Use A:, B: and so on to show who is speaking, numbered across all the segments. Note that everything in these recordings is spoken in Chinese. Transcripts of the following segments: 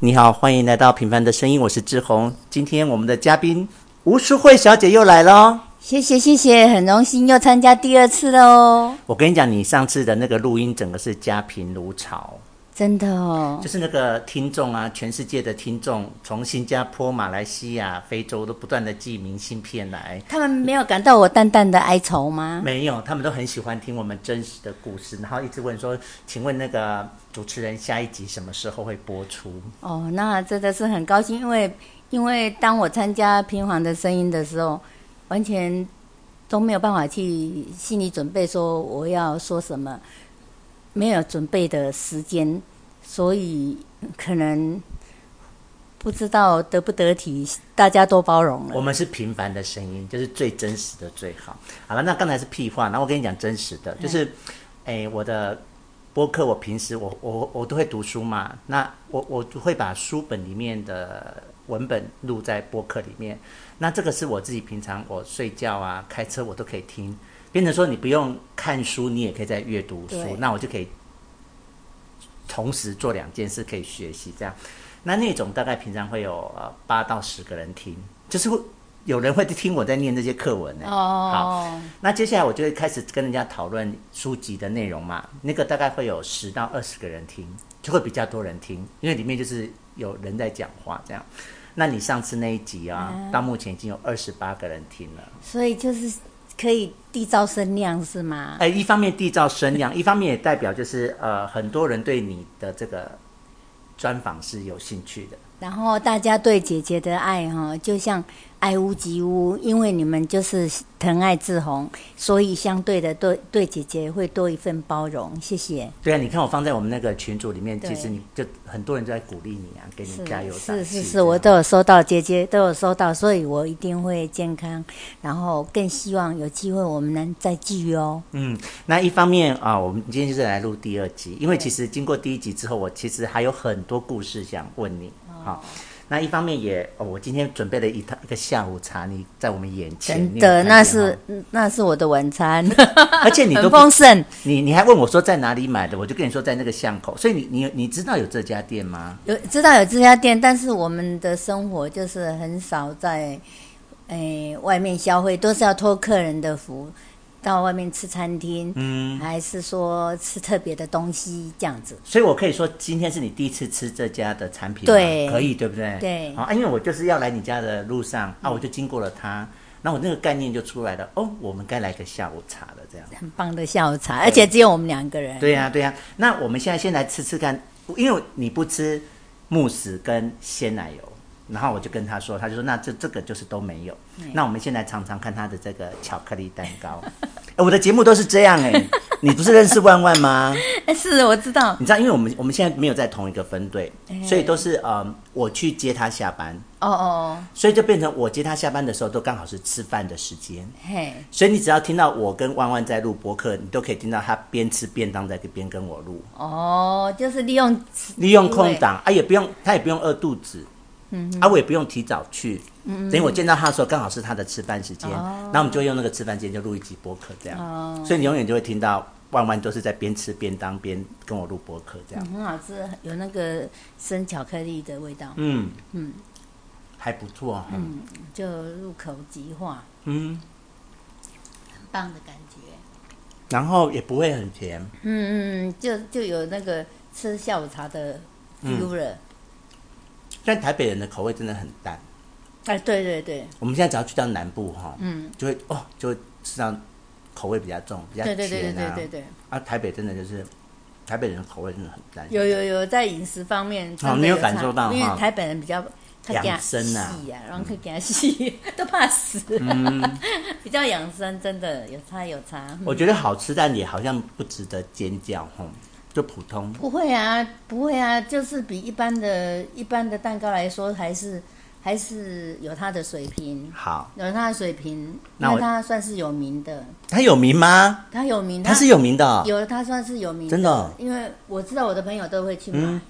A: 你好，欢迎来到《平凡的声音》，我是志宏。今天我们的嘉宾吴淑慧小姐又来喽。
B: 谢谢谢谢，很荣幸又参加第二次了哦，
A: 我跟你讲，你上次的那个录音整个是家贫如潮，
B: 真的哦
A: 就，是那个听众啊，全世界的听众从新加坡、马来西亚、非洲都不断的寄明信片来。
B: 他们没有感到我淡淡的哀愁吗？
A: 没有，他们都很喜欢听我们真实的故事，然后一直问说：“请问那个主持人下一集什么时候会播出
B: 哦，那真的是很高兴，因为因为当我参加《平凡的声音》的时候，完全都没有办法去心理准备说我要说什么，没有准备的时间，所以可能不知道得不得体，大家都包容？”
A: 我
B: 了。
A: 们是平凡的声音，就是最真实的最好。好了，那刚才是屁话，然后我跟你讲真实的，就是，哎、我的播客，我平时我我我都会读书嘛，那我我就会把书本里面的文本录在播客里面。那这个是我自己平常我睡觉啊、开车我都可以听，变成说你不用看书，你也可以在阅读书
B: 对，
A: 那我就可以同时做两件事，可以学习这样。那那种大概平常会有呃八到十个人听，就是会有人会听我在念这些课文呢、好，
B: 哦，
A: 那接下来我就会开始跟人家讨论书籍的内容嘛，那个大概会有十到二十个人听，就会比较多人听，因为里面就是有人在讲话这样。那你上次那一集啊，到目前已经有二十八个人听了。
B: 所以就是可以缔造声量是吗？
A: 哎，一方面缔造声量，一方面也代表就是呃，很多人对你的这个专访是有兴趣的。
B: 然后大家对姐姐的爱哈，就像爱屋及乌，因为你们就是疼爱志宏，所以相对的对对姐姐会多一份包容。谢谢，
A: 对啊，你看我放在我们那个群组里面，其
B: 对
A: 实你就很多人都在鼓励你啊，给你
B: 是
A: 加油打
B: 是
A: 气
B: 是
A: 这
B: 是，
A: 样
B: 我都有收到，姐姐都有收到，所以我一定会健康，然后更希望有机会我们能再聚哦。
A: 嗯，那一方面啊，我们今天就是来录第二集，因为其实经过第一集之后，我其实还有很多故事想问你。
B: 哦
A: 好、那一方面也，哦、我今天准备了一套一个下午茶，你在我们眼前，
B: 真
A: 你有看
B: 的，
A: 见
B: 那
A: 吗
B: 是，那是我的晚餐，
A: 而且你都
B: 很
A: 不
B: 丰盛。
A: 你你还问我说在哪里买的，我就跟你说在那个巷口，所以你你你知道有这家店吗？
B: 有知道有这家店，但是我们的生活就是很少在诶、外面消费，都是要托客人的福，到外面吃餐厅，嗯，还是说吃特别的东西这样子。
A: 所以我可以说今天是你第一次吃这家的产品吗，
B: 对
A: 可以对不对？
B: 对嗯
A: 好、啊，因为我就是要来你家的路上啊，我就经过了它，那我那个概念就出来了，哦，我们该来个下午茶了，这样。
B: 很棒的下午茶，而且只有我们两个人。
A: 对呀、对呀、那我们现在先来吃吃看，因为你不吃慕斯跟鲜奶油，然后我就跟他说，他就说那这这个就是都没有。那我们先来尝尝看他的这个巧克力蛋糕。 哎我的节目都是这样哎、你不是认识万万吗？
B: 哎， 是我知道，
A: 你知道，因为我们我们现在没有在同一个分队，所以都是嗯，我去接他下班，
B: 哦哦哦，
A: 所以就变成我接他下班的时候都刚好是吃饭的时间。
B: 嘿，
A: 所以你只要听到我跟万万在录播客，你都可以听到他边吃便当在边跟我录。
B: 哦，就是利用
A: 利用空档啊，也不用他也不用饿肚子，嗯，啊，我也不用提早去，嗯，哦等于我见到他的时候刚好是他的吃饭时间，那我们就用那个吃饭时间就录一集播客这样，所以你永远就会听到万万都是在边吃边当边跟我录播客这样，
B: 嗯很好吃，有那个生巧克力的味道，
A: 嗯嗯，还不错哈，
B: 就入口即化，
A: 嗯，
B: 很棒的感觉。
A: 然后也不会很甜，
B: 嗯嗯，嗯，就就有那个吃下午茶的 feel
A: 嗯
B: 了。
A: 但台北人的口味真的很淡，
B: 哎，对对对
A: 我们现在只要去到南部哈，嗯，就会哦就会吃到口味比较重，比较
B: 对对对对
A: 甜
B: 对
A: 啊，
B: 对对，
A: 啊，台北真的就是台北人的口味真的很淡，
B: 有有有在饮食方面，真的
A: 哦你有
B: 差
A: 感受到
B: 因为
A: 哈
B: 台北人比较较
A: 养
B: 怕
A: 生啊
B: 细啊，然后更他细，都怕死，
A: 嗯
B: 比较养生，真的有差有差。
A: 我觉得好吃，但也好像不值得尖叫，吼，就普通。
B: 不会啊，不会啊，就是比一般的一般的蛋糕来说，还是还是有它的水平，
A: 好，
B: 有它的水平，
A: 那我
B: 那它算是有名的，
A: 它有名吗？
B: 它有名，啊
A: 它是有名的哦、
B: 有，他算是有名，
A: 真的嗯哦
B: 因为我知道我的朋友都会去买，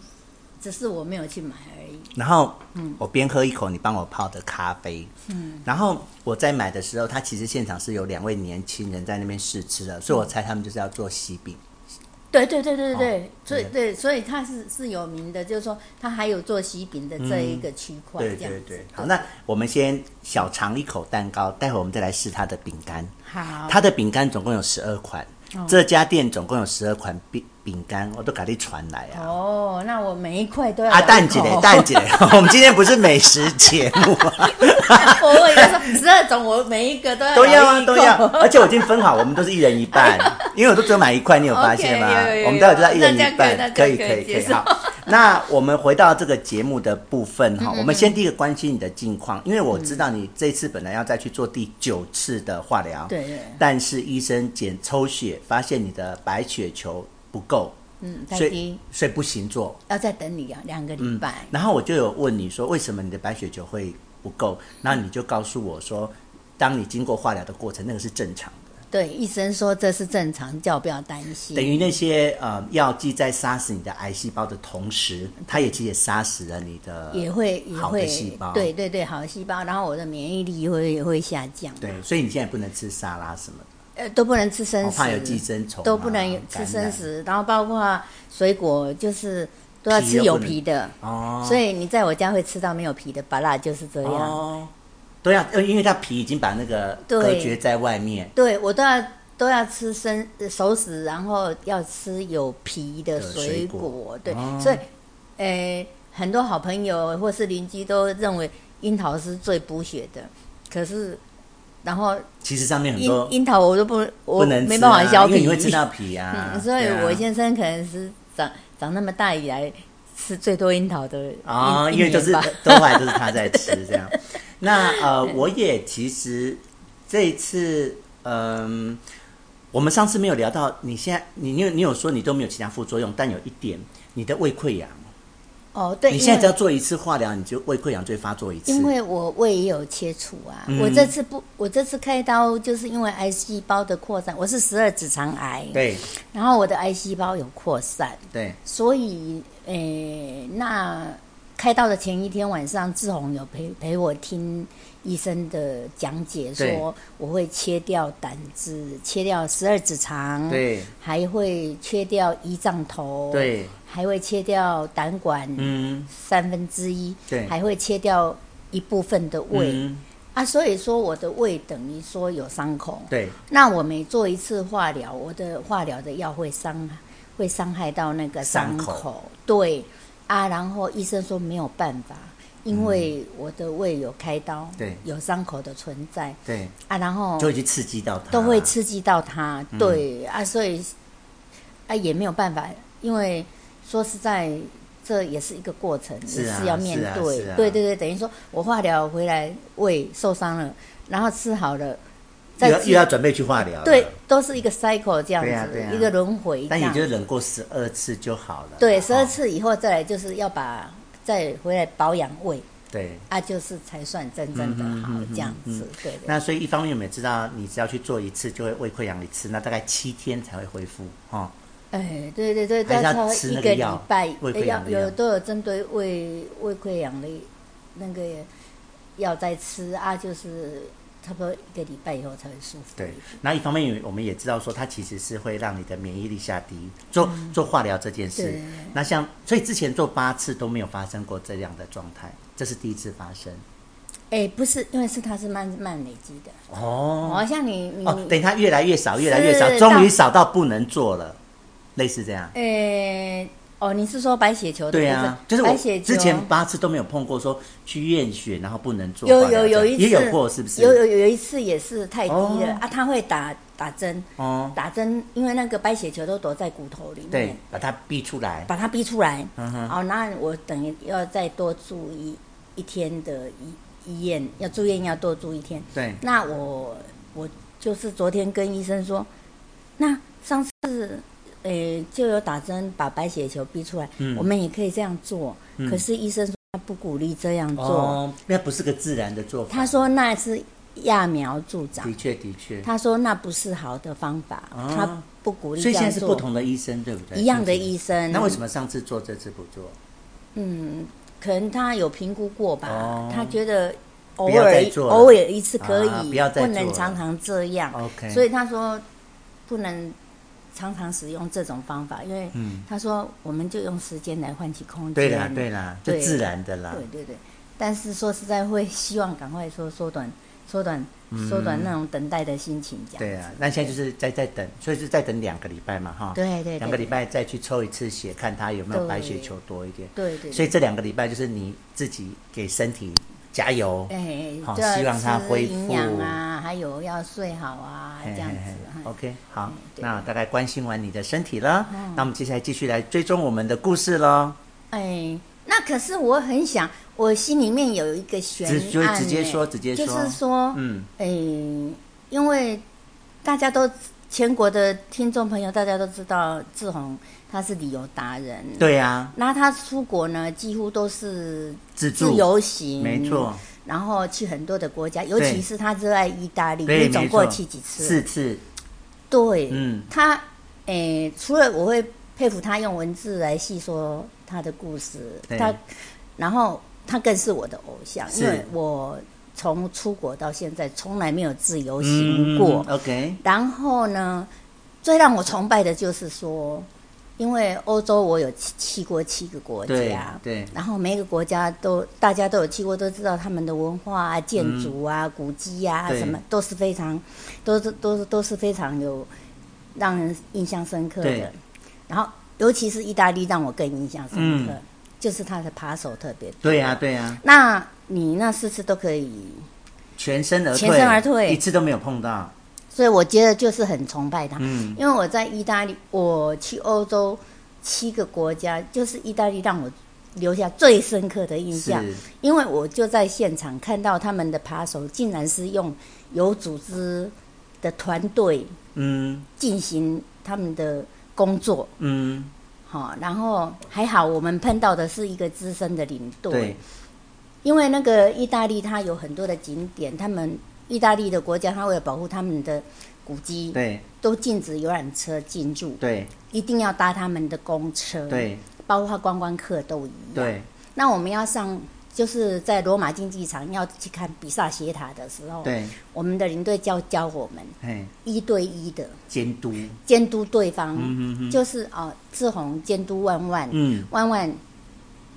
B: 只是我没有去买而已。
A: 然后，我边喝一口你帮我泡的咖啡，嗯，然后我在买的时候，它其实现场是有两位年轻人在那边试吃的，所以我猜他们就是要做喜饼，
B: 对对对对对对，
A: 哦
B: 所以对，所以它是是有名的，就是说它还有做喜饼的这一个区块，
A: 对
B: 这样
A: 对
B: 子
A: 对，好，那我们先小尝一口蛋糕，待会我们再来试它的饼干。
B: 好，
A: 它的饼干总共有十二款，
B: 哦
A: 这家店总共有十二款饼饼干，我都给你传来啊。
B: 哦，那我每一块都要哦
A: 啊，
B: 咬一
A: 蛋姐嘞
B: 口，
A: 蛋姐嘞，我们今天不是美食节目啊，
B: 我我就说十二种，我每一个 都要
A: 都要
B: 咬
A: 啊，
B: 一
A: 都
B: 口
A: 要。而且我已经分好，我们都是一人一 半，因为我都只有买一块，你有发现吗
B: OK，有有有？
A: 我们待会就在一人
B: 那这
A: 一
B: 样可以那
A: 半，
B: 这
A: 以
B: 样
A: 可
B: 可
A: 以
B: 以
A: 可
B: 接
A: 以
B: 受
A: 好。那我们回到这个节目的部分
B: 嗯
A: 哈，我们先第一个关心你的近况，因为我知道你这次本来要再去做第九次的化疗，
B: 对对
A: 但是医生检抽血发现你的白血球不够，
B: 嗯，太
A: 所以
B: 低，
A: 所以不行做，
B: 要再等你啊，两个礼拜。
A: 然后我就有问你说，为什么你的白血球会不够？然后你就告诉我说，当你经过化疗的过程，那个是正常的，
B: 对，医生说这是正常，叫不要担心。
A: 嗯等于那些呃药剂在杀死你的癌细胞的同时，它也其实也杀死了你的
B: 也会也
A: 好的
B: 会
A: 细胞。
B: 对对对，好的细胞，然后我的免疫力会也会下降，
A: 对，所以你现在不能吃沙拉什么的，
B: 呃，都不能吃生
A: 我
B: 食，
A: 怕有寄生虫啊、
B: 都不能有吃
A: 感
B: 生
A: 染。
B: 食，然后包括水果就是都要
A: 皮
B: 吃
A: 又
B: 有
A: 不能
B: 皮的，
A: 哦，
B: 所以你在我家会吃到没有皮的，巴拉就是这样。
A: 哦，对啊，因为它皮已经把那个
B: 对
A: 隔绝在外面。
B: 对我都要都要吃生呃熟食，然后要吃有皮的
A: 的水
B: 水
A: 果
B: 果，对，
A: 哦
B: 所以，呃，很多好朋友或是邻居都认为樱桃是最补血的，可是，然后
A: 其实上面很
B: 樱
A: 多
B: 樱桃我都不
A: 不
B: 我
A: 能吃、啊，
B: 没办法削
A: 因为
B: 皮，
A: 你会吃到皮啊。
B: 嗯，所以
A: 对啊
B: 我先生可能是长长那么大以来吃最多樱桃的
A: 啊、
B: 一
A: 因为都是
B: 一年吧
A: 都还都是他在吃这样。那呃，我也其实这一次，嗯、我们上次没有聊到，你现在你你有你有说你都没有其他副作用，但有一点，你的胃溃疡，
B: 哦，对，
A: 呃你现在
B: 因
A: 只
B: 为
A: 要做一次化疗，你就胃溃疡就会发作一次。
B: 因为我胃也有切除啊，
A: 嗯
B: 我这次不，我这次开刀就是因为癌细胞的扩散，我是十二指肠癌，
A: 对
B: 然后我的癌细胞有扩散，
A: 对，
B: 所以诶、那开刀的前一天晚上，志宏有陪陪我听医生的讲解，
A: 对
B: 说我会切掉胆汁，切掉十二指肠，
A: 对
B: 还会切掉胰脏头，
A: 对，
B: 还会切掉胆管，
A: 嗯，
B: 三分之一，
A: 对
B: 还会切掉一部分的胃、
A: 嗯
B: 啊，所以说我的胃等于说有伤口。
A: 对
B: 那我每做一次化疗，我的化疗的药会伤会伤害到那个伤口，
A: 伤口
B: 对啊，然后医生说没有办法，因为我的胃有开刀，
A: 嗯对
B: 有伤口的存在
A: 对，
B: 啊，然后
A: 就会去刺激到它，
B: 都会刺激到它，
A: 嗯
B: 对、啊，所以啊也没有办法，因为说实在，这也是一个过程，
A: 是啊
B: 也是要面对。
A: 是啊是啊
B: 对对对，等于说我化疗回来，胃受伤了，然后吃好了，
A: 又要
B: 再
A: 又要准备去化疗了，
B: 对，都是一个 cycle 这样子，
A: 对啊对啊
B: 一个轮回这
A: 但也
B: 样。
A: 就忍过十二次就好了啦。
B: 对，十二
A: 哦，
B: 次以后再来就是要把再回来保养胃
A: 对。
B: 啊，就是才算真正的
A: 嗯
B: 好这样子。对对。
A: 那所以一方面我们也知道，你只要去做一次就会胃溃疡一次，那大概七天才会恢复哦。
B: 哎，对对对，
A: 还是要
B: 大概
A: 吃
B: 一
A: 那个
B: 个礼
A: 药
B: 拜
A: 胃
B: 呃
A: 溃疡的药
B: 有都有针对胃胃溃疡的那个药在吃啊，就是差不多一个礼拜以后才会舒服。
A: 对，那一方面我们也知道说，它其实是会让你的免疫力下低，做、做化疗这件事
B: 嗯对。
A: 那像所以之前做八次都没有发生过这样的状态，这是第一次发生
B: 哎，不是，因为是它是慢慢累积的，
A: 哦
B: 好、像你你
A: 哦，等它越来越少，越来越少，
B: 是
A: 终于少到不能做了，类似这样。
B: 哎哦，你是说白血球的
A: 对
B: 部分
A: 啊，就是
B: 白
A: 我
B: 血球
A: 之前八次都没有碰过说去验血然后不能做化
B: 有
A: 疗
B: 有
A: 这样
B: 有一次
A: 也有过是不是？
B: 有有有一次也是太低了、
A: 哦
B: 啊，他会打打针，
A: 哦，
B: 打针，因为那个白血球都躲在骨头里面。
A: 对，把它逼出来。
B: 把它逼出来。
A: 嗯哼
B: 哦，那我等于要再多住一一天的医医院，要住院要多住一天。
A: 对，
B: 那我我就是昨天跟医生说，那上次呃就有打针把白血球逼出来，
A: 嗯
B: 我们也可以这样做。
A: 嗯
B: 可是医生说他不鼓励这样做，
A: 哦，那不是个自然的做法。
B: 他说那是揠苗助长
A: 的。确的确，
B: 他说那不是好的方法，
A: 哦
B: 他不鼓励
A: 所
B: 这
A: 以现在
B: 样
A: 是
B: 做。
A: 不同的医生，对不对？
B: 一样的
A: 是不是
B: 医生
A: 那为什么上次做这次不做？
B: 嗯，可能他有评估过吧，
A: 哦
B: 他觉得偶
A: 不要
B: 尔
A: 再
B: 一
A: 做了
B: 偶尔一次可以，
A: 啊不要再做了
B: 能常常这样
A: OK
B: 所以他说不能常常使用这种方法，因为他说我们就用时间来换取空间，
A: 嗯对啦对啦，就
B: 对
A: 自然的啦
B: 对，对对但是说实在会希望赶快说缩短、缩短、
A: 嗯
B: 缩短那种等待的心情，这样。
A: 对啊。那现在就是在在等，所以是再等两个礼拜嘛，哈，
B: 对对
A: 哦两个礼拜再去抽一次血，看他有没有白血球多一点。
B: 对对，
A: 所
B: 以
A: 以这两个礼拜就是你自己给身体加油，
B: 哎，
A: 好
B: 就要
A: 希望它
B: 吃
A: 恢
B: 营
A: 复
B: 养啊，还有要睡好啊，
A: 嘿
B: 这样
A: 嘿
B: 子
A: 嘿。
B: 哈
A: OK，好
B: 嗯，对哦
A: 那大概关心完你的身体了，那我们接下来继续来追踪我们的故事喽。
B: 哎，那可是我很想，我心里面有一个悬案
A: 直
B: 呢，
A: 就直接说，直接
B: 就是
A: 说，
B: 说，
A: 嗯，
B: 哎，因为大家都全国的听众朋友，大家都知道志宏他是旅游达人，
A: 对呀，
B: 那他出国呢，几乎都是
A: 自
B: 自
A: 助，
B: 由行，
A: 没错，，
B: 然后去很多的国家，尤
A: 对
B: 其是他热爱意大利，
A: 对，
B: 你
A: 没
B: 总
A: 错
B: 过，去几次？
A: 四次，
B: 对，
A: 嗯，
B: 他诶、除了我会佩服他用文字来细说他的故事，
A: 对
B: 他，然后他更是我的偶像，
A: 是
B: 因为我从出国到现在从来没有自由行
A: 嗯
B: 过。
A: ，OK，
B: 然后呢，最让我崇拜的就是说，因为欧洲我有去去过七个国
A: 对
B: 家。
A: 对，
B: 然后每一个国家都大家都有去过，都知道他们的文化啊、建筑啊、古迹啊
A: 嗯对
B: 什么都是非常，都是都是都是非常有让人印象深刻
A: 对
B: 的。然后尤其是意大利让我更印象深刻，
A: 嗯
B: 就是它的扒手特别多。
A: 对啊呀，对呀，
B: 那你那四次都可以，
A: 全身而退，
B: 全身而退
A: 一次都没有碰到，
B: 所以我觉得就是很崇拜他，
A: 嗯，
B: 因为我在意大利，我去欧洲七个国家，就是意大利让我留下最深刻的印象。
A: 是，
B: 因为我就在现场看到他们的扒手竟然是用有组织的团队
A: 嗯
B: 进行他们的工作，
A: 嗯，
B: 哈、然后还好我们碰到的是一个资深的领
A: 对
B: 队，，因为那个意大利它有很多的景点，他们意大利的国家，它为了保护他们的古迹，
A: 对
B: 都禁止游览车进入，
A: 对
B: 一定要搭他们的公车，，
A: 对
B: 包括观光客都一样。
A: 对
B: 那我们要上，就是在罗马竞技场要去看比萨斜塔的时候，
A: 对，
B: 我们的领队教教我们
A: 嘿，
B: 一对一的
A: 监督，
B: 监督对方，
A: 嗯嗯嗯，
B: 就是哦，志宏监督万万，
A: 嗯
B: 万万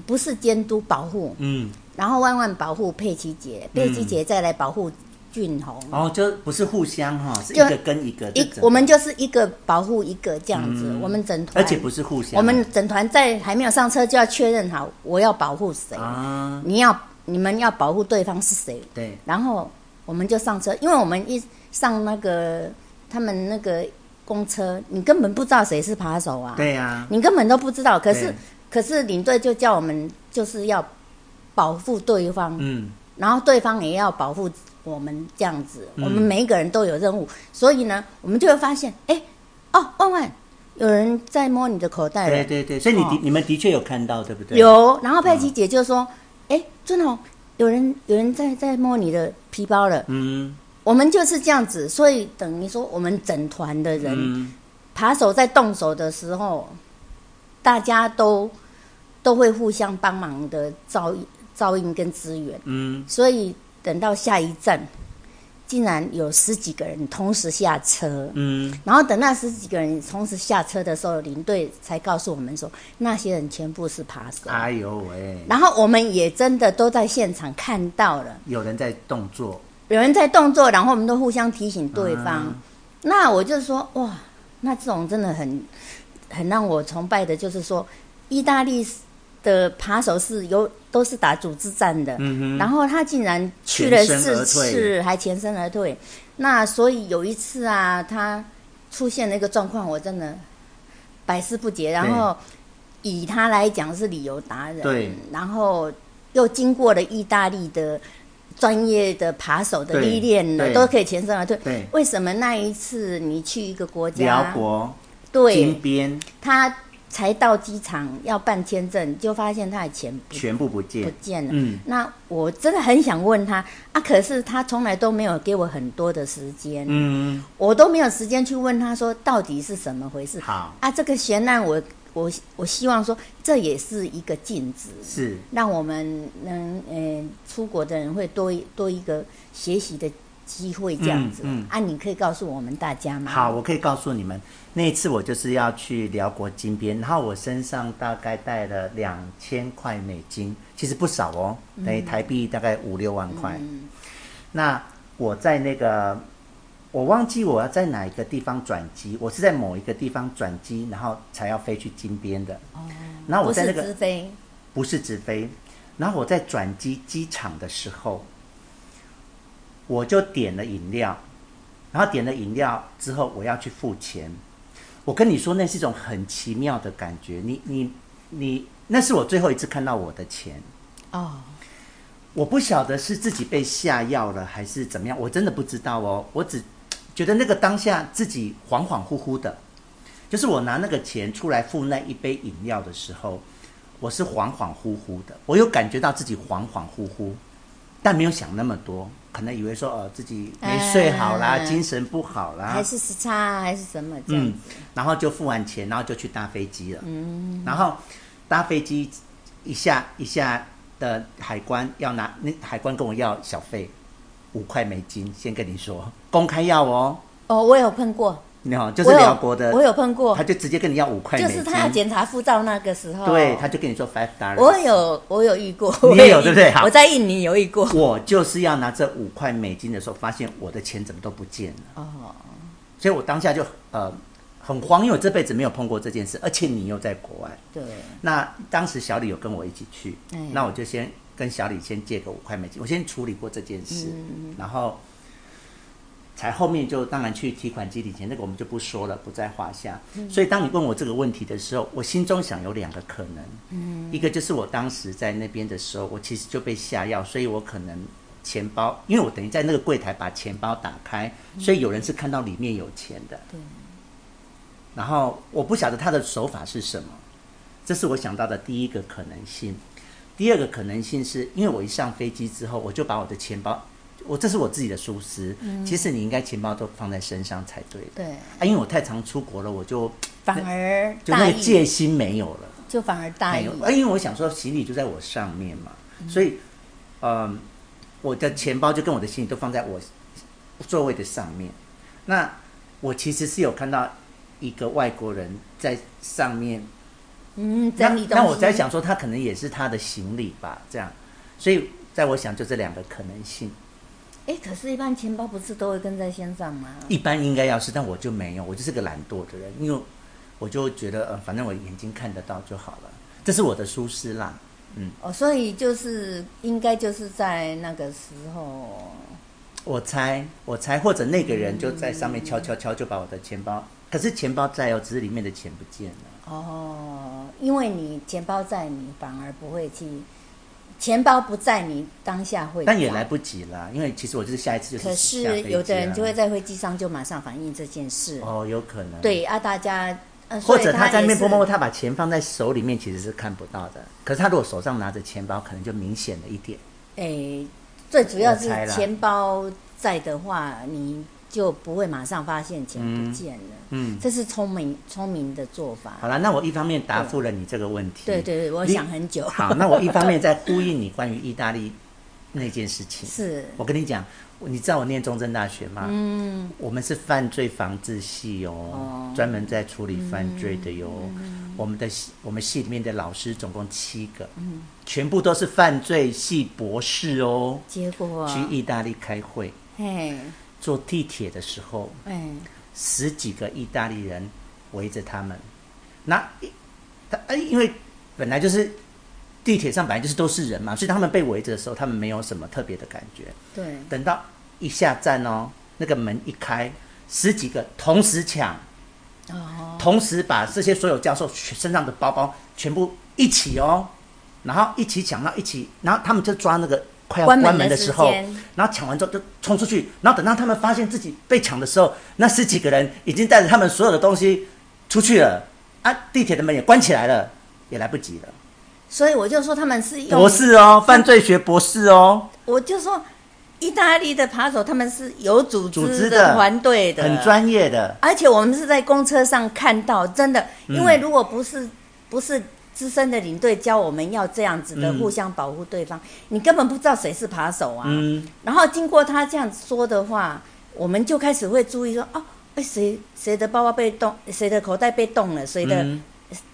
B: 不是监督保护，
A: 嗯，
B: 然后万万保护佩奇姐，佩奇姐再来保护俊宏，
A: 然后就不是互相哈，是一
B: 就
A: 个跟一个，
B: 一
A: 哦这整个
B: 我们就是一个保护一个这样子，我们整
A: 而
B: 团，
A: 且不是互相，啊
B: 我们整团在还没有上车就要确认好我要保护谁，
A: 啊，
B: 你要你们要保护对方是谁，
A: 对
B: 然后我们就上车，因为我们一上那个他们那个公车，你根本不知道谁是扒手啊，
A: 对呀，
B: 你根本都不知道。可是
A: 对
B: 可是领队就叫我们就是要保护对方，
A: 嗯，
B: 然后对方也要保护我们这样子，
A: 嗯
B: 我们每一个人都有任务，所以呢，我们就会发现，哎，哦，万万有人在摸你的口袋了
A: 对，对对，所以你的
B: 哦
A: 你们的确有看到，对不嗯对？，
B: 有，然后佩奇姐就说：“哎、尊宏，有人有人在在摸你的皮包了。
A: 嗯”
B: 我们就是这样子，所以等于说我们整团的人、
A: 嗯，
B: 扒手在动手的时候，大家都都会互相帮忙的照应照应跟支援，
A: 嗯，
B: 所以等到下一站，竟然有十几个人同时下车。
A: 嗯，
B: 然后等那十几个人同时下车的时候，领队才告诉我们说，那些人全部是扒手。
A: 哎呦喂，
B: 然后我们也真的都在现场看到了，
A: 有人在动作，
B: 有人在动作，然后我们都互相提醒对方。
A: 嗯
B: 那我就说，哇，那这种真的很很让我崇拜的，就是说，意大利的扒手是有都是打组织战的，
A: 嗯
B: 然后他竟然去了
A: 全身而
B: 四
A: 退
B: 次还全身而退。那所以有一次啊，他出现了一个状况，我真的百思不解。然后以他来讲是旅游达人，
A: 对，
B: 然后又经过了意大利的专业的扒手的
A: 对
B: 历练了，
A: 对
B: 都可以全身而退。
A: 对
B: 为什么那一次你去一个国
A: 哼，辽
B: 家，
A: 国金
B: 对
A: 边
B: 他才到机场要办签证，就发现他的钱不
A: 全部不
B: 不
A: 见，
B: 见了？
A: 嗯，
B: 那我真的很想问他啊，可是他从来都没有给我很多的时间，
A: 嗯，
B: 我都没有时间去问他说到底是怎么回事
A: 好，
B: 啊。这个悬案我，我我希望说这也是一个禁止，
A: 是，
B: 让我们能呃出国的人会多一多一个学习的机会这样子。
A: 嗯
B: 啊，你可以告诉我们大家吗？
A: 好，，我可以告诉你们，那一次我就是要去辽国金边，然后我身上大概带了两千块美金，其实不少哦，
B: 嗯
A: 等于台币大概五六万块。那我在那个，我忘记我要在哪一个地方转机，我是在某一个地方转机，然后才要飞去金边的。哦，然后我
B: 不
A: 在那
B: 是
A: 个
B: 直飞，
A: 不是直飞。然后我在转机机场的时候，我就点了饮料，然后点了饮料之后，我要去付钱。我跟你说，那是一种很奇妙的感觉。你你你，那是我最后一次看到我的钱。
B: 哦，
A: 我不晓得是自己被下药了还是怎么样，我真的不知道哦。我只觉得那个当下自己恍恍惚惚的，就是我拿那个钱出来付那一杯饮料的时候，我是恍恍惚惚的，我有感觉到自己恍恍惚惚，但没有想那么多，可能以为说呃自己没睡好啦，
B: 嗯
A: 精神不好啦，
B: 还是时差啊还是什么这样
A: 嗯
B: 子？，
A: 然后就付完钱，然后就去搭飞机了。嗯，然后搭飞机一下一下的海关要拿，那海关跟我要小费五块美金，先跟你说公开要哦，
B: 哦，我有碰过，
A: 你好，就
B: 就是
A: 辽国的
B: 我，有碰过
A: 他，就直接跟你要五块美
B: 就
A: 金，
B: 是他要检查护照那个时候，
A: 对，他就跟你说 five dollars。
B: 我有我有遇过，
A: 你也有
B: 我
A: 对不对好
B: 我在印尼有遇过，
A: 我就是要拿这五块美金的时候，发现我的钱怎么都不见了，
B: 哦，
A: 所以我当下就呃很慌，因为我这辈子没有碰过这件事，而且你又在国外。
B: 对，
A: 那当时小李有跟我一起去，
B: 嗯
A: 那我就先跟小李先借个五块美金，我先处理过这件事，然后才后面就当然去提款机领钱，那个我们就不说了，不在话下。所以当你问我这个问题的时候，我心中想有两个可能，一个就是我当时在那边的时候，我其实就被下药，所以我可能。钱包，因为我等于在那个柜台把钱包打开，所以有人是看到里面有钱的。
B: 嗯对
A: 然后我不晓得他的手法是什么，这是我想到的第一个可能性。第二个可能性是因为我一上飞机之后，我就把我的钱包，我这是我自己的疏失。
B: 嗯
A: 其实你应该钱包都放在身上才对的。
B: 对，
A: 啊，因为我太常出国了，我就
B: 反而
A: 就
B: 大
A: 那个戒
B: 意，
A: 心没有了。
B: 就反而大
A: 没
B: 意
A: 有，，啊，因为我想说行李就在我上面嘛，所以，嗯，我的钱包就跟我的行李都放在我座位的上面。那我其实是有看到一个外国人在上面，
B: 嗯，
A: 那
B: 整理东西。
A: 那我在想说他可能也是他的行李吧，这样，所以在我想就这两个可能性，
B: 哎，可是，一般钱包不是都会跟在身上吗？
A: 一般应该要是，但我就没有，我就是个懒惰的人，因为我就觉得呃，反正我眼睛看得到就好了，这是我的舒适啦。
B: 哦，所以就是应该就是在那个时候，
A: 我猜，我猜，或者那个人就在上面敲敲敲，就把我的钱包，可是钱包在哦，只是里面的钱不见了。
B: 哦，因为你钱包在，你反而不会去，钱包不在，你当下会，
A: 但也来。不及啦，因为其实我就是下一次就是
B: 可
A: 下
B: 是
A: 飞机
B: 有的人
A: 啦
B: 就会在飞机上就马上反映这件事，
A: 哦，有可能，
B: 对啊，大家，呃、
A: 或
B: 所以
A: 者他在那
B: 也
A: 边
B: 是
A: 摸摸，他把钱放在手里面其实是看不到的，可是他如果手上拿着钱包，可能就明显了一点。
B: 诶，哎最主要是
A: 我猜啦
B: 钱包在的话，你就不会马上发现钱不见了，
A: 嗯，
B: 这是聪明聪明的做法。
A: 好啦，那我一方面答复了你这个问题，
B: 对对对，我
A: 你
B: 想很久。
A: 好，那我一方面在呼应你关于意大利那件事情，
B: 是
A: 我跟你讲，我你知道我念中正大学吗？嗯，我们是犯罪防治系哦
B: 哦，
A: 专、门在处理犯罪的哟。我们的系我们系里面的老师总共七个，嗯，全部都是犯罪系博士哦。
B: 结果
A: 去
B: 啊，
A: 意大利开会，
B: 嘿，
A: 坐地铁的时候，
B: 哎，
A: 十几个意大利人围着他们，那一他哎，因为本来就是地铁上本来就是都是人嘛，所以他们被围着的时候，他们没有什么特别的感觉。
B: 对，
A: 等到一下站哦，那个门一开，十几个同时抢，
B: 哦，
A: 同时把这些所有教授身上的包包全部一起哦，然后一起抢，然后一起，然后他们就抓那个快要
B: 关门
A: 关门
B: 的
A: 的
B: 时
A: 时候
B: 间，
A: 然后抢完之后就冲出去，然后等到他们发现自己被抢的时候，那十几个人已经带着他们所有的东西出去了，啊，地铁的门也关起来了，也来不及了。
B: 所以我就说他们是用
A: 博，士哦，犯罪学博士哦，
B: 我就说意大利的扒手他们是有组
A: 组
B: 织
A: 织的
B: 团队的，
A: 很专业的。嗯
B: 而且我们是在公车上看到，真的，因为如果不是不是资深的领队教我们要这样子的
A: 嗯
B: 互相保护对方，你根本不知道谁是扒手啊。
A: 嗯，
B: 然后经过他这样说的话，我们就开始会注意说，哦，哎，谁谁的包包被动，谁的口袋被动了，谁的、
A: 嗯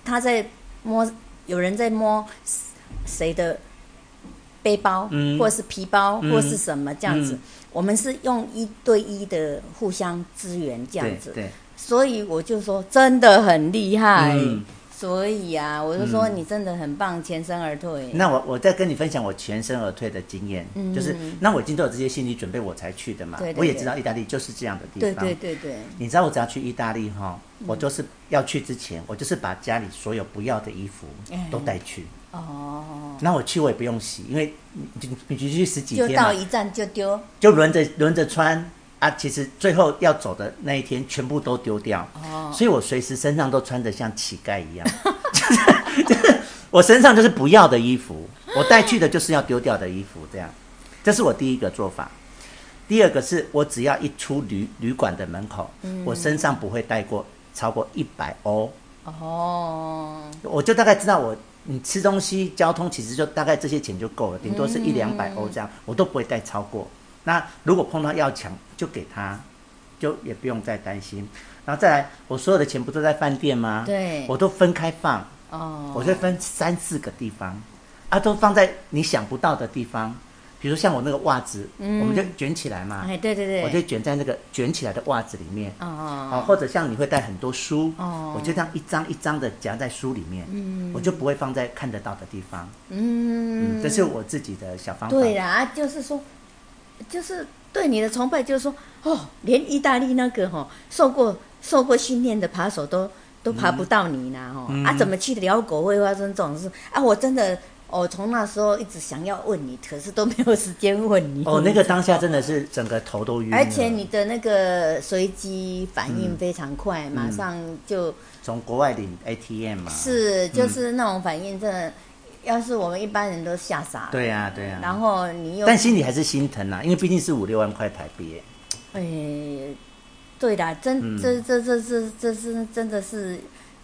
B: 他在摸，有人在摸谁的背包，
A: 嗯
B: 或是皮包，
A: 嗯
B: 或是什么这样子。
A: 嗯
B: 我们是用一对一的互相支援这样
A: 对
B: 子，
A: 对，
B: 所以我就说真的很厉害。
A: 嗯。
B: 所以啊，我就说
A: 嗯
B: 你真的很棒，全身而退。
A: 那我我再跟你分享我全身而退的经验，
B: 嗯
A: 就是那我已经都有这些心理准备，我才去的嘛。
B: 对对
A: 我也
B: 对
A: 知道意大利就是这样的地
B: 对
A: 方。
B: 对嗯对对，
A: 你知道我只要去意大利哈，我就是要去之前，我就是把家里所有不要的衣服
B: 嗯
A: 都带去。
B: 哦，
A: 那我去我也不用洗，因为你你你去十几
B: 就
A: 天啊嘛
B: 到，一站就丢。
A: 就轮着轮着穿啊。其实最后要走的那一天，全部都丢掉。
B: 哦
A: 所以我随时身上都穿得像乞丐一样， 就是就是我身上就是不要的衣服，我带去的就是要丢掉的衣服，这样，这是我第一个做法。第二个是我只要一出旅旅馆的门口，我身上不会带过超过一百欧，
B: 哦，
A: 我就大概知道我你吃东西、交通其实就大概这些钱就够了，
B: 嗯
A: 顶多是一两百欧这样，我都不会带超过。那如果碰到要抢，就给他，就也不用再担心。然后再来，我所有的钱不都在饭店吗？
B: 对
A: 我都分开放，
B: 哦，
A: 我就分三四个地方，啊，都放在你想不到的地方。比如像我那个袜子，我们就卷起来嘛，
B: 嗯哎，对对对，
A: 我就卷在那个卷起来的袜子里面。
B: 哦，
A: 啊，或者像你会带很多书，
B: 哦
A: 我就这样一张一张的夹在书里面，我就不会放在看得到的地方。
B: 嗯，
A: 嗯，这是我自己的小方法。
B: 对啦，啊就是说，就是对你的崇拜，就是说，哦，连意大利那个哦，受过受过训练的扒手都都爬不到你啦，哦，
A: 嗯
B: 啊，怎么去聊狗会发生这种事啊？我真的，我、从那时候一直想要问你，可是都没有时间问你。
A: 哦，那个当下真的是整个头都晕了。
B: 而且你的那个随机反
A: 嗯
B: 应非常快，马上就
A: 从国外领 ATM 嘛，，
B: 是啊
A: 嗯
B: 就是那种反应，真的，要是我们一般人都吓傻了。
A: 对呀、对呀、
B: 然后你又
A: 但心里还是心疼啊，因为毕竟是五六万块台币耶。
B: 诶，对啦，真
A: 嗯
B: 这这这这这是真的是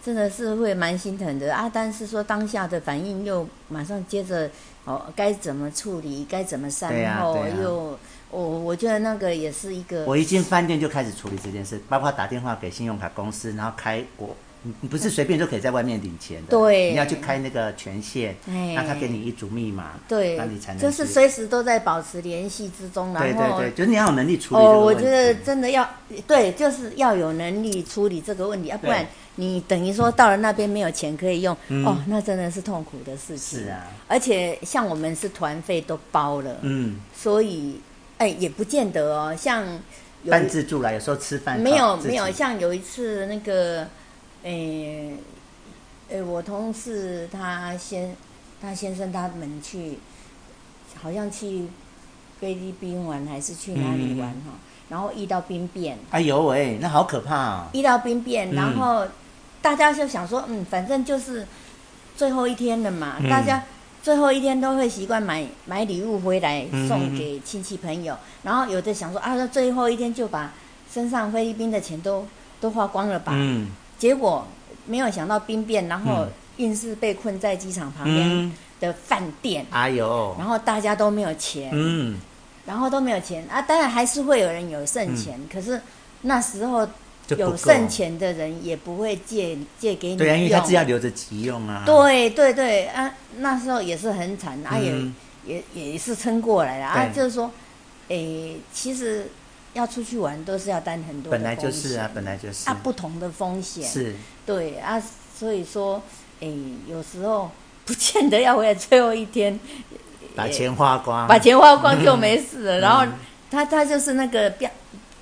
B: 真的是会蛮心疼的啊！但是说当下的反应又马上接着哦，该怎么处理，该怎么善
A: 对呀
B: 后，
A: 对呀
B: 又我我觉得那个也是一个
A: 我一进饭店就开始处理这件事，包括打电话给信用卡公司，然后开国，你你不是随便就可以在外面领钱的，
B: 对
A: 你要去开那个权限，
B: 哎
A: 那他给你一组密码，
B: 对
A: 那你才，能
B: 就是
A: 去
B: 随时都在保持联系之中，然
A: 对
B: 后
A: 对对，就是你要有能力处理这
B: 哦，
A: 个
B: 我
A: 问题。
B: 觉得真的要对，就是要有能力处理这个问题，要、不然
A: 对嗯
B: 你等于说到了那边没有钱可以用，哦，那真的是痛苦的事情。
A: 是啊，
B: 而且像我们是团费都包了，
A: 嗯，
B: 所以哎也不见得哦，像有
A: 半自助啦，有时候吃饭
B: 没有
A: 靠自
B: 没有，
A: 己
B: 像有一次那个，诶、诶、我同事他先他先生他们去，好像去菲律宾玩还是去哪
A: 嗯
B: 里玩哈、然后遇到兵变，
A: 哎呦喂，那好可怕哦！
B: 遇到兵变，
A: 嗯
B: 然后大家就想说，嗯，反正就是最后一天了嘛，
A: 嗯
B: 大家最后一天都会习惯买买礼物回来
A: 嗯
B: 送给亲戚朋友，然后有的想说啊，那最后一天就把身上菲律宾的钱都都花光了吧，
A: 嗯
B: 结果没有想到兵变，然后
A: 嗯
B: 硬是被困在机场旁边
A: 嗯，
B: 的饭店，
A: 哎呦，
B: 然后大家都没有钱，
A: 嗯，
B: 然后都没有钱啊，当然还是会有人有剩钱，
A: 嗯
B: 可是那时候
A: 就不够
B: 有剩钱的人也不会借借给你
A: 对啊，因为他
B: 用
A: 自己要留着急用啊。
B: 对对对啊，那时候也是很惨啊，
A: 嗯
B: 也也也是撑过来了啊，
A: 对
B: 就是说，诶，其实要出去玩都是要担很多的
A: 本来就是啊
B: 风险，
A: 本来就是
B: 啊，不同的风险
A: 是
B: 对啊，所以说，诶，有时候不见得要回来最后一天，
A: 把钱花光，
B: 呃把钱花光就没事
A: 嗯
B: 了。然后他他就是那个标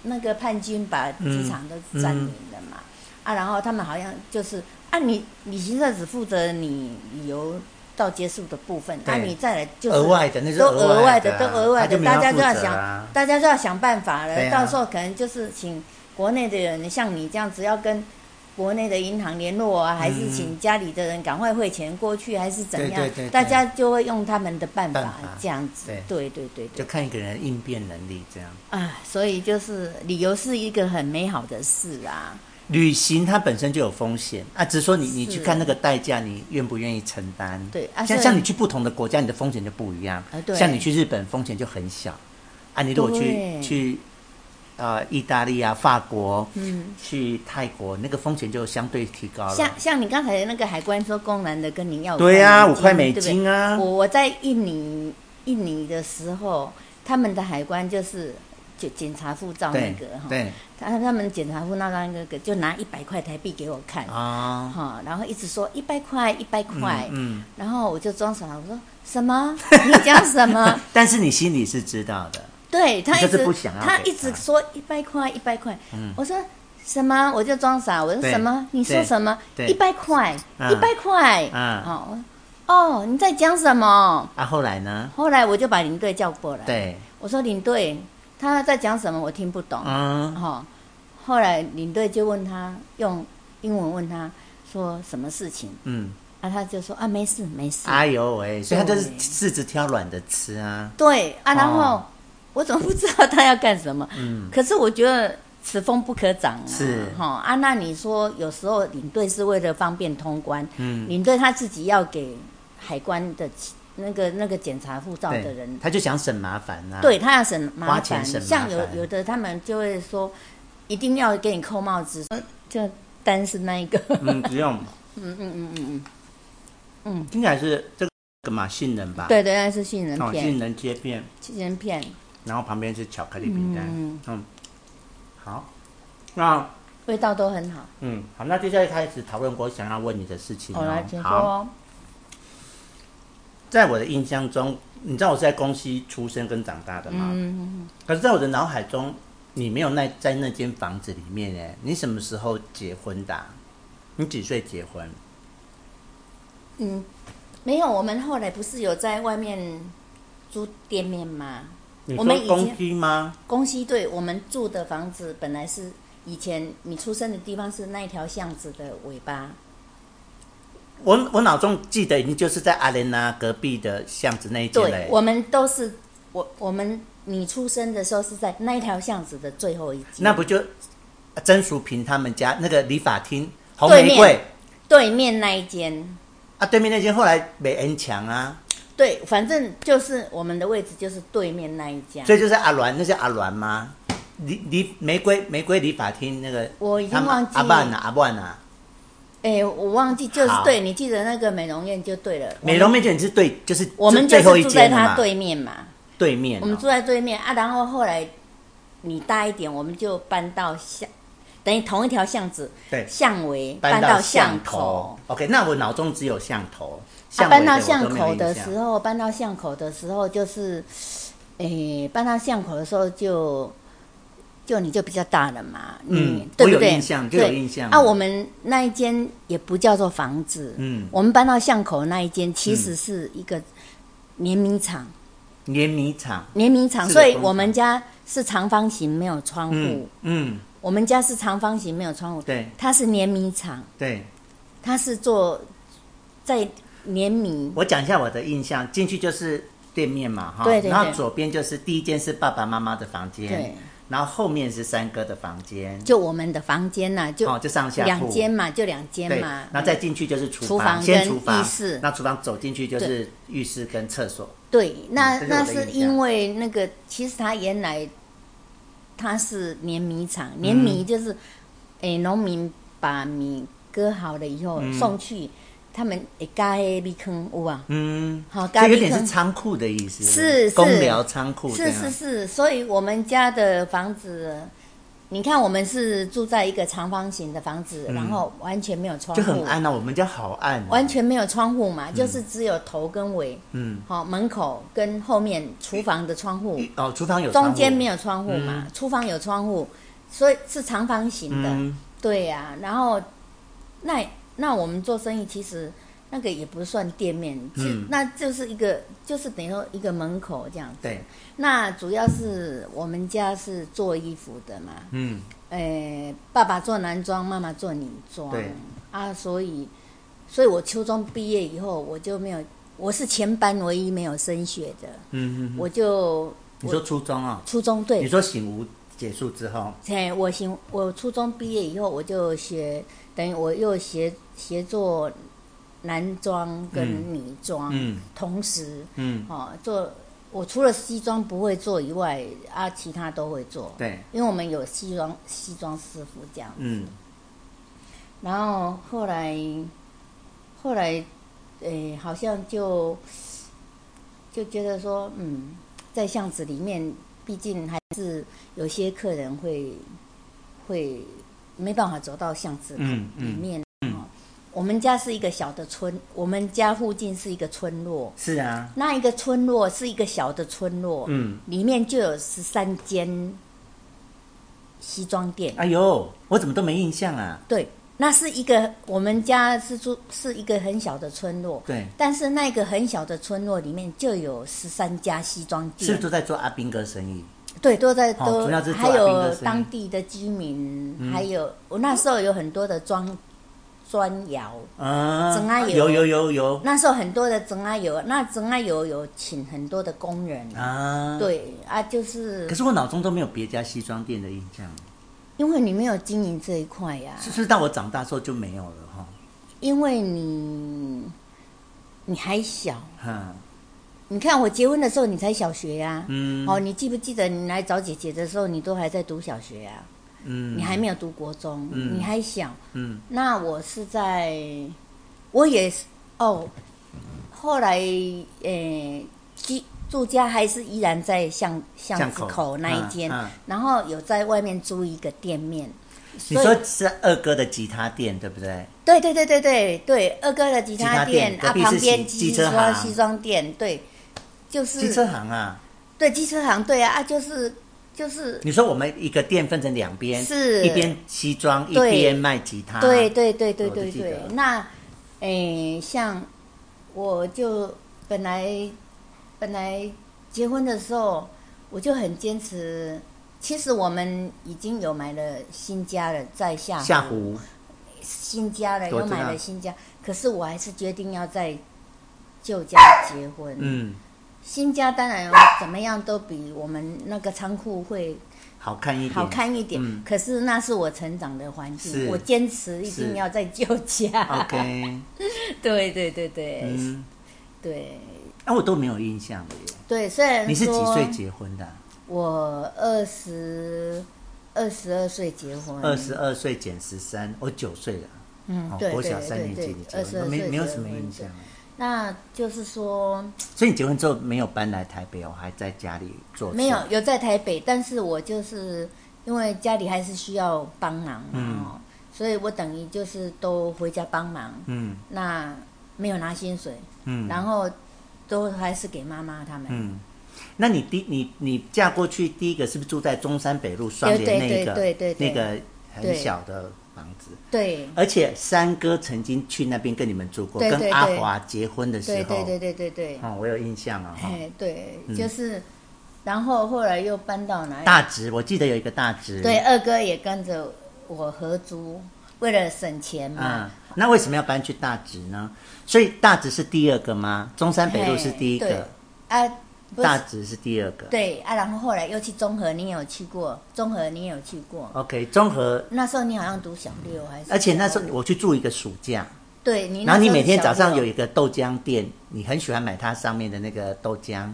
B: 那个叛军把机场都占领了嘛，啊，然后他们好像就是啊，你旅行社只负责你旅游。到结束的部分，啊，
A: 对
B: 你再来就是
A: 额外的那是
B: 都额外
A: 的啊，
B: 的，都额外
A: 他就
B: 的，
A: 没
B: 大
A: 有
B: 家
A: 要
B: 就要
A: 负责
B: 想
A: 啊，，
B: 大家就要想办法了。
A: 对啊
B: 到时候可能就是请国内的人，像你这样子，要跟国内的银行联络啊，还是请家里的人赶快汇钱过去，还是怎
A: 嗯
B: 样？
A: 对对对对
B: 大家就会用他们的办法
A: 办法
B: 这样子。
A: 对
B: 对对对
A: 就
B: 对
A: 看一个人应变能力这样。
B: 啊，所以就是旅游是一个很美好的事啊。
A: 旅行它本身就有风险啊，只是说你你去
B: 是
A: 看那个代价，你愿不愿意承担？
B: 对啊
A: 像
B: 所以
A: 像你去不同的国家，你的风险就不一样。
B: 啊对
A: 像你去日本风险就很小，啊，你如果去
B: 对
A: 去呃意大利啊、法国、
B: 嗯，
A: 去泰国，那个风险就相对提高了
B: 像。像你刚才那个海关说公然的跟你要
A: 对呀、
B: 啊，
A: 五块美
B: 对不对
A: 金啊，
B: 我我在印尼印尼的时候，他们的海关就是就检查护照那
A: 对
B: 个哈，
A: 对
B: 他他们检查护照那个就拿一百块台币给我看，哈、
A: 啊，
B: 然后一直说一百块一百块，
A: 嗯，
B: 然后我就装傻，我说什么？ 你讲什么
A: 嗯？但是你心里是知道的，
B: 对他一
A: 你就
B: 直
A: 是不想要给嗯
B: 他一直说一百块一百块，我说什么？我就装傻，我说
A: 对
B: 什么？你说
A: 对
B: 什么？
A: 对
B: 一百块
A: 嗯
B: 一百块，
A: 嗯
B: 好、哦，你在讲什么？
A: 啊，后来呢？
B: 后来我就把领队叫过来，
A: 对，
B: 我说领队他在讲什么，我听不懂。哈、
A: 嗯，
B: 后来领队就问他用英文问他说什么事情，
A: 嗯，
B: 啊，他就说啊没事没事。
A: 哎呦喂，所以他就是
B: 对
A: 柿子挑软的吃啊，
B: 对啊，然后、
A: 哦
B: 我怎么不知道他要干什么？
A: 嗯，
B: 可是我觉得此风不可长啊，
A: 是
B: 哈啊。那你说有时候领队是为了方便通关，
A: 嗯，
B: 领队他自己要给海关的那个那个检查护照的
A: 对
B: 人，，
A: 他就想省麻烦呐、啊，
B: 对他要省麻
A: 花钱
B: 烦，
A: 省麻
B: 像有
A: 烦
B: 有的他们就会说，一定要给你扣帽子，就单是那 一个，
A: 嗯，不用，
B: 嗯嗯嗯嗯嗯，
A: 听起来是这个嘛杏仁吧？，
B: 对对，那是杏仁
A: 哦，
B: 片，
A: 杏仁切片，
B: 杏仁片，
A: 然后旁边是巧克力饼干，嗯
B: 嗯
A: 好，那
B: 味道都很好。
A: 嗯好，那接下来开始讨论我想要问你的事情、哦。
B: 我来请说
A: 好，
B: 哦，
A: 在我的印象中，你知道我是在公司出生跟长大的吗？
B: 嗯，
A: 可是，在我的脑海中，你没有那在那间房子里面呢？你什么时候结婚的啊、你几岁结婚？
B: 嗯，没有，我们后来不是有在外面租店面吗？
A: 你
B: 我们
A: 说
B: 已
A: 公
B: 经
A: 鸡吗？
B: 公西对我们住的房子本来是以前你出生的地方是那一条巷子的尾巴，
A: 我我脑中记得已经就是在阿莲娜隔壁的巷子那一间
B: 对
A: 嘞，。
B: 我们都是我我们你出生的时候是在那一条巷子的最后一间，
A: 那不就曾淑平他们家那个理发厅红
B: 对面
A: 玫瑰
B: 对面那一间，
A: 啊？对面那间后来没人抢啊，
B: 对，反正就是我们的位置就是对面那一家。
A: 所以就是阿鸾，那是阿鸾吗？理理玫瑰玫瑰理发厅那个，
B: 我已
A: 他
B: 经
A: 们
B: 忘记
A: 阿半啊阿半啊，
B: 哎、我忘记就是
A: 好
B: 对你记得那个美容院就对了。
A: 美容美卷是对，就是
B: 我们
A: 最最
B: 就
A: 后
B: 是
A: 一
B: 住在
A: 间的
B: 他
A: 嘛，
B: 对面嘛，
A: 对面哦，
B: 我们住在对面啊。然后后来你大一点，我们就搬到巷，等于同一条巷子，
A: 对
B: 巷尾
A: 哎搬
B: 到
A: 巷
B: 巷口。。
A: OK，那我脑中只有巷头，
B: 啊，
A: 巷尾
B: 搬
A: 的
B: 到
A: 我
B: 巷
A: 都没有
B: 口
A: 印
B: 的
A: 象
B: 时候，搬到巷口的时候就是，诶、搬到巷口的时候就，就你就比较大了嘛，
A: 嗯
B: 你
A: 我
B: 对不
A: 有
B: 对？
A: 印象就有
B: 对，
A: 印象
B: 啊，我们那一间也不叫做房子，
A: 嗯
B: 我们搬到巷口那一间其实是一个碾米厂，
A: 碾米厂，
B: 碾米厂，
A: 是个
B: 所以
A: 工
B: 我们
A: 厂
B: 家是长方形没有窗户，
A: 嗯嗯，
B: 我们家是长方形没有窗户，
A: 对
B: 它是碾米厂，
A: 对。
B: 它是做在碾米，
A: 我讲一下我的印象，进去就是店面嘛，哈，
B: 对对对
A: 然后左边就是第一间是爸爸妈妈的房间
B: 对，
A: 然后后面是三哥的房间，
B: 就我们的房间呐、就、
A: 哦，就上下铺
B: 两间嘛，就两间
A: 对，
B: 嘛，
A: 然后再进去就是厨
B: 嗯厨房
A: 先
B: 跟
A: 厨房
B: 浴室
A: 那厨房走进去就是浴室跟厕所，
B: 对，那、
A: 嗯这是我的
B: 那是
A: 印象
B: 因为那个，其实他原来他是碾米厂，
A: 嗯
B: 碾米就是，诶、农民把米割好了以后、送去，他们会加的米坑有啊，
A: 嗯，
B: 好
A: 这
B: 加
A: 有
B: 米
A: 点是
B: 坑，
A: 仓库的意思，
B: 是是
A: 公寮仓库，啊
B: 是是是，所以我们家的房子。你看，我们是住在一个长方形的房子，然后完全没有窗户，
A: 嗯就很暗啊，我们家好暗、啊，
B: 完全没有窗户嘛，就是只有头跟尾，
A: 嗯，
B: 好、门口跟后面厨房的窗户，
A: 哦，厨房有
B: 中间没
A: 有，
B: 有窗户嘛，厨房有窗户，所以是长方形的，
A: 嗯，
B: 对呀、然后那那我们做生意其实那个也不算店面，其实
A: 嗯
B: 那就是一个就是等于说一个门口这样。
A: 对，
B: 那主要是我们家是做衣服的嘛，
A: 嗯，
B: 诶，爸爸做男装，妈妈做女装，
A: 对
B: 啊，所以，所以我初中毕业以后，我就没有，我是全班唯一没有升学的，
A: 嗯嗯，
B: 我就
A: 你说初中啊、
B: 初中
A: 你
B: 对
A: 说醒无结束之后，
B: 哎，我行，我初中毕业以后，我就学，等于我又学学做男装跟女装，
A: 嗯
B: 同时，
A: 嗯，
B: 哦，做我除了西装不会做以外，啊，其他都会做，
A: 对，
B: 因为我们有西装西装师傅这样，
A: 嗯
B: 然后后来后来，诶，好像就就觉得说，嗯，在巷子里面，毕竟还是有些客人会会没办法走到巷子里
A: 嗯嗯，
B: 面。
A: 嗯
B: 哦我们家是一个小的村，我们家附近是一个村落，
A: 是啊，
B: 那一个村落是一个小的村落，
A: 嗯，
B: 里面就有十三间西装店。
A: 哎呦，我怎么都没印象啊？
B: 对，那是一个我们家是住是一个很小的村落，
A: 对，
B: 但是那个很小的村落里面就有十三家西装
A: 是不
B: 店
A: 是，都在做阿兵哥生意？
B: 对，都在
A: 哦
B: 都
A: 主要是做
B: 还
A: 阿兵的嗯
B: 有
A: 生意
B: 当地的居民，还有我那时候有很多的砖砖窑，
A: 嗯，
B: 整啊有
A: 有有有有
B: 那时候很多的整阿油，那整阿油有请很多的工人，
A: 啊，。
B: 对啊，就是
A: 可是我脑中都没有别家西装店的印象，
B: 啊因为你没有经营这一块呀、
A: 是不是到我长大之后就没有了哈？
B: 因为你你还小，
A: 哈，
B: 你看我结婚的时候你才小学呀、
A: 嗯，
B: 哦，你记不记得你来找姐姐的时候，你都还在读小学啊？
A: 嗯，
B: 你还没有读国中，
A: 嗯
B: 你还小。
A: 嗯
B: 那我是在，我也是哦。后来，诶、居住家还是依然在巷巷
A: 巷
B: 子
A: 口
B: 口那一间，
A: 嗯嗯
B: 然后有在外面租一个店面。
A: 你
B: 所以
A: 说是二哥的吉他店对不对？
B: 对对对对对对，二哥的吉
A: 吉他店
B: 店啊，
A: 隔壁是
B: 旁边
A: 洗
B: 西
A: 机车
B: 装
A: 行
B: 西装店，对，就是
A: 机车行啊，
B: 对机车行，对啊啊，就是就是
A: 你说我们一个店分成两边，
B: 是
A: 一边西装，一
B: 对
A: 边卖吉他，
B: 对，对对对
A: 啊我就
B: 对
A: 记得
B: 对，那，诶，像我就本来本来结婚的时候，我就很坚持。其实我们已经有买了新家了，在下
A: 下湖
B: 新家了，
A: 我
B: 又
A: 知道
B: 买了新家，可是我还是决定要在旧家结婚。
A: 嗯，
B: 新家当然怎么样都比我们那个仓库会
A: 好看一点，
B: 好看一点，
A: 嗯
B: 可是那是我成长的环境，
A: 是
B: 我坚持一定
A: 是
B: 要在旧家。
A: ，OK，
B: 对对对对、
A: 嗯，
B: 对
A: 啊，我都没有印象的耶。
B: 对，虽然
A: 你是几
B: 说
A: 岁结婚的啊？
B: 我二十二十二岁结婚，
A: 二十二岁减十三，我九岁了。
B: 嗯
A: 哦，
B: 对
A: 国
B: 对
A: 小三
B: 对
A: 年
B: 对
A: 级你，结
B: 二十
A: 婚，
B: 二
A: 没
B: 岁
A: 没有
B: 结
A: 什么
B: 婚
A: 印
B: 对
A: 象。啊
B: 那就是说
A: 所以你结婚之后没有搬来台北，我还在家里做事。
B: 没有有在台北，但是我就是因为家里还是需要帮忙嘛、
A: 嗯
B: 哦，所以我等于就是都回家帮忙，
A: 嗯
B: 那没有拿薪水，
A: 嗯
B: 然后都还是给妈妈他们。
A: 嗯。那你第你你嫁过去第一个是不是住在中山北路双
B: 对
A: 联那个
B: 对对对对
A: 那个
B: 对
A: 很小的房子？
B: 对
A: 而且三哥曾经去那边跟你们住过，
B: 对对
A: 跟阿
B: 对
A: 华结婚的时候，
B: 对对对对对对。
A: 哦，我有印象啊、哦。
B: 哎，对，
A: 嗯
B: 就是，然后后来又搬到哪里？
A: 大直，我记得有一个大直，
B: 对，，二哥也跟着我合租，为了省钱嘛。
A: 嗯，那为什么要搬去大直呢？所以大直是第二个吗？中山北路是第一
B: 嘿
A: 个，
B: 啊，不
A: 大
B: 是，
A: 直是第二个。
B: 对啊，然后后来又去中和，你也有去过，中和你也有去过。
A: OK，综合，
B: 那时候你好像读小六还是？
A: 而且那时候我去住一个暑假，
B: 对哦你，
A: 然后你每天早上有
B: 那时
A: 一个豆浆店，你很喜欢买它上面的那个豆浆，
B: 那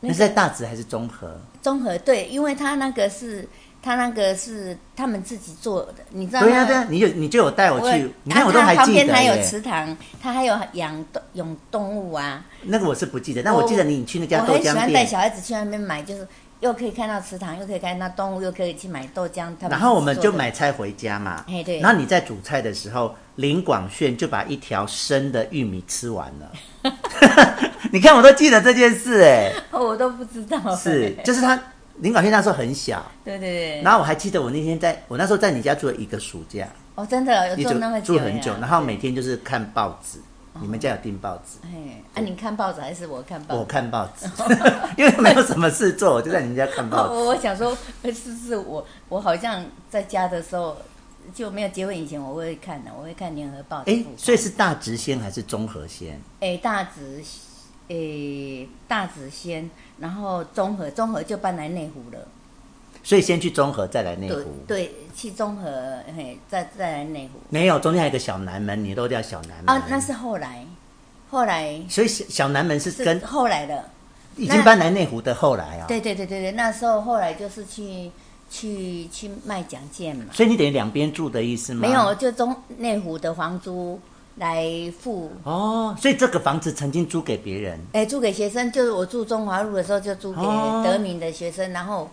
A: 那
B: 个
A: 是在大直还是综合？
B: 候中和，对，因为他那个是，他那个是他们自己做的，你知道吗？
A: 对呀、对呀、你有你就有带我去，你看我都
B: 他
A: 还
B: 旁
A: 记
B: 边
A: 得
B: 还有
A: 耶
B: 池塘，他还有养动养动物啊。
A: 那个我是不记得，但我记得你去那家
B: 我
A: 豆
B: 很喜
A: 浆
B: 欢带
A: 店，
B: 小孩子去那边买，就是又可以看到池塘，又可以看到动物，又可以去买豆浆。他
A: 然后我们
B: 自己
A: 就
B: 做的
A: 买菜回家嘛。
B: 哎对
A: 然后你在煮菜的时候，林广炫就把一条生的玉米吃完了。 你看，我都记得这件事 哎，
B: 哦， 我都不知道。
A: 是，就是他林广炫那时候很小，
B: 对对对。
A: 然后我还记得我那天在我那时候在你家住了一个暑假，
B: 哦，真的有
A: 一
B: 做
A: 直
B: 那么久
A: 住
B: 呀
A: 很久，然后每天就是看报纸，你们家有订报纸，
B: 哎，啊，你看报纸还是我看报
A: 我
B: 纸？
A: 看报 纸， 因为没有什么事做，我就在你们家看报纸。
B: 我我想说，呃是是我我好像在家的时候就没有结婚以前，我会看的，我会看联合报。
A: 哎，所以
B: 以
A: 是大直先还是综合先？
B: 哎大直哎大直先，然后中和中和就搬来内湖了。
A: 所以先去中和，再来内
B: 对
A: 湖。
B: 对，去综合，嘿，再再来内湖。
A: 没有，中间还有一个小南门，你漏掉小南门。
B: 啊，那是后来，后来
A: 所以小小南门是
B: 是
A: 跟啊
B: 后来的。
A: 已经搬来内湖的后来啊、
B: 对对对对对，那时候后来就是去去去卖蒋介嘛，
A: 所以你等于两边住的意思吗？
B: 没有就中内湖的房租来付。
A: 哦，所以这个房子曾经租给别人，
B: 哎，租给学生，就是我住中华路的时候就租给
A: 哦
B: 德明的学生，然后，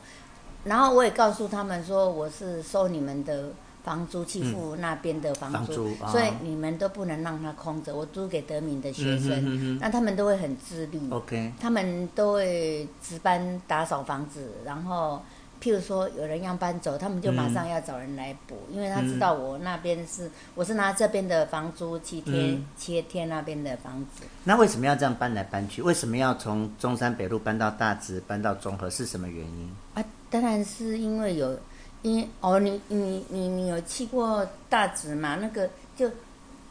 B: 然后我也告诉他们说我是收你们的房租去付那边的房
A: 嗯
B: 租，
A: 房租哦
B: 所以你们都不能让它空着，我租给德明的学生，
A: 嗯哼哼哼
B: 那他们都会很自律。
A: OK，
B: 他们都会值班打扫房子，然后譬如说有人要搬走，他们就马上要找人来补，因为他知道我那边是、我是拿这边的房租去贴、
A: 嗯
B: 切贴那边的房子，
A: 那为什么要这样搬来搬去？为什么要从中山北路搬到大直，搬到中和？是什么原因？
B: 啊，当然是因为有，因哦，你你你你有去过大直嘛？那个就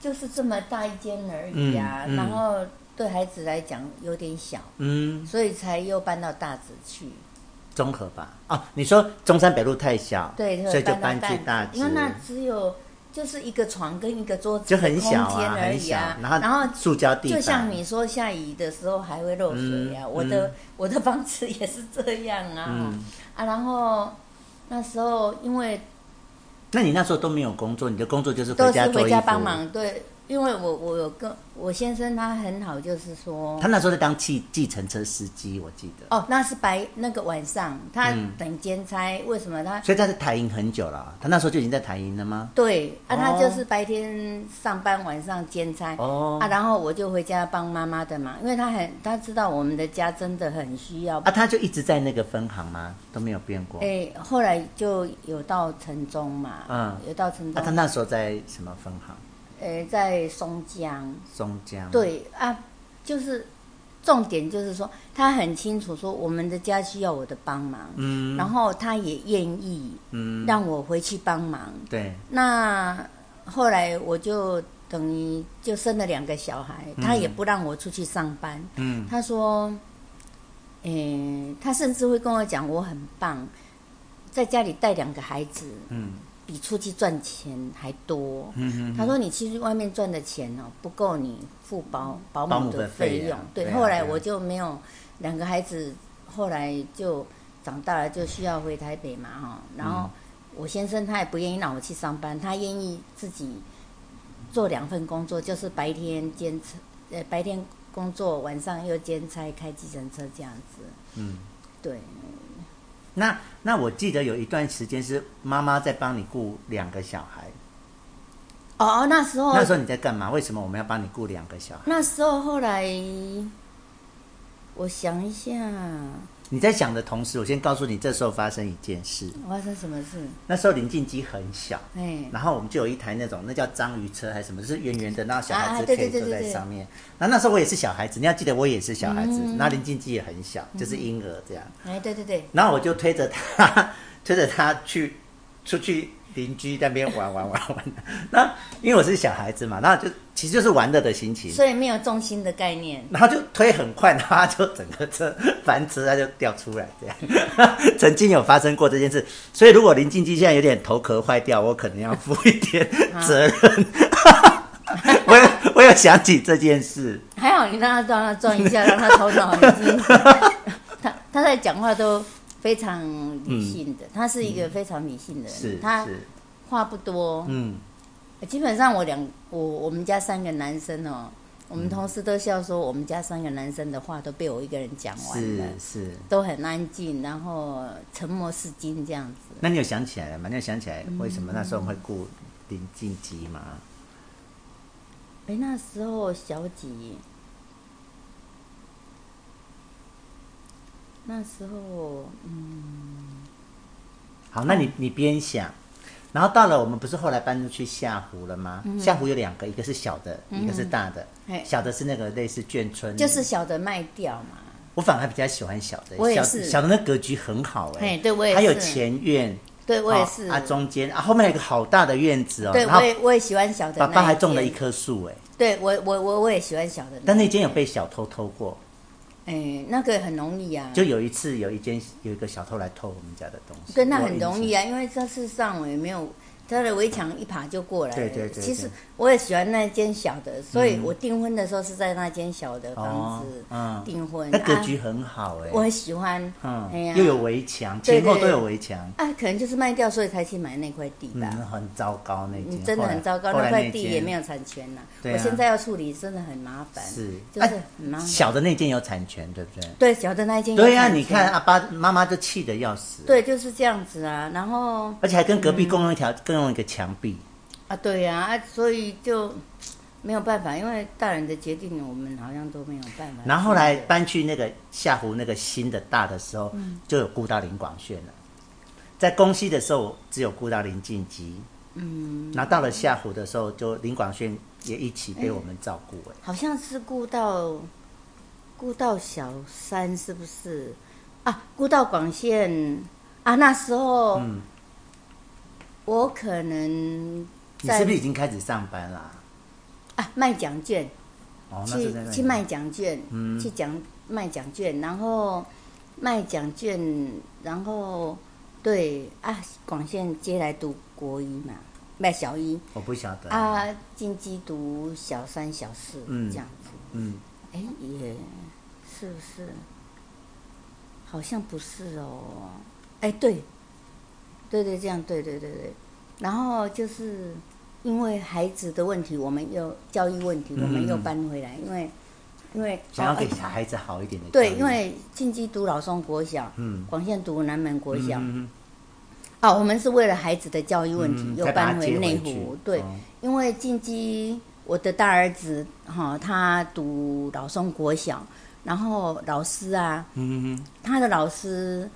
B: 就是这么大一间而已啊，
A: 嗯嗯
B: 然后对孩子来讲有点小，
A: 嗯，
B: 所以才又搬到大直去。
A: 中和吧。哦，你说中山北路太小，
B: 对，
A: 所以就
B: 到
A: 搬去大
B: 直
A: 直，
B: 因为那只有就是一个床跟一个桌子
A: 就很
B: 的空
A: 小
B: 间
A: 啊，
B: 而
A: 很
B: 已
A: 小。
B: 啊。
A: 然后塑胶地
B: 就
A: 板，
B: 像你说下雨的时候还会漏水啊，
A: 嗯
B: 我的、我的房子也是这样啊、
A: 嗯，
B: 啊，然后那时候因为
A: 那你那时候都没有工作，你的工作就是
B: 都
A: 回
B: 是
A: 家做
B: 回
A: 衣
B: 家
A: 服。
B: 帮忙，对，因为我我有跟我先生他很好，就是说
A: 他那时候在当计计程车司机，我记得。
B: 哦，那是白那个晚上他
A: 嗯
B: 等兼差，为什么他
A: 所以他在台银很久了啊，他那时候就已经在台银了吗？
B: 对啊，
A: 哦
B: 他就是白天上班，晚上兼差。
A: 哦
B: 啊，，然后我就回家帮妈妈的忙，因为她很，她知道我们的家真的很需要。
A: 啊，他就一直在那个分行吗？都没有变过。
B: 哎、后来就有到城中嘛，
A: 嗯
B: 有到城
A: 啊，
B: 中，
A: 他那时候在什么分行？
B: 哎、在松江，
A: 松江。，
B: 对
A: 嗯
B: 啊，就是重点就是说，他很清楚说我们的家需要我的帮忙，
A: 嗯
B: 然后他也愿意
A: 嗯，
B: 让我回去帮忙。
A: 对，
B: 那后来我就等于就生了两个小孩，他也不让我出去上班，
A: 嗯
B: 他说，诶、他甚至会跟我讲我很棒，在家里带两个孩子
A: 嗯
B: 比出去赚钱还多。
A: 嗯嗯，
B: 他说你去外面赚的钱哦，不够你付保保
A: 嗯保
B: 姆
A: 姆
B: 的
A: 的
B: 费
A: 费
B: 用
A: 用。
B: 对，
A: 对啊
B: 后来
A: 对啊
B: 我就没有两个孩子，后来就长大了就需要回台北嘛哈，然后。我先生他也不愿意让我去上班，他愿意自己做两份工作，就是白天兼差，呃，白天工作，晚上又兼差开计程车这样子。
A: 嗯，
B: 对，
A: 那那我记得有一段时间是妈妈在帮你顾两个小孩，
B: 哦，哦那时候
A: 那时候你在干嘛？为什么我们要帮你顾两个小孩？
B: 那时候后来，我想一下，
A: 你在想的同时，我先告诉你，这时候发生一件事。
B: 发生什么事？
A: 那时候林静基很小，
B: 哎，
A: 然后我们就有一台那种那叫章鱼车还是什么，就是圆圆的，然后小
B: 啊
A: 孩
B: 啊
A: 子
B: 对
A: 可以
B: 对对
A: 坐
B: 对
A: 在
B: 对
A: 上面。那那时候我也是小孩子，你要记得我也是小孩子，
B: 嗯
A: 然后林静基也很小，就是婴儿这样。
B: 哎，对对对，
A: 然后我就推着他， 推着他去出去邻居那边玩玩玩玩。那因为我是小孩子嘛，然后就其实就是玩乐的心情，
B: 所以没有重心的概念。
A: 然后就推很快，然后他就整个车翻车，他就掉出来这样。 曾经有发生过这件事，所以如果林静基现在有点头壳坏掉，我可能要负一点责 任。 我有我有想起这件事，
B: 还好你让他让他转一下，让他头脑 很清醒。他他在讲话都非常理性的，他是一个非常理性的
A: 嗯
B: 人，
A: 是
B: 嗯他
A: 是，
B: 话不多。
A: 嗯，
B: 基本上我两我我们家三个男生
A: 嗯
B: 哦，我们同事都笑说我们家三个男生的话都被我一个人讲完
A: 是
B: 了，
A: 是。
B: 都很安静，然后沉默是金这样子。
A: 那你有想起来了吗？你有想起来为什么那时候我们会雇林静基吗？
B: 哎，那时候小几？那时候
A: 嗯好，那你你边想，然后到了我们不是后来搬出去下湖了吗？
B: 嗯
A: 下湖有两个，一个是小的，一个是大的。
B: 嘿
A: 小的是那个类似眷村，
B: 就是小的卖掉嘛。
A: 我反而比较喜欢小的，
B: 我也
A: 小
B: 是
A: 小的那格局很好哎、
B: 嘿对我也
A: 还有
B: 是
A: 前院，
B: 对，我也是。
A: 哦啊，中间啊，后面还有一个好大的院子哦，
B: 对，
A: 然后
B: 我也我也喜欢小的那
A: 爸
B: 一
A: 爸还种了
B: 间
A: 一棵树哎、
B: 对我我我我也喜欢小的一间，
A: 但那间有被小偷偷过，
B: 哎，那个很容易啊。
A: 就有一次有一间有一个小偷来偷我们家的东西，
B: 对，那
A: 我
B: 很容易
A: 印象。
B: 啊，因为它是上围没有，它的围墙一爬就过来了。
A: 对对对对嗯
B: 其实我也喜欢那间小的，所以我订婚的时候是在那间小的房子
A: 哦嗯
B: 订婚。
A: 那格
B: 啊
A: 局很好哎、
B: 我很喜欢。
A: 嗯，
B: 哎呀
A: 又有围墙，
B: 对
A: 前后
B: 对
A: 都
B: 对
A: 有围墙，
B: 啊，可能就是卖掉，所以才去买那块地吧。
A: 嗯，很糟糕那
B: 你
A: 间，
B: 嗯真的
A: 后来
B: 很糟糕，
A: 后来
B: 那
A: 那
B: 块地也没
A: 有
B: 有产权呐、
A: 对啊
B: 我现在要处理，真的很麻烦。
A: 是，
B: 就是
A: 哎
B: 很麻烦。
A: 小的那间有产权，对不对？
B: 对，小的那一间啊嗯有
A: 对呀、
B: 产
A: 你
B: 权
A: 看，啊阿爸妈妈就气得要死，，
B: 对，就是这样子啊。然后
A: 而且还跟隔壁共用一条、共用一个墙壁，
B: 啊，对呀、啊，所以就没有办法，因为大人的决定，我们好像都没有办法。
A: 然后后来搬去那个下湖那个新的大的时候，
B: 嗯
A: 就有顾到林广炫了。在公西的时候，只有顾到林静基。嗯，然后到了下湖的时候，就林广炫也一起被我们照顾哎、
B: 好像是顾到顾到小三，是不是？啊，顾到广县啊，那时候、
A: 嗯
B: 我可能
A: 你是不是已经开始上班啦？
B: 啊卖奖券。
A: 哦，那
B: 去
A: 是在那里
B: 去卖奖券，
A: 嗯
B: 去奖卖奖券，然后卖奖券，然后对啊，广县接来读国一嘛，卖小一
A: 我不晓得。
B: 啊，进基读小三、小四、
A: 嗯
B: 这样子，
A: 嗯，
B: 哎，也是不是？好像不是哦，哎，对，对对，这样，对对对对，然后就是因为孩子的问题，我们又教育问题，我们又
A: 嗯
B: 搬回来，因为因为
A: 想要给
B: 哦哎
A: 孩子好一点的教育。
B: 对，因为进基读老松国小，
A: 嗯，
B: 广县读南门国小，
A: 嗯
B: 啊，我们是为了孩子的教育问题，
A: 嗯
B: 又
A: 再把它
B: 搬
A: 接
B: 内
A: 回去
B: 湖。对，
A: 哦
B: 因为进基，我的大儿子哈、他读老松国小，然后老师啊，
A: 嗯嗯
B: 他的老师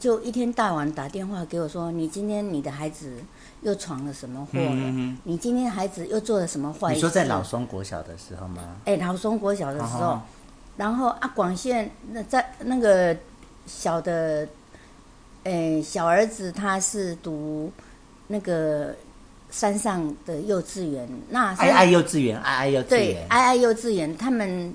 B: 就一天到晚打电话给我说：“你今天你的孩子又闯了什么祸了？
A: 嗯嗯
B: 你今天孩子又做了什么坏
A: 嗯，
B: 事？”
A: 你说在老松国小的时候吗？
B: 哎、老松国小的时候，
A: 哦
B: 然后啊，广县那在那个小的，诶、小儿子他是读那个山上的幼稚园，那
A: 爱
B: 山
A: 爱幼稚园，爱爱幼稚
B: 对
A: 园，
B: 爱爱幼稚园，他们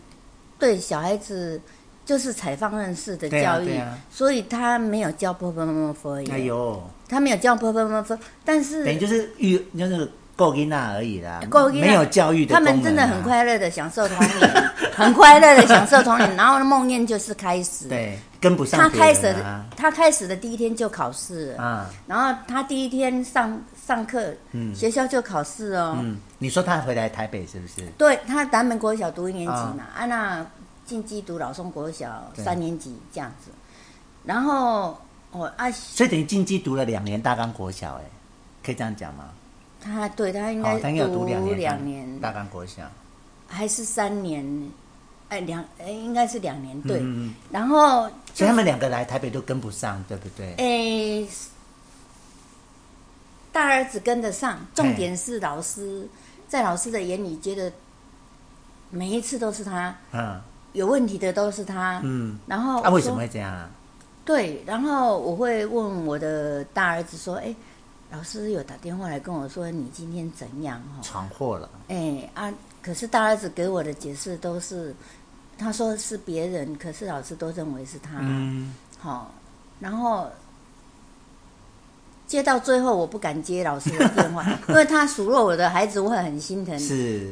B: 对小孩子就是采放任式的
A: 对啊
B: 教育，
A: 对啊
B: 所以他没有教波波波波
A: 哎
B: 耶，
A: 呦，
B: 他没有教波波波波，但
A: 等于
B: 是
A: 就是育就是够囡娜而已啦，
B: 够囡仔
A: 没有教育的
B: 他
A: 功能啊、
B: 们真的很快乐的享受童年， 很快乐的享受童年，然后梦魇就是开始，
A: 对跟不
B: 他
A: 上别
B: 开始
A: 人啊，
B: 他开始的第一天就考试了，
A: 啊
B: 然后他第一天上上课，学校就考试哦。
A: 嗯，你说他回来台北是不是？
B: 对他南门国小读一年级嘛，安娜进基读老松国小
A: 啊对
B: 三年级这样子，然后哦啊，
A: 所以等于进击读了两年大纲国小、哎，可以这样讲吗？
B: 他对他应
A: 哦，他
B: 该
A: 应该有读两年啊
B: 两
A: 大纲国小，
B: 还是三年，哎两哎应该是两年对，
A: 嗯嗯嗯
B: 然后
A: 所以他们两个来台北都跟不上，对不
B: 哎
A: 对？
B: 诶，大儿子跟得上，重点是老师在老师的眼里觉得每一次都是他
A: 嗯
B: 有问题的都是他。
A: 嗯，
B: 然后
A: 啊，
B: 哦我
A: 为什
B: 说
A: 么会这样啊？
B: 对，然后我会问我的大儿子说：“哎，老师有打电话来跟我说你今天怎样哦？
A: 闯祸了，
B: 哎啊，可是大儿子给我的解释都是，他说是别人，可是老师都认为是他。
A: 嗯，
B: 好，然后接到最后，我不敢接老师的电 话，因为他数落我的孩子，我会很心疼。
A: 是，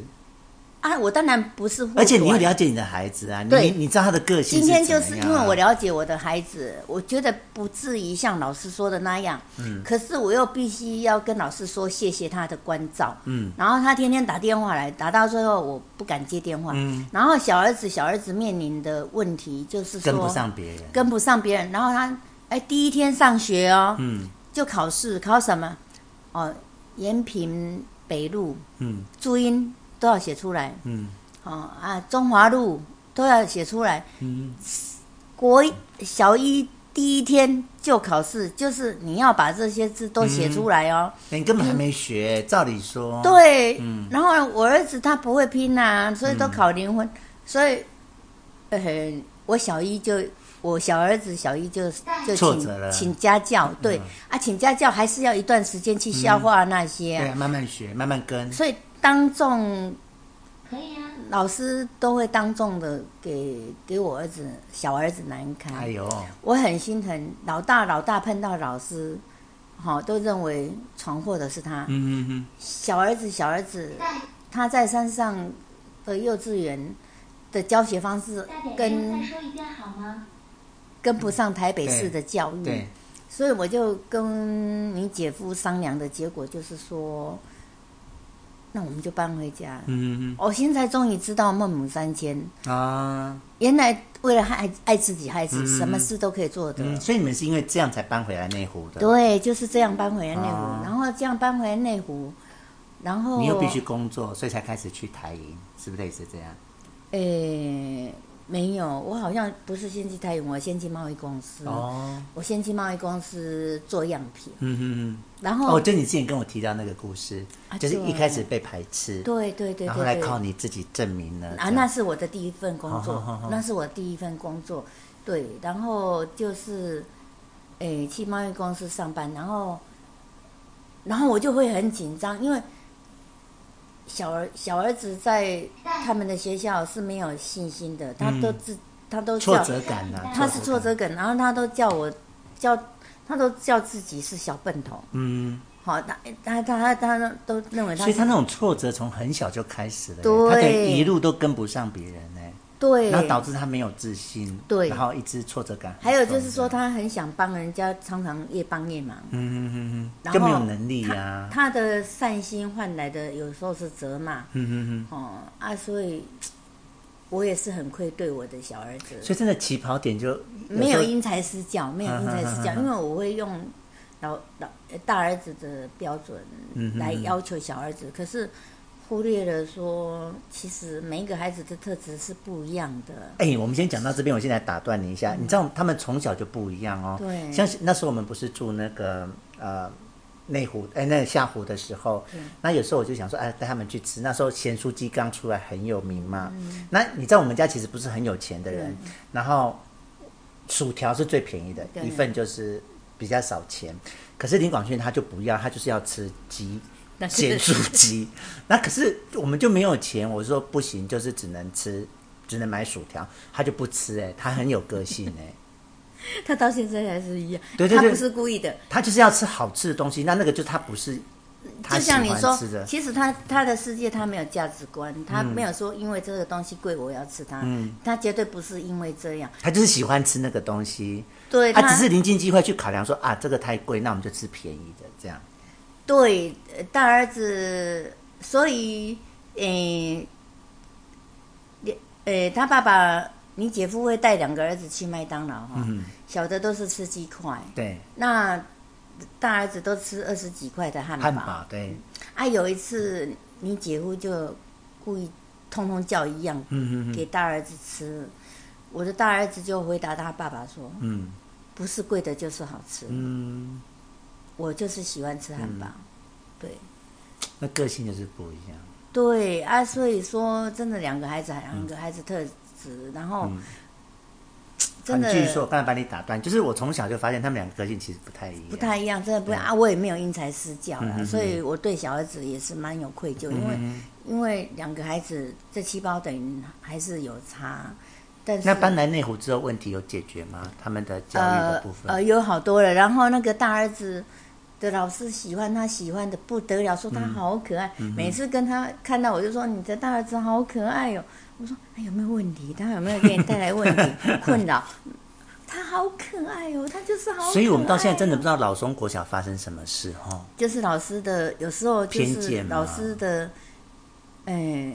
B: 啊，我当然不是护短，
A: 而且你又了解你的孩子啊，你
B: 对
A: 你你知道他的个性
B: 今
A: 怎么样啊。
B: 天就是因为我了解我的孩子，我觉得不至于像老师说的那样。嗯。可是我又必须要跟老师说谢谢他的关照。
A: 嗯。
B: 然后他天天打电话来，打到最后我不敢接电话。
A: 嗯。
B: 然后小儿子小儿子面临的问题就是说
A: 跟不上别人，
B: 跟不上别人，然后他哎第一天上学哦，
A: 嗯
B: 就考试考什么？哦，延平北路
A: 嗯
B: 注音都要写出来，
A: 嗯
B: 哦啊中华路都要写出来。
A: 嗯，
B: 国一小一第一天就考试，就是你要把这些字都写出来哦。
A: 哎你根本还没学，照理说，
B: 对，
A: 嗯
B: 然后我儿子他不会拼啊，所以都考零
A: 嗯
B: 分，所以呃，我小一就。我小儿子小一就就
A: 挫折
B: 请
A: 了嗯
B: 请家教，对、啊，请家教还是要
A: 嗯
B: 一段时间去消化那些啊、
A: 对啊，慢慢学，慢慢跟，
B: 所以当众
C: 可以啊，
B: 老师都会当众的给给我儿子小儿子难堪，
A: 哎呦，
B: 我很心疼。老大老大碰到老师，好、都认为闯祸的是他。
D: 嗯嗯嗯，
B: 小儿子小儿子
C: 代
B: 他在山上的幼稚园的教学方式
C: 代表声再
B: 跟
C: 说一遍好吗？
B: 跟不上台北市的教育，
D: 对，
B: 所以我就跟你姐夫商量的结果就是说，那我们就搬回家。
D: 嗯嗯
B: 我现在终于知道孟母三迁，
D: 嗯啊，
B: 原来为了害爱自己害
D: 嗯
B: 自己，什么事都可以做的。
A: 嗯，所以你们是因为这样才搬回来内湖的，，
B: 对，就是这样搬回来内湖，
A: 啊
B: 然后这样搬回来内湖，然后
A: 你又必须工作，所以才开始去台营，是不是类似这样？
B: 诶、没有，我好像不是先去台影，我先去贸易公司。
A: 哦，
B: 我先去贸易公司做样品，
A: 嗯嗯
B: 然
A: 嗯，
B: 后、
A: 哦，就你之前跟我提到那个故事，
B: 啊
A: 就是一
B: 对
A: 开始被排斥，
B: 对对对对对，
A: 然后来靠你自己证明了
B: 啊，
A: 这
B: 那
A: 样
B: 是我的第一份工
A: 好
B: 作，
A: 好好好
B: 那是我第一份工作，对，然后就是，诶，去贸易公司上班，然后，然后我就会很紧张，因为小儿小儿子在他们的学校是没有信心的，他都自、他都
A: 嗯挫
B: 叫
A: 折嗯感呢、
B: 他是挫折
A: 感，
B: 感，然后他都叫我叫他都叫自己是小笨头，
D: 嗯
B: 好，他他他他他都认为他
A: 所以
B: 是
A: 他那种挫折从很小就开始了耶，
B: 嗯对
A: 他可以一路都跟不上别人呢，
B: 对，
A: 然后导致他没有自信，
B: 对
A: 然后一直挫折感很重，
B: 还有就是说，他很想帮人家，常常越帮越忙。
D: 嗯嗯嗯
B: 然后
A: 就没有能力呀、
B: 他的善心换来的有时候是责骂，
D: 嗯嗯
B: 哦啊，所以我也是很愧对我的小儿子，
A: 所以真的起跑点就
B: 没
A: 时
B: 有
A: 候
B: 因材施教，没有因材施教，因为我会用老老呃大儿子的标准
A: 嗯
B: 来要求小儿子，可是忽略了说，其实每一个孩子的特质是不一样的。
A: 哎、我们先讲到这边，我先来打断你一下。你知道他们从小就不一样哦。
B: 嗯对
A: 像是那时候我们不是住那个呃内湖，哎、那个下湖的时候，那有时候我就想说，哎，带他们去吃。那时候咸酥鸡刚出来很有名嘛。那你知道我们家其实不是很有钱的人，然后薯条是最便宜的，
B: 对
A: 一份就是比较少钱。可是林广炫他就不要，他就是要吃鸡。
B: 但是
A: 咸酥鸡，那可是我们就没有钱，我说不行，就是只能吃，只能买薯条，他就不吃、哎，他很有个性、哎，
B: 他到现在还是一样，
A: 对对对
B: 他不是故意的，
A: 他就是要吃好吃的东西，那那个就他不是他
B: 就
A: 喜
B: 像你
A: 欢
B: 说
A: 吃的，，嗯
B: 其实他他的世界他没有价值观，他没有说因为这个东西贵我要吃它，他绝对不是因为这样，
A: 他就是喜欢吃那个东西，
B: 对
A: 他
B: 他
A: 啊只是临近机会去考量说啊，这个太贵，那我们就吃便宜的这样。
B: 对呃大儿子，所以诶，诶、他爸爸你姐夫会带两个儿子去麦当劳哈、
A: 嗯
B: 小的都是吃鸡块，
A: 对，
B: 那大儿子都吃二十几块的汉堡，
A: 汉堡对，
B: 啊，有一次你姐夫就故意通通叫一样
A: 嗯嗯
B: 给大儿子吃，我的大儿子就回答他爸爸说
A: 嗯：“
B: 不是贵的就是好吃，
A: 嗯，
B: 我就是喜欢吃汉堡。对
A: 那个性就是不一样。
B: 对啊，所以说真的两个孩子，两个孩子特质，然后、
A: 嗯
B: 真
A: 啊你
B: 的
A: 继续说，我刚才把你打断，就是我从小就发现他们两个个性其实不太一样，
B: 不太一样，真的
A: 嗯
B: 不一样啊！我也没有因材施教啦，所以我对小儿子也是蛮有愧疚，
A: 嗯
B: 因为因为两个孩子这七胞等于还是有差，但是
A: 那搬来内湖之后，问题有解决吗？他们的教育的
B: 呃
A: 部分，
B: 呃有好多了。然后那个大儿子的老师喜欢他，喜欢的不得了，说他好可爱。
A: 嗯
B: 每次跟他看到我就说你的大儿子好可爱哟、我说哎有没有问题？他有没有给你带来问题 困扰？他好可爱哦，他就是好可爱哦。
A: 所以我们到现在真的不知道老松国小发生什么事哦。
B: 就是老师的，有时候就
A: 偏见
B: 是
A: 嘛
B: 老师的，哎，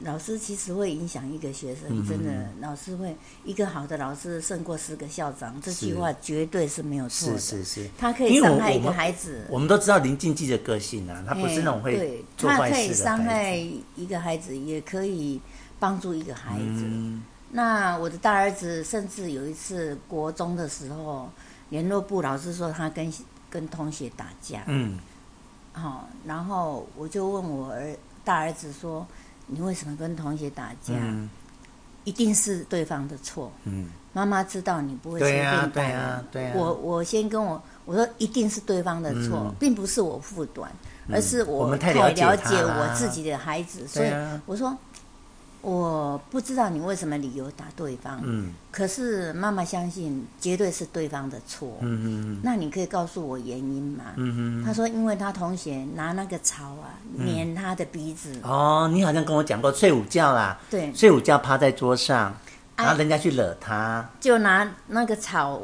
B: 老师其实会影响一个学生，
A: 嗯
B: 真的，老师会一个好的老师胜过十个校长，这句
A: 是
B: 话绝对是没有错
A: 是
B: 的。
A: 是是，
B: 他可以
A: 因为我
B: 伤害一
A: 我
B: 个
A: 们
B: 孩子，
A: 我们都知道林静记的个性啊，他不是那种
B: 哎
A: 会
B: 对
A: 做坏
B: 他可以
A: 事的
B: 伤害
A: 孩子。
B: 一个孩子，也可以帮助一个孩子。
A: 嗯
B: 那我的大儿子甚至有一次国中的时候，联络部老师说他跟跟同学打架，
A: 嗯，
B: 好、然后我就问我儿大儿子说：“你为什么跟同学打架？
A: 嗯
B: 一定是对方的错。
A: 嗯，
B: 妈妈知道你不会随
A: 对呀、
B: 便
A: 对
B: 打
A: 呀、
B: 人。
A: 对啊呀、
B: 我我先跟我我说，一定是对方的错，并不是我护短，而是
A: 嗯我们太
B: 太
A: 了解
B: 了
A: 他
B: 解
A: 啦
B: 我自己的孩子，所
A: 对
B: 以
A: 啊
B: 我说我不知道你为什么理由打对方，
A: 嗯
B: 可是妈妈相信绝对是对方的错。
A: 嗯嗯
B: 那你可以告诉我原因吗？
A: 嗯
B: 他说，因为他同学拿那个草啊粘他的鼻子，
A: 嗯，哦，你好像跟我讲过睡午觉啦，
B: 对，
A: 睡午觉趴在桌上，
B: 哎
A: 然后人家去惹他，
B: 就拿那个草，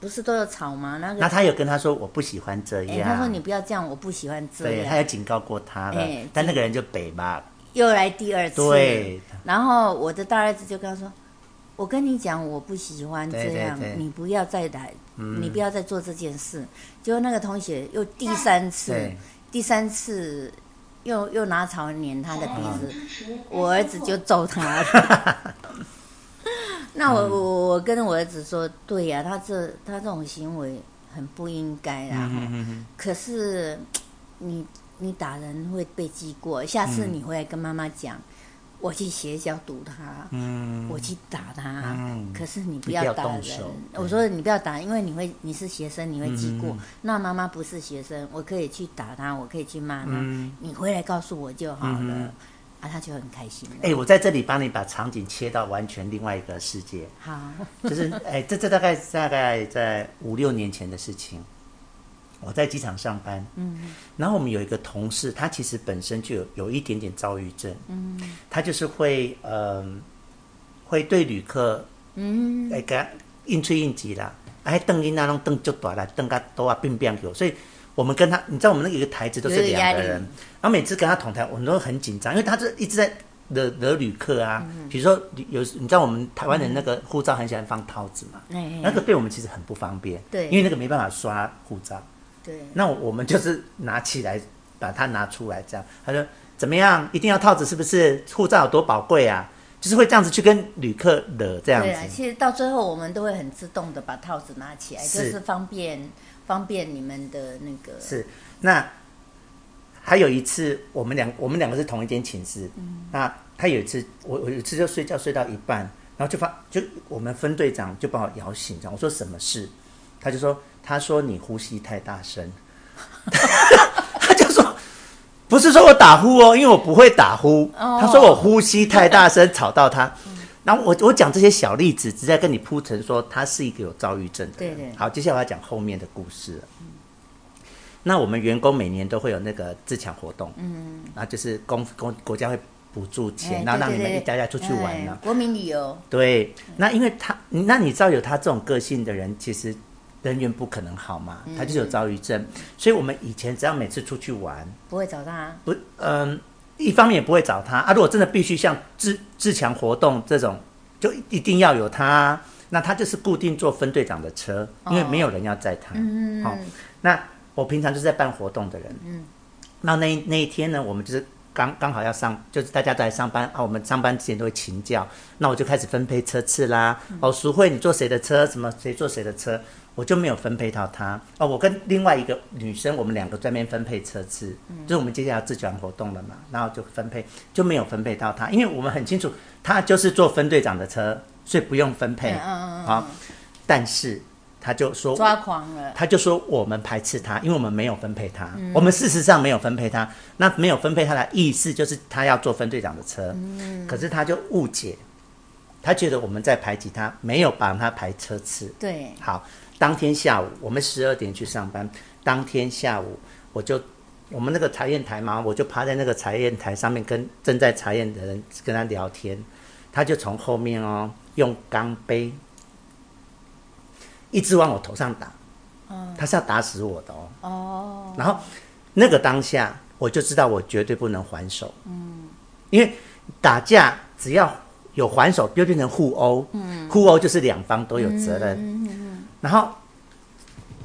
B: 不是都有草吗？那个，
A: 那他有跟他说我不喜欢这
B: 哎、
A: 样，
B: 他说你不要这样，我不喜欢这
A: 对，
B: 样，
A: 他也警告过他了
B: 哎，
A: 但那个人就北吧，
B: 又来第二次。
A: 对，
B: 然后我的大儿子就跟他说：“我跟你讲，我不喜欢
A: 对
B: 这样，
A: 对对嗯
B: 你不要再来，你不要再做这件事。”结果那个同学又第三次
A: 对，
B: 第三次又又拿草捻他的鼻
A: 啊
B: 子，我
C: 我
B: 儿
C: 儿
B: 子
C: 子
B: 就
C: 就
B: 揍他 了。那
A: 嗯
B: 我我我跟我儿子说，对呀、他这他这种行为很不应该啦。
A: 嗯
B: 吼
A: 嗯嗯
B: 可是你你打人会被记过，下
A: 嗯
B: 次你回来跟妈妈讲，我去学校堵他，
A: 嗯，
B: 我去打他。
A: 嗯
B: 可是你不
A: 你
B: 要
A: 不要
B: 打
A: 动
B: 人
A: 手，对
B: 我说你不要打，因为你会你是学生，你会记过。
A: 嗯
B: 那妈妈不是学生，我可以去打他，我可以去骂他。
A: 嗯
B: 你回来告诉我就好了，
A: 嗯
B: 啊，他就很开心了。
A: 哎、我在这里帮你把场景切到完全另外一个世界，
B: 好，
A: 就是哎、这这大概大概在五六年前的事情。我哦在机场上班，
B: 嗯
A: 然后我们有一个同事，他其实本身就有有一点点躁郁症，
B: 嗯
A: 他就是会嗯、会对旅客
B: 嗯，
A: 哎给他应催应急啦，哎瞪音那种瞪就短啦，瞪个都啊变变有，所以我们跟他，你知道我们那个一个台子都是
B: 有
A: 两
B: 压
A: 个
B: 力
A: 人，然后每次跟他同台，我们都很紧张，因为他就一直在惹惹旅客啊，
B: 嗯
A: 比如说旅有你知道我们台湾人那个护照很喜欢放套子嘛，
B: 哎
A: 那个对我们其实很不方便，
B: 对
A: 因为那个没办法刷护照，
B: 对，
A: 那我们就是拿起来，把它拿出来，这样。他说怎么样，一定要套子是不是？护照有多宝贵啊？就是会这样子去跟旅客惹这样
B: 对啊，
A: 子。
B: 其实到最后我们都会很自动的把套子拿起来，
A: 是
B: 就是方便方便你们的那个
A: 是，那还有一次，我们两我们两个是同一间寝室，
B: 嗯
A: 那他有一次，我我有一次就睡觉睡到一半，然后就发就我们分队长就把我摇醒，这样我说什么事，他就说他说你呼吸太大声， 他就说。不是说我打呼哦，因为我不会打呼。
B: 哦
A: 他说我呼吸太大声，吵到他。然后我我讲这些小例子，只是在跟你铺陈说他是一个有躁郁症的人。
B: 对对
A: 好，接下来我要讲后面的故事了。那我们员工每年都会有那个自强活动，嗯，然后就是公公国家会补助钱，
B: 哎
A: 然后让
B: 对
A: 你
B: 对
A: 们一
B: 对
A: 家家出去玩呢
B: 哎。国民旅游，
A: 对，那因为他，那你知道有他这种个性的人，其实人缘不可能好嘛，
B: 嗯
A: 他就是有躁郁症，所以我们以前只要每次出去玩，
B: 不会找他，
A: 不，嗯，一方面也不会找他啊。如果真的必须像自自强活动这种，就一定要有他，那他就是固定坐分队长的车，因为没有人要载他。
B: 哦嗯
A: 好、那我平常就是在办活动的人。
B: 嗯，
A: 那那一那一天呢，我们就是刚刚好要上，就是大家都来上班啊。我们上班之前都会请教，那我就开始分配车次啦。
B: 嗯
A: 哦，淑慧，你坐谁的车？什么谁坐谁的车？我就没有分配到她哦，我跟另外一个女生，我们两个专门分配车次，
B: 嗯
A: 就是我们接下来要自选活动了嘛，然后就分配就没有分配到她，因为我们很清楚她就是坐分队长的车，所以不用分配
B: 嗯嗯嗯
A: 好，但是她就说
B: 抓狂了，
A: 他就说我们排斥他，因为我们没有分配他，我们事实上没有分配他。那没有分配他的意思就是他要坐分队长的车，可是他就误解，他觉得我们在排挤他，没有帮他排车次。
B: 对，
A: 好，当天下午我们十二点去上班，当天下午我就我们那个查验台嘛，我就趴在那个查验台上面跟正在查验的人跟他聊天，他就从后面哦用钢杯一直往我头上打，他是要打死我的嗯哦。
B: 哦，
A: 然后那个当下我就知道我绝对不能还手，嗯，因为打架只要有还手就变成互殴，嗯，互殴就是两方都有责任，然后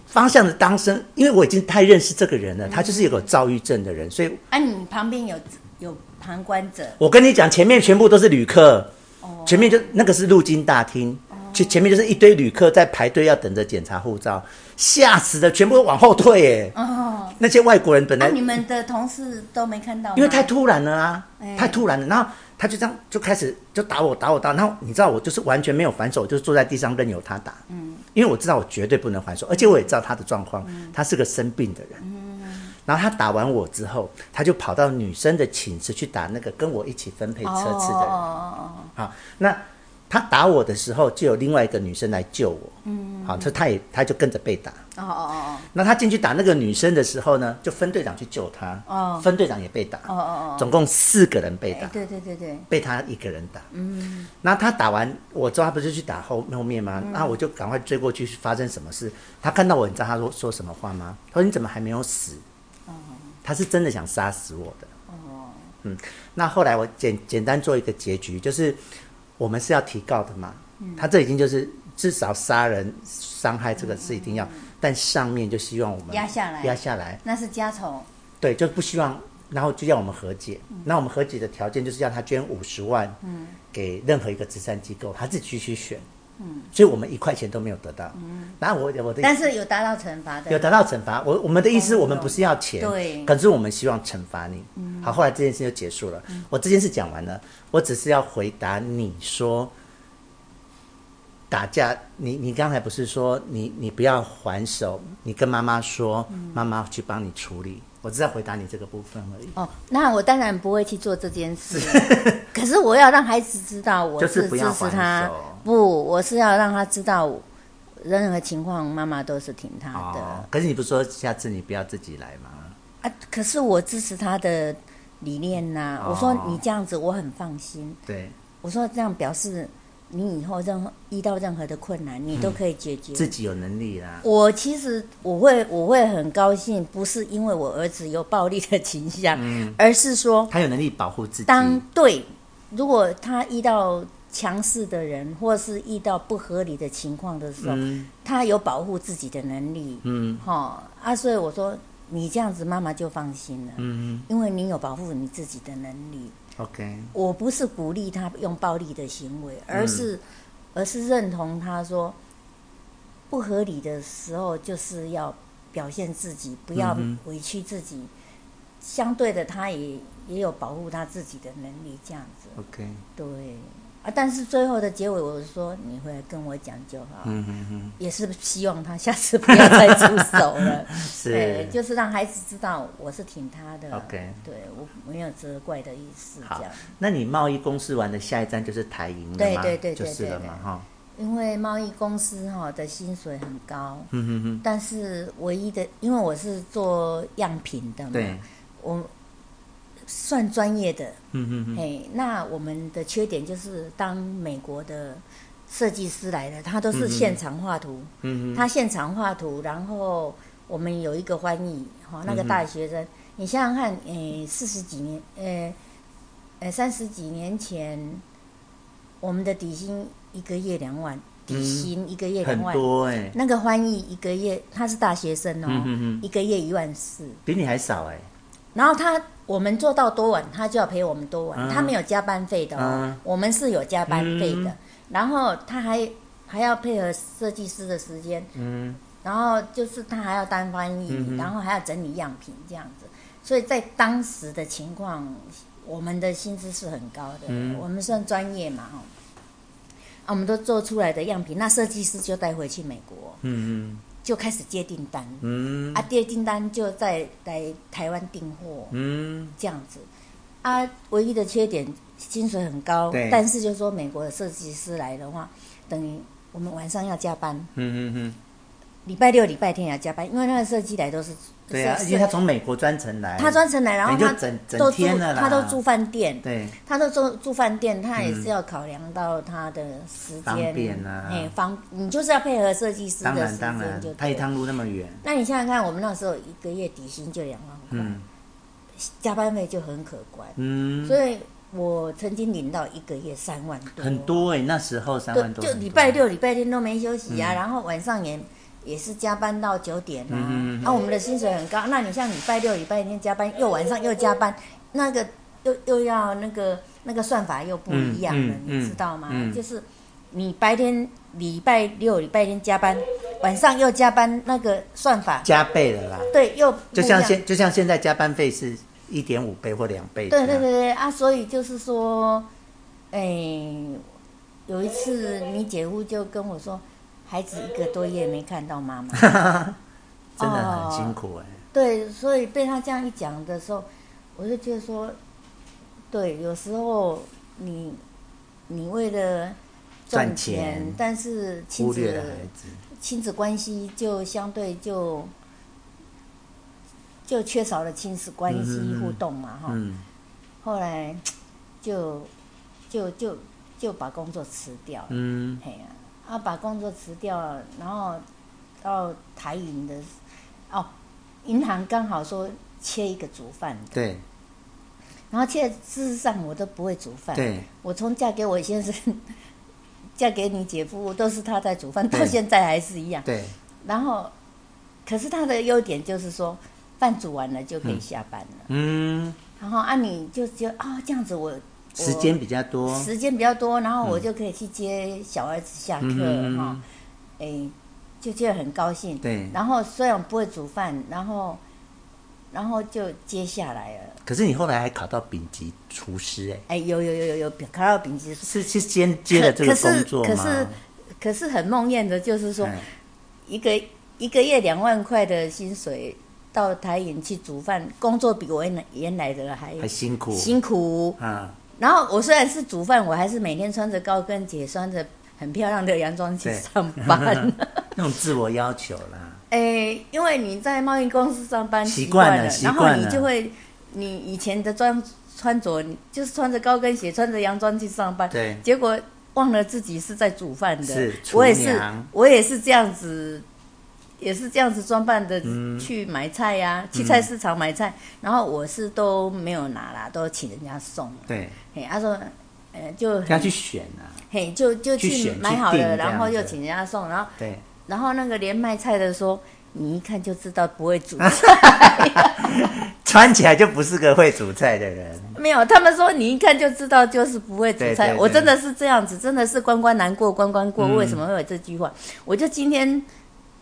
A: 方向的当生，因为我已经太认识这个人了，
B: 嗯
A: 他就是有个躁郁症的人，所以
B: 啊，你旁边有有旁观者，
A: 我跟你讲，前面全部都是旅客，
B: 哦，
A: 前面就那个是入境大厅，前前面就是一堆旅客在排队要等着检查护照，吓死了，全部都往后退耶，
B: 哦，
A: 那些外国人本
B: 那
A: 来
B: 你们的同事都没看到吗，
A: 因为太突然了啊，
B: 嗯哎
A: 太突然了。然后他就这样就开始就打我打我打我，然后你知道我就是完全没有还手，就是坐在地上任由他打。嗯，因为我知道我绝对不能还手，而且我也知道他的状况，他是个生病的人。然后他打完我之后，他就跑到女生的寝室去打那个跟我一起分配车次的人。
B: 哦
A: 好，那他打我的时候，就有另外一个女生来救我。嗯，好，所以他也他就跟着被打。
B: 哦哦哦
A: 那他进去打那个女生的时候呢，就分队长去救他。
B: 哦
A: 分队长也被打。
B: 哦哦哦，
A: 总共四个人被
B: 哎
A: 打，
B: 对对对对，
A: 被他一个人打。嗯，那他打完我之后，他不是去打后后面
B: 嗯
A: 吗？啊那我就赶快追过去，发生什么事？他看到我，你知道他说说什么话吗？他说你怎么还没有死？他是真的想杀死我的。
B: 哦
A: 嗯，那后来我简简单做一个结局，就是我们是要提告的嘛，
B: 嗯
A: 他这已经就是至少杀人伤害这个是一定要，但上面就希望我们
B: 嗯压下来
A: 压下来，
B: 那是家丑，
A: 对，就不希望，然后就要我们和解，那我们和解的条件就是要他捐五十万，嗯，给任何一个慈善机构，他自己去选，嗯，所以我们一块钱都没有得到，嗯，然后我我的
B: 但是有达到惩罚
A: 有
B: 的，
A: 得到惩罚。我我们的意思，
B: 哦
A: 我们不是要钱，
B: 对嗯
A: 可是我们希望惩罚你。好，后来这件事就结束了。我这件事讲完了，我只是要回答你说，打架，你你刚才不是说你你不要还手，你跟妈妈说，
B: 嗯
A: 妈妈去帮你处理。我只是要回答你这个部分而已。
B: 哦，那我当然不会去做这件事， 可是我要让孩子知道我
A: 就是不
B: 支
A: 要
B: 持
A: 还
B: 他
A: 手，
B: 不，我是要让他知道我，任何情况妈妈都是挺他的。
A: 哦，可是你不是说下次你不要自己来吗？
B: 啊，可是我支持他的理念呐、
A: 哦
B: 我说你这样子我很放心。
A: 对
B: 我说这样表示你以后任何遇到任何的困难，你都可以解决。
A: 自己有能力啦。
B: 我其实我会我会很高兴，不是因为我儿子有暴力的倾向，
A: 嗯
B: 而是说
A: 他有能力保护自己。
B: 当对，如果他遇到强势的人，或是遇到不合理的情况的时候，
A: 嗯
B: 他有保护自己的能力，
A: 嗯
B: 哈、啊，所以我说你这样子，妈妈就放心了。
A: 嗯
B: 因为你有保护你自己的能力。
A: ，OK，
B: 我不是鼓励他用暴力的行为，
A: 嗯
B: 而是、而是认同他说不合理的时候就是要表现自己，不要
A: 嗯
B: 委屈自己。相对的，他也也有保护他自己的能力，这样子
A: OK，
B: 对啊。但是最后的结尾，我说你回来跟我讲就好，
A: 嗯嗯嗯，
B: 也是希望他下次不要再出手了。
A: 是。
B: 对，就是让孩子知道我是挺他的。
A: OK
B: 对我没有责怪的意思，
A: 好
B: 这样。
A: 那你贸易公司玩的下一站就是台银了吗？
B: 对对对对
A: 就是了嘛
B: 对
A: 哈。
B: 因为贸易公司哈的薪水很高，
A: 嗯哼哼，
B: 但是唯一的，因为我是做样品的嘛，
A: 对，
B: 我算专业的，
A: 嗯哼哼，
B: 嘿，那我们的缺点就是，当美国的设计师来了，他都是现场画图，
A: 嗯
B: 他现场画图，然后我们有一个翻译，
A: 嗯
B: 哈、那个大学生，你想想看，诶、四十几年，呃，呃，三十几年前，我们的底薪一个月两万，底薪一个月两
A: 很
B: 万，
A: 多哎，
B: 那个翻译一个月，他是大学生哦，
A: 嗯哼哼
B: 一个月一万四，
A: 比你还少哎。
B: 然后他我们做到多晚，他就要赔我们多晚，
A: 嗯
B: 他没有加班费的哦，
A: 嗯
B: 我们是有加班费的，
A: 嗯
B: 然后他还还要配合设计师的时间，
A: 嗯，
B: 然后就是他还要当翻译，
A: 嗯哼
B: 然后还要整理样品这样子，所以在当时的情况，我们的薪资是很高的，
A: 嗯
B: 我们算专业嘛哦，啊，我们都做出来的样品，那设计师就带回去美国，
A: 嗯
B: 就开始接订单，
A: 嗯
B: 啊，接订单就在来台湾订货，
A: 嗯
B: 这样子。啊，唯一的缺点薪水很高
A: 对，
B: 但是就是说美国的设计师来的话，等于我们晚上要加班，
A: 嗯嗯嗯，
B: 礼拜六、礼拜天也要加班，因为那个设计来都是
A: 对啊，
B: 是
A: 因为他从美国专程来，
B: 他专程来，然后
A: 你就
B: 他
A: 整整
B: 都住
A: 天了啦嗯
B: 他都住饭店，
A: 对，
B: 他都住住饭店，他也是要考量到他的时
A: 方
B: 间，
A: 便啊
B: 哎，方你就是要配合设计师
A: 当
B: 的
A: 然
B: 时
A: 当
B: 间
A: 然
B: 就，
A: 他一
B: 对。
A: 趟路那么远，
B: 那你想想看，我们那时候一个月底薪就两万块，
A: 嗯
B: 加班费就很可观。
A: 嗯，
B: 所以我曾经领到一个月三万多，
A: 很多哎，那时候三万多，
B: 对，就
A: 很多
B: 礼拜，六、礼拜天都没休息啊，然后晚上也也是加班到九点啊。
A: 嗯嗯嗯
B: 啊，我们的薪水很高，那你像礼拜六、礼拜天加班，又晚上又加班，那个又又要那个那个算法又不一样了，
A: 嗯嗯
B: 你知道吗？
A: 嗯
B: 就是你白天礼拜六、礼拜天加班，晚上又加班，那个算法
A: 加倍了啦，
B: 对又不
A: 就
B: 一
A: 像
B: 样。
A: 现就像现在加班费是一点五倍或两倍，
B: 对对对，对啊，所以就是说，哎，有一次你姐夫就 跟我说，孩子一个多月没看到妈妈，哦
A: 真的很辛苦哎，
B: 对，所以被他这样一讲的时候，我就觉得说，对，有时候你你为了
A: 赚
B: 赚
A: 钱
B: 但是亲
A: 忽略
B: 子
A: 了孩子，
B: 亲子关系就相对就就缺少了亲子关系
A: 嗯嗯嗯
B: 互动嘛，哈、
A: 嗯，
B: 后来就就就就把工作辞掉了，
A: 嗯，
B: 嘿呀、啊，把工作辞掉了，然后到台银的哦，银行刚好说缺一个煮饭的，
A: 对
B: 然后现在事实上我都不会煮饭，
A: 对，
B: 我从嫁给我先生， 嫁给你姐夫，都是他在煮饭，到
A: 对
B: 现在还是一样。
A: 对，
B: 然后，可是他的优点就是说，饭煮完了就可以下班了。
A: 嗯，
B: 然后啊，你就觉得啊、这样子我我
A: 时间比较多，
B: 时间比较多，然后我就可以去接小儿子下课哈、
A: 嗯嗯
B: 哎、就觉得很高兴。
A: 对
B: 然后虽然不会煮饭，然后然后就接下来了。
A: 可是你后来还考到丙级厨师、哎，
B: 哎、有有有有有考到丙级，
A: 是是先接了这个工作
B: 可
A: 吗？
B: 是可是很梦魇的，就是说、
A: 哎
B: 一个一个月两万块的薪水。到台营去煮饭，工作比我原原来的还
A: 还辛苦，
B: 辛苦。
A: 啊，
B: 然后我虽然是煮饭，我还是每天穿着高跟鞋，穿着很漂亮的洋装去
A: 对
B: 上班。
A: 那种自我要求啦，
B: 诶，因为你在贸易公司上班
A: 习
B: 习
A: 惯
B: 惯
A: 了
B: 了，
A: 习
B: 然后
A: 惯
B: 你
A: 了
B: 就会，你以前的装穿着，你就是穿着高跟鞋、穿着洋装去上班，
A: 对
B: 结果忘了自己是在煮饭的。
A: 是
B: 我也
A: 厨
B: 是
A: 娘，
B: 我也是这样子，也是这样子装扮的、
A: 嗯
B: 去买菜呀、去菜市场买菜，然后我是都没有拿啦，都请人家送了。
A: 对，
B: 嘿，他、说，呃，就
A: 要去选啊，
B: 嘿，就就
A: 去
B: 去
A: 选去
B: 买好
A: 订
B: 了，
A: 这
B: 然后
A: 样
B: 又
A: 子
B: 请人家送，然后。
A: 对，
B: 然后那个连卖菜的说：“你一看就知道不会煮菜。
A: 穿起来就不是个会煮菜的人，
B: 没有，他们说你一看就知道就是不会煮
A: 对
B: 菜。
A: 对
B: 我
A: 对
B: 真的是这样子，真的是关关难过关关过。
A: 嗯
B: 为什么会有这句话？我就今天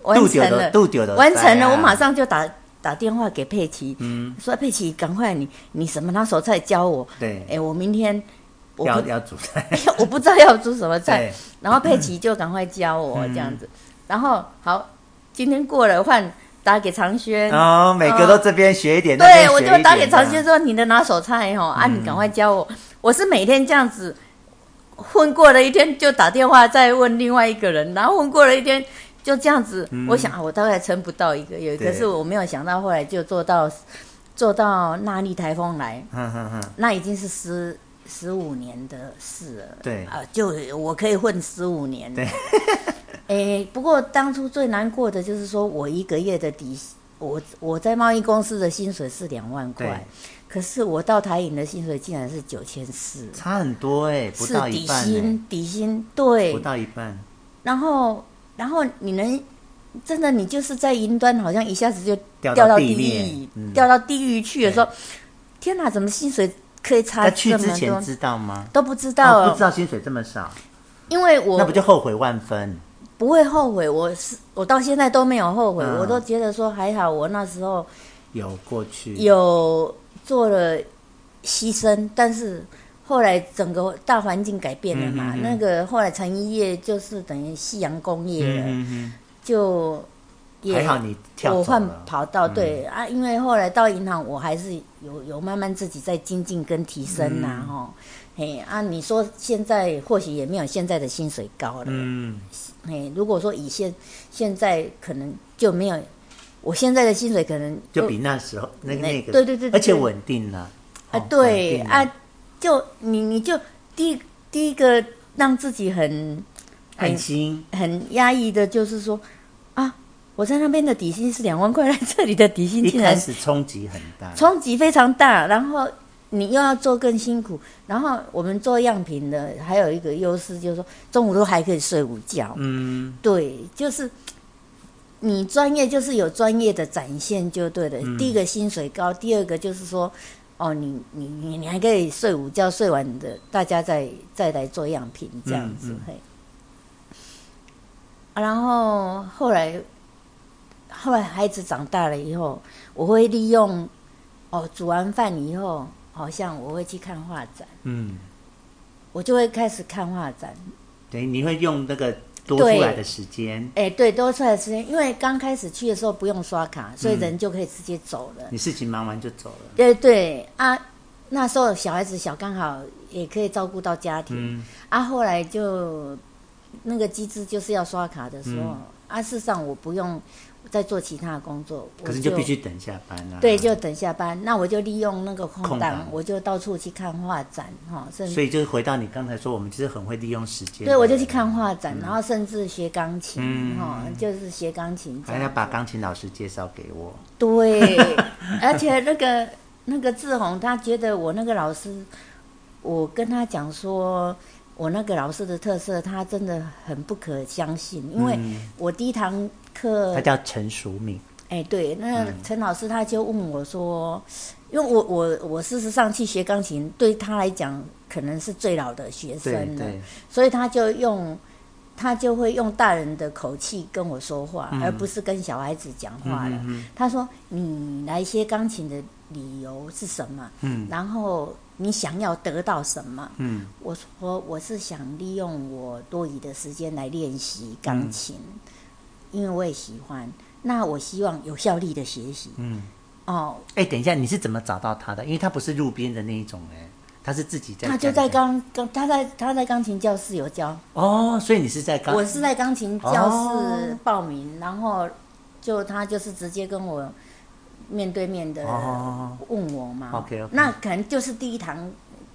B: 完
A: 杜丢
B: 成
A: 的
B: 了，
A: 杜丢的，啊
B: 完成了，我马上就打打电话给佩奇，
A: 嗯
B: 说佩奇，赶快你你什么拿手菜教我。
A: 对
B: 哎，我明天我
A: 要
B: 不
A: 要煮菜，
B: 我不知道要煮什么菜，
A: 对，
B: 然后佩
A: 嗯
B: 奇就赶快教我这样子。然后好，今天过了换打给常轩。
A: 哦，每个都这边学一点，啊嗯那
B: 嗯对，
A: 边
B: 我
A: 学一
B: 就打给
A: 点这样
B: 常轩说你的拿手菜哦，啊，你赶快教我。我是每天这样子混过了一天，就打电话再问另外一个人，然后混过了一天就这样子。我想啊，我大概撑不到一个月，
A: 嗯对
B: 可是我没有想到后来就做到做到那莉台风来，
A: 嗯嗯嗯，
B: 那已经是十十五年的事了。
A: 对
B: 啊，就我可以混十五年。
A: 对。
B: 诶，不过当初最难过的就是说我一个月的底，我我在贸易公司的薪水是两万
A: 对
B: 块，可是我到台影的薪水竟然是九千四，
A: 差很多哎，不
B: 是
A: 到
B: 底
A: 一半哎，
B: 薪，底薪
A: 不
B: 对。
A: 到一半，
B: 然后，然后你能真的你就是在云端，好像一下子就
A: 掉
B: 掉到
A: 地
B: 地
A: 面
B: 狱，，
A: 嗯，
B: 掉到地狱去的时候，天哪，怎么薪水可以差
A: 那去
B: 这
A: 之
B: 么
A: 前
B: 多？
A: 知道吗？
B: 都不知道、
A: 哦，不知道薪水这么少，
B: 因为我
A: 那不就后悔万分？
B: 不会后悔，我是我到现在都没有后悔，
A: 嗯
B: 我都觉得说还好，我那时候
A: 有过去，
B: 有做了牺牲，但是后来整个大环境改变了嘛，
A: 嗯嗯嗯
B: 那个后来成衣业就是等于夕阳工业了，
A: 嗯嗯
B: 就
A: 嗯，
B: 也
A: 还好你跳走
B: 我换
A: 了，嗯
B: 跑道，对、啊，因为后来到银行，我还是有有慢慢自己在精进跟提升呐、
A: 嗯
B: 吼、嘿啊，你说现在或许也没有现在的薪水高了，
A: 嗯，
B: 嘿，如果说以现现在可能就没有，我现在的薪水可能
A: 就比那时候那
B: 那
A: 那个，
B: 对对对对
A: 而且稳定了，
B: 啊
A: 哦
B: 对
A: 稳定了
B: 啊，就你你就第一第一个让自己很
A: 安心，
B: 很压抑的，就是说啊，我在那边的底薪是两万块，来 这里的底薪
A: 一
B: 竟
A: 开
B: 然
A: 始冲击很大，
B: 冲击非常大，然后你又要做更辛苦，然后我们做样品的还有一个优势就是说中午都还可以睡午觉，
A: 嗯，
B: 对，就是你专业就是有专业的展现就对了。
A: 嗯
B: 第一个薪水高，第二个就是说，哦，你你你你还可以睡午觉，睡完的大家再再来做样品这样子、
A: 嗯
B: 嘿。啊然后后来后来孩子长大了以后，我会利用哦煮完饭以后，好像我会去看画展，
A: 嗯，
B: 我就会开始看画展。
A: 对，你会用那个多出来的时间，
B: 哎，对，多出来的时间，因为刚开始去的时候不用刷卡，所以
A: 嗯
B: 人就可以直接走了。
A: 你事情忙完就走了。
B: 对对啊，那时候小孩子小，刚好也可以照顾到家庭、
A: 嗯
B: 啊。后来就那个机制就是要刷卡的时候、
A: 嗯
B: 啊，事实上我不用再做其他的工作，
A: 可是
B: 我
A: 你就必须等下班啊。
B: 对，就等下班。那我就利用那个空
A: 空
B: 档
A: 档，
B: 我就到处去看画展哈，甚
A: 所以就是回到你刚才说，我们其实很会利用时间。
B: 对我就去看画展，然后甚至学钢琴
A: 嗯哎
B: 哈、就是学钢琴这
A: 还要
B: 样。
A: 把钢琴老师介绍给我。
B: 对，而且那个 那个志宏，他觉得我那个老师，我跟他讲说，我那个老师的特色，他真的很不可相信，因为
A: 嗯
B: 我第一堂课
A: 他，嗯叫陈淑敏，
B: 哎、对，那陈老师他就问我说，因为我我我事实上去学钢琴，对他来讲可能是最老的学生
A: 对
B: 了，
A: 对，
B: 所以他就用他就会用大人的口气跟我说话，
A: 嗯
B: 而不是跟小孩子讲话了。他说：“你来学钢琴的理由是什么？
A: 嗯
B: 然后你想要得到什么
A: 嗯？”
B: 我说：“我是想利用我多余的时间来练习钢琴，因为我也喜欢。那我希望有效率的学习。
A: 嗯。
B: 哦，
A: 哎，等一下，你是怎么找到他的？因为他不是路边的那一种哎，他是自己在家
B: 他
A: 里。
B: 就在钢钢他在他在钢琴教室有教。”
A: 哦，所以你是在钢
B: 我是在钢琴教室
A: 哦
B: 报名，然后就他就是直接跟我面对面的
A: 哦
B: 问我嘛。
A: OK，OK
B: 那可能就是第一堂，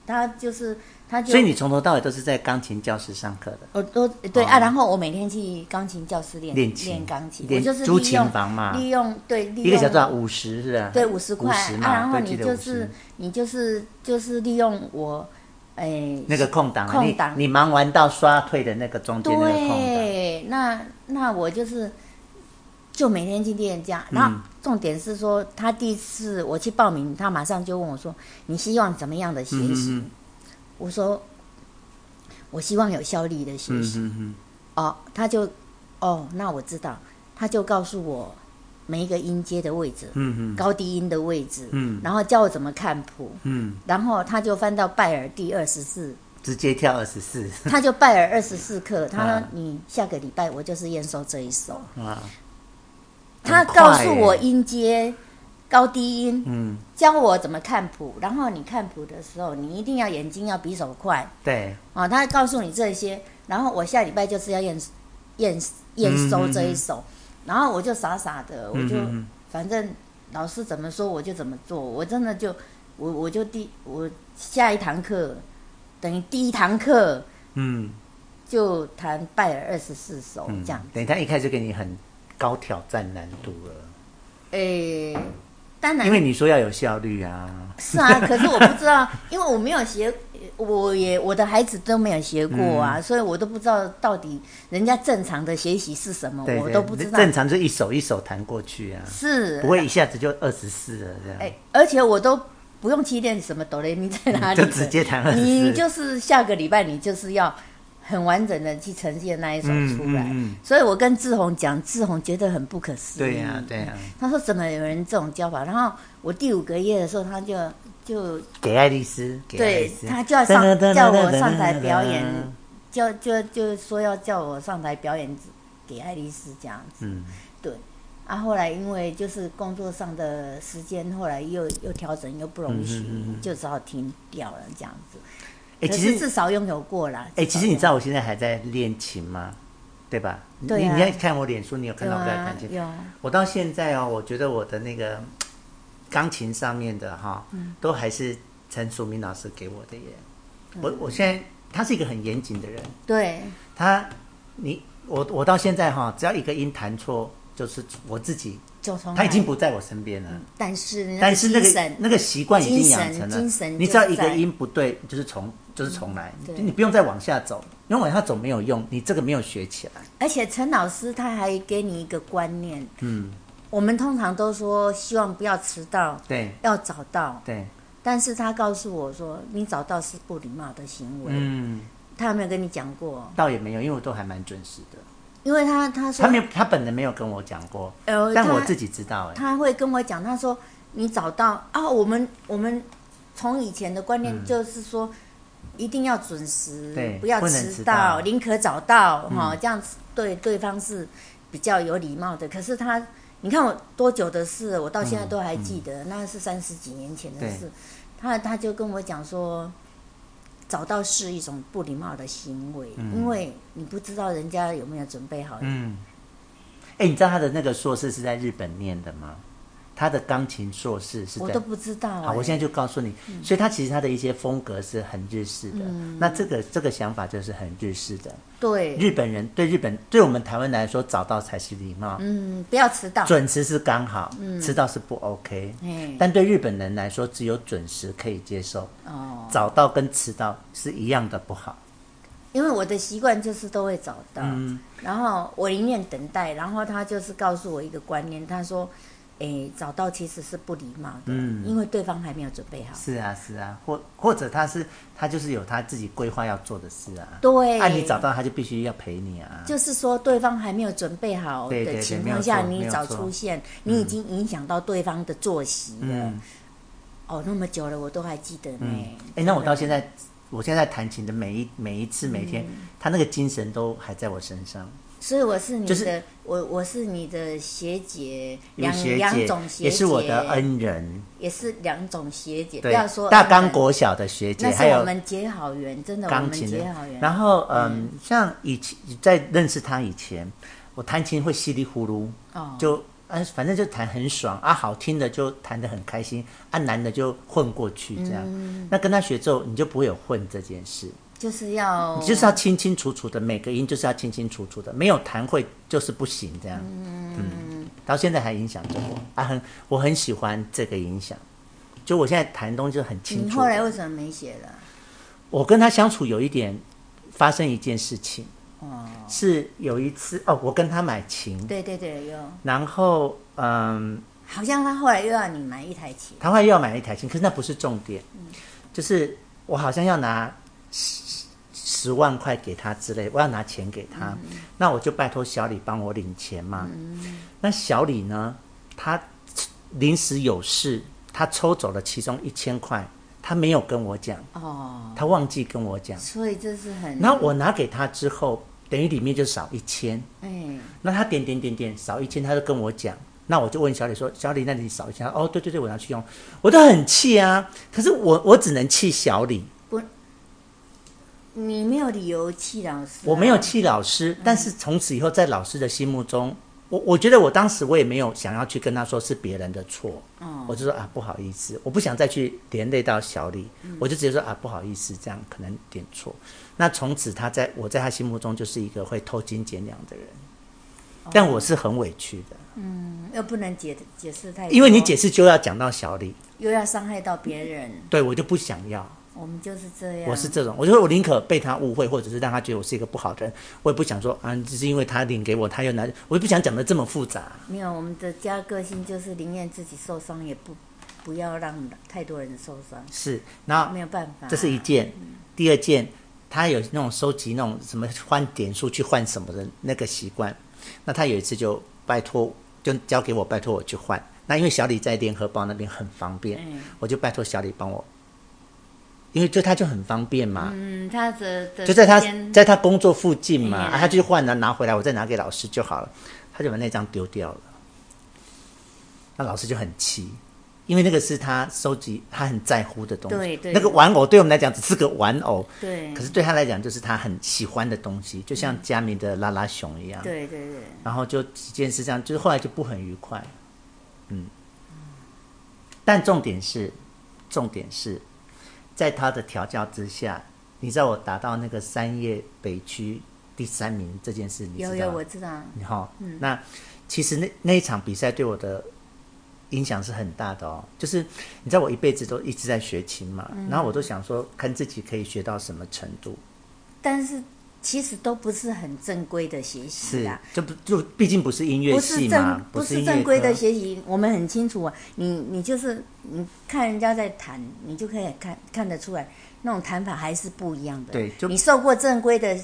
B: 他就是他就
A: 所以你从头到尾都是在钢琴教室上课的，
B: 我都对、啊，然后我每天去钢琴教室练
A: 练琴
B: 钢琴，我
A: 练
B: 就是
A: 租
B: 利
A: 琴
B: 用
A: 房嘛，
B: 利用对利用
A: 一个小时多少？五十是吧？
B: 对五十块
A: 50嘛
B: 啊，然后
A: 对
B: 你
A: 记得
B: 就
A: 50
B: 是你就是就是利用我哎
A: 那个空档啊，
B: 空档
A: 你你忙完到刷退的那个中间那个空档，
B: 对，那那我就是就每天去练家，
A: 嗯
B: 然后重点是说，他第一次我去报名，他马上就问我说：“你希望怎么样的学
A: 嗯
B: 习？”
A: 嗯
B: 我说：“我希望有效率的学
A: 嗯
B: 习。
A: 嗯嗯，
B: 哦，他就哦，那我知道，他就告诉我每一个音阶的位置，
A: 嗯嗯
B: 高低音的位置，
A: 嗯
B: 然后教我怎么看谱，
A: 嗯，
B: 然后他就翻到拜耳第二十四
A: 直接跳二十四
B: 他就拜尔二十四课，他说
A: 啊
B: 你下个礼拜我就是验收这一首。
A: 啊，
B: 他
A: 很
B: 告
A: 快
B: 诉我
A: 耶
B: 音阶、高低音，
A: 嗯，
B: 教我怎么看谱，然后你看谱的时候，你一定要眼睛要比手快
A: 对，
B: 啊、哦。他告诉你这些，然后我下礼拜就是要验验验收这一首，然后我就傻傻的，我就、
A: 嗯嗯嗯
B: 反正老师怎么说我就怎么做，我真的就我我就第我下一堂课等于第一堂课
A: 嗯
B: 就弹拜尔二十四首
A: 嗯，
B: 哦这样。
A: 等于他一开始就给你很高挑战难度了，
B: 诶、当然
A: 因为你说要有效率啊，
B: 是 啊，可是我不知道，因为我没有学，我也我的孩子都没有学过啊，
A: 嗯
B: 所以我都不知道到底人家正常的学习是什么，
A: 对
B: 哦我
A: 对
B: 都不知道。
A: 正常就一手一手弹过去啊，
B: 是
A: 不会一下子就二十四了这样，
B: 哎、而且我都不用去练什么哆来咪在哪里的，
A: 就直接弹二十四，
B: 你就是下个礼拜你就是要很完整的去呈现那一首
A: 嗯
B: 出来。
A: 嗯嗯
B: 所以我跟志宏讲，志宏觉得很不可思议。
A: 对呀对呀，
B: 他说怎么有人这种教法？然后我第五个月的时候，他就就
A: 给爱丽丝，给爱丽
B: 对
A: 丝
B: 他就要上
A: 噔噔噔噔
B: 叫我上
A: 噔
B: 台
A: 噔
B: 表
A: 噔
B: 演，就就就说要叫我上台表演给爱丽丝这样子。
A: 嗯
B: 对，啊，后来因为就是工作上的时间，后来又又调整，又
A: 嗯
B: 不容许，就只好停掉了这样子。
A: 哎、
B: 可
A: 其
B: 是
A: 实
B: 至少拥有过啦。
A: 哎、其
B: 至少
A: 实你
B: 拥
A: 知道我现在还在练琴吗？对吧？
B: 对
A: 你
B: 啊
A: 你在看我脸书，你有看
B: 有
A: 到我在
B: 啊
A: 弹琴？
B: 有，
A: 我到现在哦，我觉得我的那个嘖钢琴上面的哈、
B: 嗯
A: 都还是陈淑明老师给我的耶。
B: 嗯
A: 我我现在他是一个很严谨的人，
B: 对
A: 他你我我到现在哈、只要一个音弹错，就是我自己，
B: 就从
A: 他已
B: 来
A: 经，不在我身边了。
B: 但是
A: 但是那
B: 嗯精
A: 个
B: 神
A: 那个习惯已经养成了，
B: 精神精神
A: 你只要
B: 就
A: 一个
B: 在嗯
A: 音不对，就是重就是重来，
B: 对
A: 你不用再往下走，因为往下走没有用，你这个没有学起来。
B: 而且陈老师他还给你一个观念，嗯，我们通常都说希望不要迟到，
A: 对
B: 要找到，
A: 对，
B: 但是他告诉我说，你找到是不礼貌的行为。
A: 嗯，
B: 他有没有跟你讲过？
A: 倒也没有，因为我都还蛮准时的。
B: 因为他他说
A: 他没有，他本人没有跟我讲过，
B: 呃，
A: 但
B: 他
A: 我自己知道哎。
B: 他会跟我讲，他说你找到啊，我们我们从以前的观念就是说，一定要准时
A: 嗯对，
B: 不要
A: 不能
B: 迟
A: 迟到嗯
B: 宁可早到哈、这样子对对方是比较有礼貌的。可是他，你看我多久的事，我到现在都还记得，那是三十几年前的
A: 嗯对
B: 事。他他就跟我讲说，找到是一种不礼貌的行为，因为你不知道人家有没有准备好。
A: 嗯，哎，你知道他的那个硕士是在日本念的吗？他的钢琴硕士是
B: 我
A: 在
B: 都不欸嗯知道、哎
A: 好，我现在就告诉你，所以他其实他的一些风格是很日式的。
B: 嗯
A: 那这个这个想法就是很日式的。
B: 对，
A: 日本人对日本对我们台湾来说，早到才是礼貌，
B: 嗯，不要迟到。
A: 准时是刚好，迟到是不 OK。
B: 哎，
A: 但对日本人来说，只有准时可以接受，
B: 哦，
A: 早到跟迟到是一样的不好。
B: 因为我的习惯就是都会找到，
A: 嗯
B: 然后我宁愿等待。然后他就是告诉我一个观念，他说：“哎，找到其实是不礼貌的，因为对方还没有准备好。
A: 嗯是啊，是啊，或或者他是他就是有他自己规划要做的事啊。
B: 对，
A: 啊，你早到他就必须要陪你啊。
B: 就是说对方还没有准备好
A: 对对
B: 的
A: 对
B: 情况下，
A: 没有错
B: 你早
A: 没有错
B: 出现，你已经影响到对方的作息了。
A: 嗯
B: 哦，那么久了，我都还记得呢。
A: 哎，那我到现在，我现在弹琴的每一每一次每天，
B: 嗯
A: 他那个精神都还在我身上。
B: 所以我是你的，
A: 就是
B: 我我是你的学姐，
A: 有
B: 两
A: 学
B: 两
A: 姐
B: 种学姐，
A: 也是我的恩人，
B: 也是两种学姐。不
A: 对
B: 要说，
A: 大冈
B: 恩人
A: 国小的学姐，
B: 那
A: 还
B: 是我
A: 有
B: 们结好缘，真的我
A: 钢
B: 们
A: 琴的
B: 结好。缘。
A: 然后嗯，像以前在认识他以前，我弹琴会稀里呼噜，
B: 哦，
A: 就嗯，反正就弹很爽啊，好听的就弹得很开心，啊难的就混过去
B: 嗯
A: 这样。那跟他学奏，你就不会有混这件事。
B: 就是要
A: 你就是要清清楚楚的，每个音就是要清清楚楚的，没有弹会就是不行这样。嗯，到现在还影响着我啊，很我很喜欢这个影响。就我现在弹东西就很清
B: 你
A: 楚。
B: 嗯后来为什么没写了？
A: 我跟他相处有一点发生一件事情，
B: 哦，
A: 是有一次哦，我跟他买琴，
B: 对对对，有，
A: 然后嗯，
B: 好像他后来又要你买一台琴。
A: 他后来又要买一台琴，可是那不是重点，
B: 嗯
A: 就是我好像要拿十十万块给他之类，我要拿钱给他，
B: 嗯
A: 那我就拜托小李帮我领钱嘛。那小李呢，他临时有事，他抽走了其中一千块，他没有跟我讲，
B: 哦，
A: 他忘记跟我讲。
B: 所以这是很
A: 然后我拿给他之后，等于里面就少一千。
B: 哎，
A: 那他点点点点少一千，他就跟我讲。那我就问小李说：“小李，那你少一千？”他说哦，对对对，我拿去用。我都很气啊，可是我我只能气小李，
B: 你没有理由气老师啊。
A: 我没有气老师。但是从此以后，在老师的心目中，我我觉得我当时我也没有想要去跟他说是别人的错，
B: 哦，
A: 我就说啊不好意思，我不想再去连累到小李，我就直接说啊不好意思，这样可能点错。那从此他在我在他心目中就是一个会偷斤减两的人，但我是很委屈的，
B: 哦嗯又不能解解释太多，
A: 因为你解释就要讲到小李。
B: 又要伤害到别人，
A: 对我就不想要，
B: 我们就是这样。
A: 我是这种，我就说我宁可被他误会，或者是让他觉得我是一个不好的人，我也不想说啊，只是因为他领给我，他又拿，我也不想讲的这么复杂。
B: 没有我们的家个性就是宁愿自己受伤，也不不要让太多人受伤，
A: 是，然后
B: 没有办法。
A: 啊这是一件，第二件，他有那种收集那种什么换点数去换什么的那个习惯，那他有一次就拜托，就交给我拜托我去换。那因为小李在联合报那边很方便，
B: 嗯
A: 我就拜托小李帮我，因为就他就很方便嘛，
B: 嗯，他的的
A: 就在他
B: 时间
A: 在他工作附近嘛，
B: 嗯
A: 啊他去换了拿回来，我再拿给老师就好了。他就把那张丢掉了，那老师就很气，因为那个是他收集他很在乎的东西。
B: 对嗯对
A: 那个玩偶对我们来讲只是个玩偶，
B: 对，
A: 可是对他来讲就是他很喜欢的东西，就
B: 嗯
A: 像佳明的拉拉熊一样。
B: 对对对，
A: 然后就几件事这样，就是后来就不很愉快，嗯。但重点是，重点是在他的调教之下，你知道我达到那个三叶北区第三名这件事，你
B: 有
A: 知
B: 有
A: 道吗啊
B: 我？知嗯道，
A: 你好，那其实那那一场比赛对我的影响是很大的哦。就是你知道我一辈子都一直在学琴嘛，
B: 嗯
A: 然后我都想说看自己可以学到什么程度，
B: 但是其实都不是很正规的学习
A: 是
B: 啦，
A: 就不就毕竟不是音乐
B: 啊不
A: 系
B: 是
A: 嘛
B: 正，
A: 不
B: 是
A: 音
B: 正
A: 乐
B: 规的
A: 科
B: 学习，我们很清楚啊。你你就是你看人家在弹，你就可以看看得出来，那种弹法还是不一样的。
A: 对就
B: 你受过正规的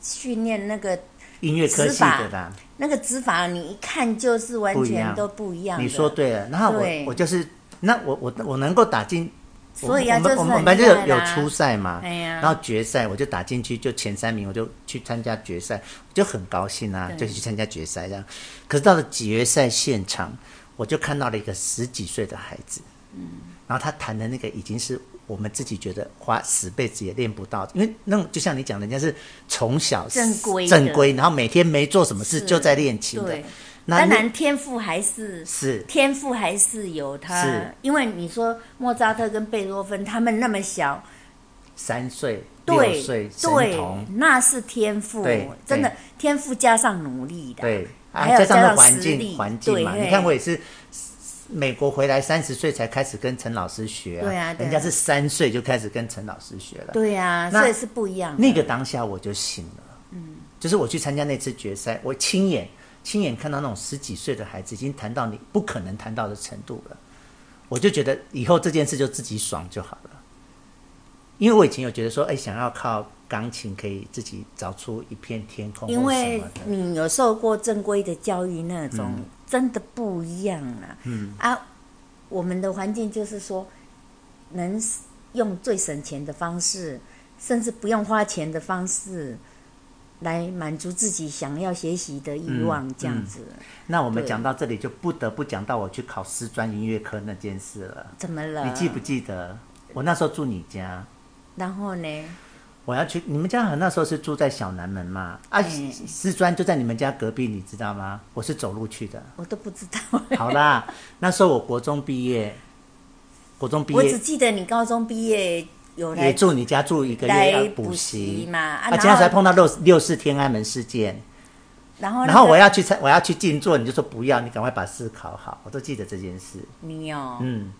B: 训练，那个
A: 音乐科系的啦，
B: 那个指法，你一看就是完
A: 不一
B: 全
A: 样
B: 都不一样的。
A: 你说对了。然后我
B: 对
A: 我就是那我我我能够打进
B: 所以啊，
A: 我们
B: 就是
A: 我
B: 很
A: 们我们班就有
B: 厉害
A: 有
B: 啦
A: 初赛嘛，
B: 哎呀
A: 然后决赛我就打进去，就前三名我就去参加决赛，我就很高兴啊，就
B: 对
A: 去参加决赛这样。可是到了决赛现场，我就看到了一个十几岁的孩子，嗯，然后他弹的那个已经是我们自己觉得花十辈子也练不到，因为那种就像你讲的，人家是从小
B: 正规的
A: 正规，然后每天没做什么事
B: 是
A: 就在练琴的
B: 对，，
A: 那
B: 当
A: 那
B: 然天赋还是
A: 是
B: 天赋还是有他
A: 是，
B: 因为你说莫扎特跟贝多芬他们那么小，
A: 三岁、六
B: 对
A: 岁、神
B: 对啊
A: 童，，
B: 那是天赋
A: 对，
B: 真的
A: 对
B: 天赋加上努力的，
A: 对，啊
B: 还有
A: 加上
B: 加
A: 那
B: 上
A: 环
B: 实
A: 境
B: 力
A: 环境嘛，
B: 对
A: 你看我也是美国回来三十岁才开始跟陈老师学啊，
B: 对啊对啊
A: 人家是三岁就开始跟陈老师学了，
B: 对呀，
A: 那
B: 所以是不一样的。
A: 那个当下我就醒了，嗯，就是我去参加那次决赛，我亲眼亲眼看到那种十几岁的孩子已经谈到你不可能谈到的程度了，我就觉得以后这件事就自己爽就好了，因为我以前有觉得说，哎，想要靠钢琴可以自己找出一片天空或什
B: 因
A: 么的，
B: 为嗯你有受过正规的教育，那种、
A: 嗯
B: 真的不一样啊。嗯啊，我们的环境就是说，能用最省钱的方式，甚至不用花钱的方式，来满足自己想要学习的欲望，
A: 嗯
B: 这样子。
A: 那我们
B: 对
A: 讲到这里，就不得不讲到我去考师专音乐科那件事了。
B: 怎么了？
A: 你记不？记得？我那时候住你家，
B: 然后呢？
A: 我要去你们家，那时候是住在小南门嘛？啊，
B: 嗯
A: 师专就在你们家隔壁，你知道吗？我是走路去的。
B: 我都不知道。
A: 好啦， 那时候我国中毕业，国中毕
B: 我只
A: 业
B: 记得你高中毕业有来
A: 也住你家住一个月要
B: 来
A: 补
B: 补习
A: 习
B: 嘛，啊
A: 啊，
B: 然
A: 接下来
B: 后
A: 才碰到六六四天安门事件。
B: 然后那
A: 然后
B: 个
A: 我要去参，我要去静坐，你就说不要，你赶快把试考好。我都记得这件 事。
B: 你哦，
A: 嗯，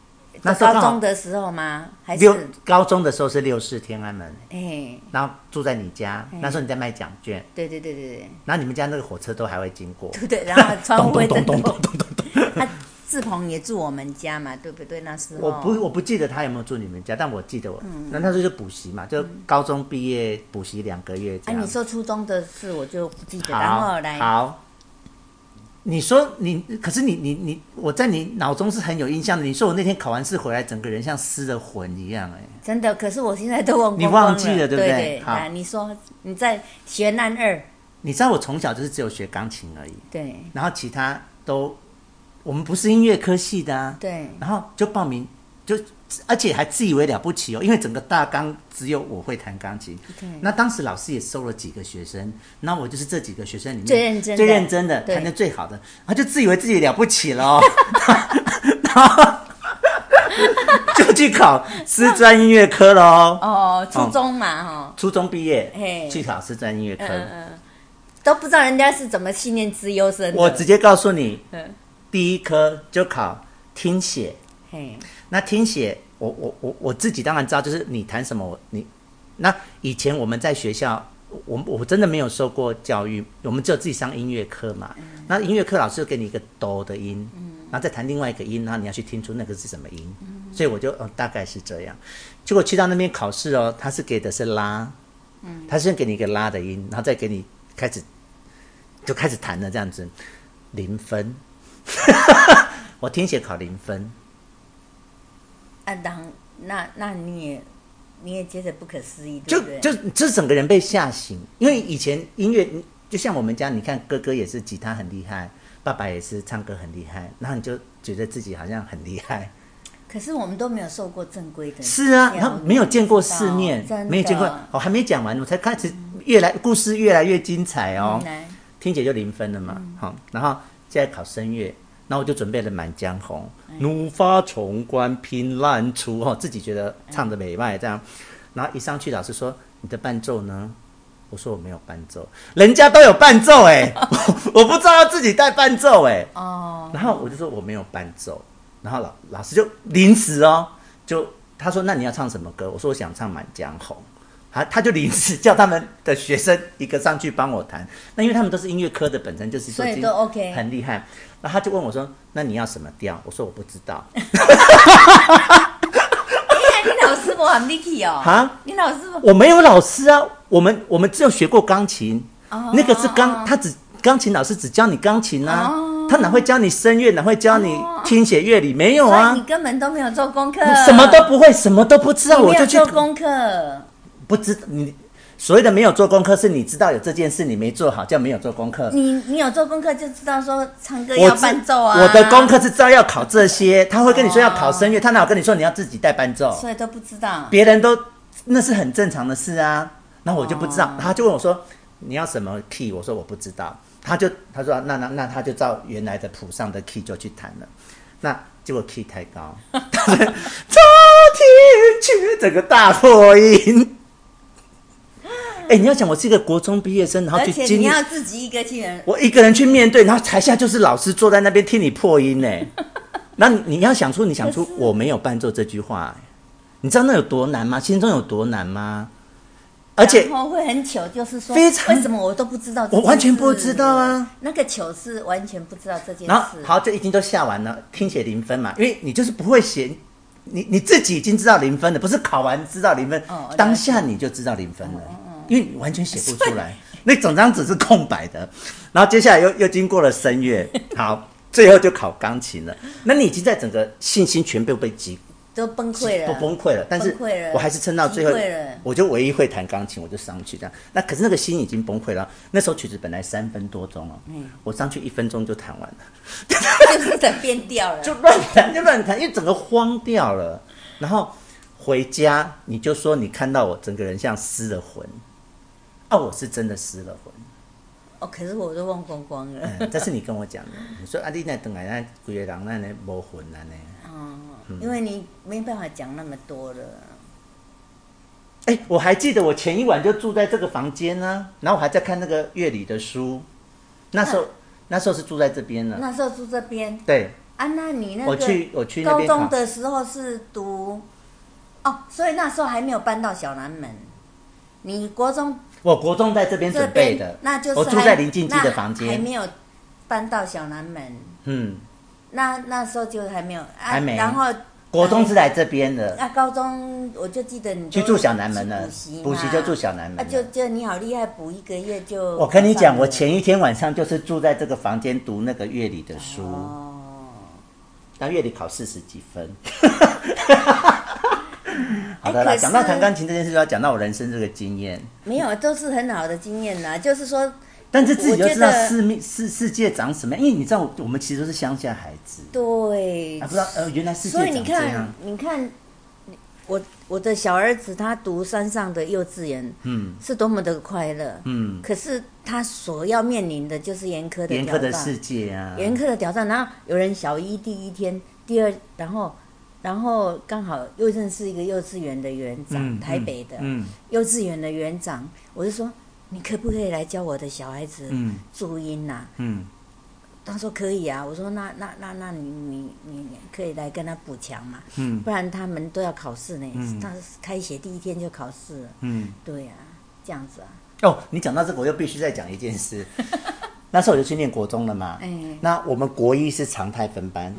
A: 那时候
B: 高
A: 刚好
B: 中的时候吗？还是
A: 六高中的时候是六四天安门，
B: 哎，
A: 然后住在你家，
B: 嗯
A: 那时候你在卖奖券，
B: 对对对对
A: 然后你们家那个火车都还会经过，
B: 对对，然后窗
A: 咚
B: 户会
A: 咚
B: 震
A: 咚
B: 动
A: 咚。咚咚咚咚。
B: 他志鹏也住我们家嘛，对不对？那时候
A: 我不我不记得他有没有住你们家，但我记得我，
B: 嗯
A: 那那时候就补习嘛，就高中毕业补习两个月这
B: 啊，
A: 样。
B: 嗯你说初中的事我就不记得，
A: 好，
B: 然后来
A: 好。你说你，可是你你你，我在你脑中是很有印象的。你说我那天考完试回来，整个人像失了魂一样、哎，
B: 真的，可是我现在都忘光
A: 你
B: 光
A: 忘记了对
B: 对
A: 不对
B: 对？
A: 好
B: 啊，你说你在学南二，
A: 你知道我从小就是只有学钢琴而已，
B: 对
A: 然后其他都，我们不是音乐科系的啊，
B: 对
A: 然后就报名，就而且还自以为了不起哦，因为整个大纲只有我会弹钢琴。
B: 对，
A: 那当时老师也收了几个学生，那我就是这几个学生里面
B: 最认真的
A: 最认真的
B: 对
A: 弹的最好的，他就自以为自己了不起了哦， 然后就去考师专音乐科喽。
B: 哦，初中嘛哈，
A: 初中毕业
B: 嘿
A: 去考师专音乐科，
B: 嗯嗯嗯，都不知道人家是怎么训练资优生的。
A: 我直接告诉你，
B: 嗯
A: 第一科就考听写，
B: 嘿，
A: 那听写，我我我我自己当然知道，就是你谈什么，我你那以前我们在学校，我我真的没有受过教育，我们只有自己上音乐课嘛。那音乐课老师就给你一个哆的音，然后再弹另外一个音，然后你要去听出那个是什么音。所以我就、哦、大概是这样。结果去到那边考试哦，他是给的是拉，他先给你一个拉的音，然后再给你开始就开始弹了这样子，零分。 我听写考零分，
B: 啊，然后那那你也你也觉得不可思议，对
A: 就
B: 不对？
A: 就这整个人被吓醒，因为以前音乐就像我们家，你看哥哥也是吉他很厉害，爸爸也是唱歌很厉害，然后你就觉得自己好像很厉害。
B: 可是我们都没有受过正规的，
A: 是啊，然后没有见过世面
B: 真，的
A: 没有见过，我、还没讲完，我才开始越来故事越来越精彩哦。
B: 来
A: 听姐就零分了嘛，好、然后现在考声乐，那我就准备了《满江红》怒发冲冠凭栏处，哦，自己觉得唱的美迈这样，然后一上去老师说你的伴奏呢？我说我没有伴奏，人家都有伴奏哎、我我不知道要自己带伴奏哎、
B: 哦，
A: 然后我就说我没有伴奏，然后老老师就临时哦，就他说那你要唱什么歌？我说我想唱《满江红》，他他就临时叫他们的学生一个上去帮我弹，那因为他们都是音乐科的，本身就是说
B: 所以
A: 已经
B: 都 OK
A: 很厉害。然后他就问我说那你要什么调？我说我不知道
B: 哎你老师我很 Vicky 哦，
A: 啊，
B: 你老师不
A: 我没有老师啊，我们我们只有学过钢琴，
B: 哦
A: 那个是钢，他只钢琴老师只教你钢琴啊，
B: 哦
A: 他哪会教你声乐，哪会教你听写乐理？没有
B: 所以
A: 啊
B: 你，根本都没有做功课，
A: 什么都不会，什么都不知道，
B: 你
A: 我
B: 呃没
A: 就
B: 有
A: 去
B: 做功课。
A: 不知你所谓的没有做功课，是你知道有这件事你没做好，叫没有做功课。
B: 你你有做功课就知道说唱歌
A: 我
B: 要
A: 知
B: 伴奏啊，
A: 我的功，课是知道要考这些，他会跟你说要考声乐，他哪有跟你说你要自己带伴奏？
B: 所以都不知道。
A: 别人都那是很正常的事啊。然后我就不
B: 哦
A: 知道，他就问我说你要什么 key，我说我不知道。他就他说那那那他就照原来的谱上的 key 就去弹了，那结果 key 太高， 他在昨天去整个大破音。哎、你要想，我是一个国中毕业生，然后
B: 而
A: 去
B: 且
A: 经
B: 你
A: 历
B: 要自己一个去人，
A: 我一个人去面对，然后台下就是老师坐在那边听你破音呢。那你你要想出，你想出我没有伴奏这句话，你知道那有多难吗？心中有多难吗？而且
B: 然后会很糗，就是说，
A: 非常
B: 为什么我都不知道这件
A: 我
B: 事？
A: 完全不知道啊。
B: 那个糗是完全不知道这件
A: 然后
B: 事。
A: 好，这已经都下完了，听写零分嘛，因为你就是不会写，你你自己已经知道零分了，不是考完知道零分，
B: 哦了解哦
A: 当下你就知道零分了，因为你完全写不出来，那整张纸是空白的。然后接下来又又经过了声 乐，好，最后就考钢琴了。那你已经在整个信心全部被击
B: 都崩溃
A: 不
B: 了，
A: 崩溃了，但是
B: 啊崩溃了
A: 我还是撑到最后
B: 崩溃了，
A: 我就唯一会弹钢琴，我就上去这样。那可是那个心已经崩溃了。那首曲子本来三分多钟哦，
B: 嗯
A: 我上去一分钟就弹完了。
B: 就是整变掉了。
A: 就乱 弹就乱弹，因为整个慌掉了。然后回家你就说你看到我整个人像失了 魂，啊，我是真的失了魂。
B: 哦，可是我都忘光光了。
A: 嗯这是你跟我讲的，你说啊，你那等来那鬼个人那呢没魂了呢。
B: 哦，
A: 嗯
B: 因为你没办法讲那么多了。
A: 哎、我还记得我前一晚就住在这个房间呢、然后我还在看那个乐理的书，那时候、那时候是住在这边呢。
B: 那时候住这边
A: 对，
B: 啊，那你那
A: 嗯
B: 个
A: 我去我去那
B: 高
A: 边
B: 中
A: 考，
B: 的时候是读哦，所以那时候还没有搬到小南门。你国中
A: 我国中在这边
B: 这
A: 准备
B: 边
A: 的，，
B: 那就是
A: 我住
B: 还
A: 在林静基
B: 那
A: 的房
B: 还
A: 间，
B: 没有搬到小南门。
A: 嗯，
B: 那那时候就还没有，啊、
A: 还没
B: 然后
A: 国中是来这边的，
B: 那、高中我就记得你
A: 去
B: 都
A: 住小南门
B: 去
A: 了
B: 补习，
A: 补习
B: 嘛
A: 就住小南门
B: 啊，就
A: 了。
B: 就你好厉害，补一个月就
A: 我跟你
B: 上
A: 讲，
B: 了
A: 我前一天晚上就是住在这个房间读那个乐理的书，
B: 哦，
A: 那乐理考四十几分。 好
B: 哎
A: 的啦，
B: 可是
A: 讲到弹钢琴这件事，就要讲到我人生这个经验。
B: 没有，都是很好的经验啦。就是说，
A: 但是自己就知道
B: 我觉得
A: 世面世世界长什么样，因为你知道我我们其实都是乡下孩子，
B: 对，
A: 啊，不知道呃原来世界
B: 哎所以
A: 长
B: 你
A: 这
B: 看
A: 样。，
B: 你看，你我我的小儿子他读山上的幼稚园，
A: 嗯
B: 是多么的快乐。
A: 嗯，
B: 可是他所要面临的就是严苛的
A: 严
B: 挑
A: 苛
B: 战，
A: 的世界啊，
B: 严苛的挑战。然后有人小一第一天，第二，然后然后刚好又认识一个幼稚园的园长，
A: 嗯
B: 台北的、
A: 嗯
B: 幼稚园的园长，我就说你可不可以来教我的小孩子
A: 嗯
B: 注音呐、啊？
A: 嗯
B: 他说可以啊，我说那那那那你你你你可以来跟他补强嘛，
A: 嗯
B: 不然他们都要考试呢。
A: 嗯
B: 他开学第一天就考试了，
A: 嗯。
B: 对啊，这样子啊，
A: 哦，你讲到这个，我又必须再讲一件 事。那时候我就去念国中了嘛，
B: 哎嗯
A: 那我们国一是常态分班，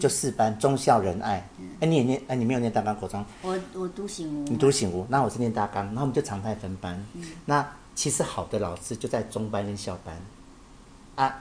A: 就四班，忠孝仁爱。哎、你也念，哎，你没有念大纲国中，
B: 我我独行
A: 你读醒吾，那我是念大纲，那我们就常态分班。
B: 嗯
A: 那其实好的老师就在中班跟校班，啊，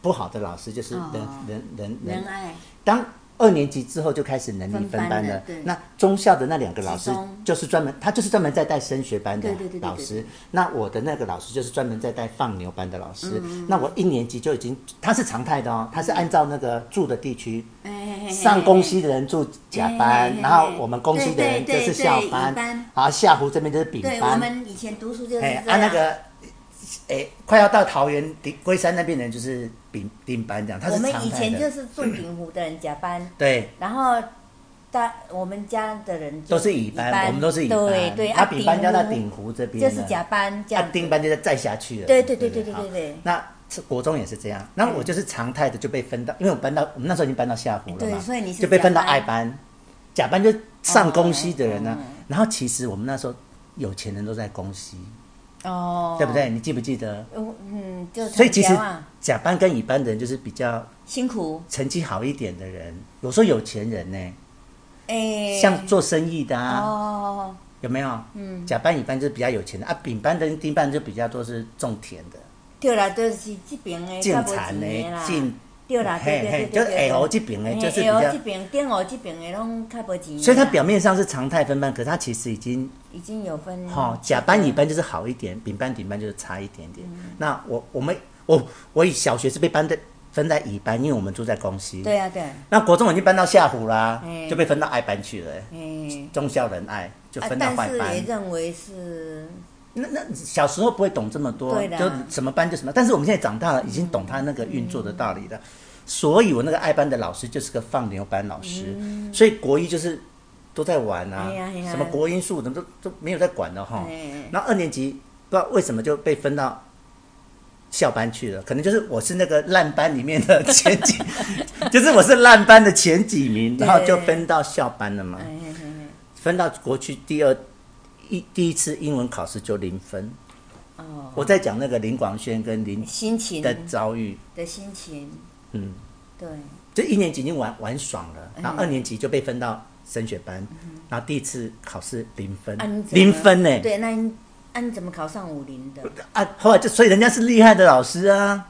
A: 不好的老师就是
B: 哦
A: 人、人人
B: 仁爱，
A: 当二年级之后就开始能力分
B: 分
A: 班
B: 班
A: 了
B: 了对。
A: 那中校的那两个老师
B: 职中
A: 就是专门，他就是专门在带升学班的
B: 对对对对
A: 老
B: 对
A: 师。那我的那个老师就是专门在带放牛班的老师。
B: 嗯
A: 那我一年级就已经，他是常态的哦，他是按照那个住的地区，
B: 哎
A: 上公西的人住甲
B: 哎哎
A: 班
B: 哎，
A: 然后我们公西的人就
B: 对对
A: 是
B: 对
A: 校
B: 对
A: 班
B: 乙班，
A: 然后下湖这边就是丙
B: 对我
A: 班。
B: 们以前读书就是这
A: 哎
B: 样，，
A: 啊那个。哎，快要到桃园顶龟山那边的人就是丙丁班这样，他
B: 我
A: 是
B: 们
A: 常
B: 以
A: 态
B: 前
A: 的
B: 就。是住鼎湖的人甲班，
A: 对，
B: 然后大我们家的人就
A: 都是乙
B: 乙
A: 班，我们都是乙
B: 对
A: 班。
B: 对，
A: 他
B: 啊
A: 丙班加到
B: 鼎
A: 鼎湖这
B: 湖
A: 边
B: 就
A: 了，
B: 是甲班这
A: 啊
B: 样子，
A: 丁班就再再下去了。
B: 对对对对
A: 不
B: 对对对
A: 那是国中也是这样，那我就是常态的就被分到，因为我搬到我们那时候已经搬到下湖了嘛，
B: 嗯对所以你是
A: 就被分到
B: 甲班
A: 爱班，甲班就上公西的人呢、啊
B: 哦
A: 然后其实我们那时候有钱人都在公西，
B: 哦，
A: 对不？对？你记不记得？
B: 嗯嗯，就
A: 所以其实
B: 参加嘛
A: 甲班跟乙班的人就是比较
B: 辛苦，
A: 成绩好一点的人，有时候有钱人呢、
B: 哎，
A: 像做生意的啊，
B: 哦，
A: 有没有？嗯，甲班乙班就是比较有钱的啊，丙班跟丁班就比较多是种田的、
B: 对啦，就是这边的
A: 种田
B: 较无钱的
A: 的、
B: 啦，嗯
A: 种
B: 对啦，对对对
A: 嘿嘿，
B: 对
A: 就是
B: 对
A: 矮
B: 对
A: 喉这边的，就是比
B: 嘿下
A: 较
B: 学这，边、顶学这边的拢较无钱啦。
A: 所以它表面上是常态分班，可是它其实已经
B: 已经有分
A: 哦，甲班乙班就是好一点，丙班丙班就是差一点点。
B: 嗯
A: 那我我们我我以小学是被班在分在乙班，因为我们住在公西。
B: 对啊对，
A: 那国中已经搬到下湖啦，
B: 嗯
A: 就被分到爱班去了、欸
B: 嗯，
A: 忠孝仁爱就
B: 啊
A: 分，到
B: 但
A: 坏
B: 是
A: 班。
B: 也认为是
A: 那那小时候不会懂这么多，
B: 对啦
A: 就什么班就什么，但是我们现在长大了，已经懂他那个运作的道理了。所以我那个爱班的老师就是个放牛班老师，所以国一就是都在玩啊，
B: 嗯哎呀哎呀
A: 什么国音数什么都都没有在管了哈
B: 哎哎哎。
A: 然后二年级不知道为什么就被分到。校班去了，可能就是我是那个烂班里面的前几， 就是我是烂班的前几名，然后就分到校班了嘛。
B: 哎嘿嘿嘿
A: 分到国区第二一第一次英文考试就零分。
B: 哦，
A: 我在讲那个林广轩跟林
B: 心情
A: 的遭遇，
B: 的心情，
A: 嗯，
B: 对，
A: 就一年级已经玩玩爽了，然后
B: 嗯
A: 二年级就被分到升学班，然后第一次考试零分
B: 啊你，怎么
A: 零分呢、
B: 对，那你那你怎么考上武林的？
A: 啊，后来就所以人家是厉害的老师啊。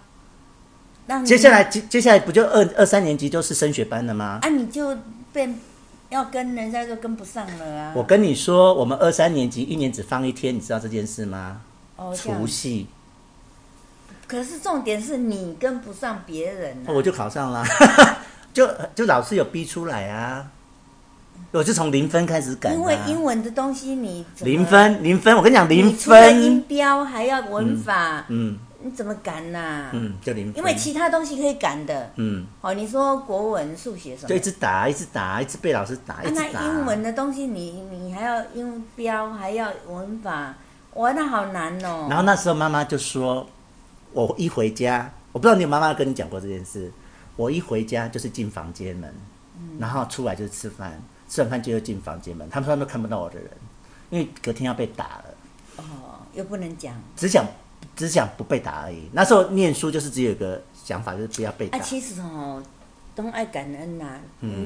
B: 那你
A: 接下来接接下来不就二二三年级就是升学班了吗？
B: 啊，你就被要跟人家就跟不上了啊。
A: 我跟你说，我们二三年级一年只放一天，你知道这件事吗？
B: 哦，这
A: 除
B: 样。
A: 夕
B: 可是重点是你跟不上别人、啊，
A: 哦我就考上了， 就就老师有逼出来啊，我就从零分开始改、啊，
B: 因为英文的东西你怎么
A: 零，分零分，我跟你讲零
B: 你除了
A: 分
B: 音，标还要文法，
A: 嗯
B: 你怎么敢呐、
A: 嗯，就零分，
B: 因为其他东西可以赶的，
A: 嗯，
B: 哦，你说国文、数学什
A: 就一
B: 么的，
A: 直打，一直打，一直被老师打，
B: 啊
A: 一直
B: 那
A: 打。
B: 英文的东西你你还要音标，还要文法，哇，那好难哦。
A: 然后那时候妈妈就说，我一回家，我不知道你有妈妈跟你讲过这件事，我一回家就是进房间门，
B: 嗯
A: 然后出来就是吃饭，吃完饭就又进房间门，他们说他们都看不到我的人，因为隔天要被打了。
B: 哦，又不能讲
A: 只想只想不被打而已。那时候念书就是只有一个想法，就是不要被
B: 啊，
A: 打。
B: 其实哦，都爱感恩呐、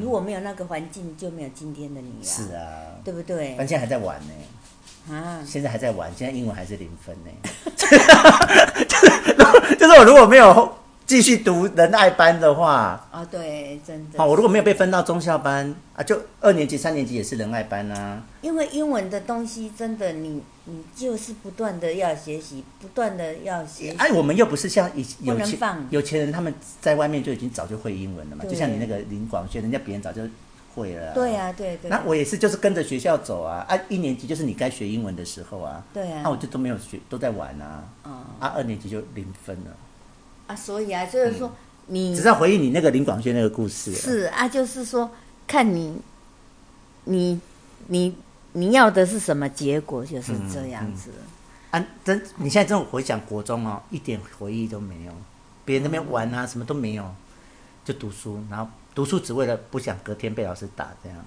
B: 如果没有那个环境，就没有今天的你啊，
A: 是啊，
B: 对不对
A: 但？现在还在玩呢、
B: 啊，
A: 现在还在玩，现在英文还是零分呢、 就是就是我如果没有继续读仁爱班的话，
B: 哦，对，真的
A: 啊，，我如果没有被分到中校班啊，就二年级、三年级也是仁爱班啊。
B: 因为英文的东西真的你，你就是不断的要学习，不断的要学习。
A: 哎，我们又不是像以
B: 不
A: 有
B: 能
A: 钱
B: 放
A: 有钱人，他们在外面就已经早就会英文了嘛。
B: 对
A: 就像你那个林广轩，人家别人早就会了、
B: 对啊，对对。
A: 那我也是，就是跟着学校走啊，啊，一年级就是你该学英文的时候啊，
B: 对啊
A: 那、我就都没有学，都在玩啊，
B: 哦
A: 啊，二年级就零分了。
B: 啊，所以啊，就是说、你
A: 只是要回应你那个林广轩那个故事、啊，
B: 嗯是啊，就是说看你，你你你要的是什么结果，就是这样子。
A: 啊，真，你现在这种回想国中哦，一点回忆都没有，别人那边玩啊，什么都没有，就读书，然后读书只为了不想隔天被老师打这样，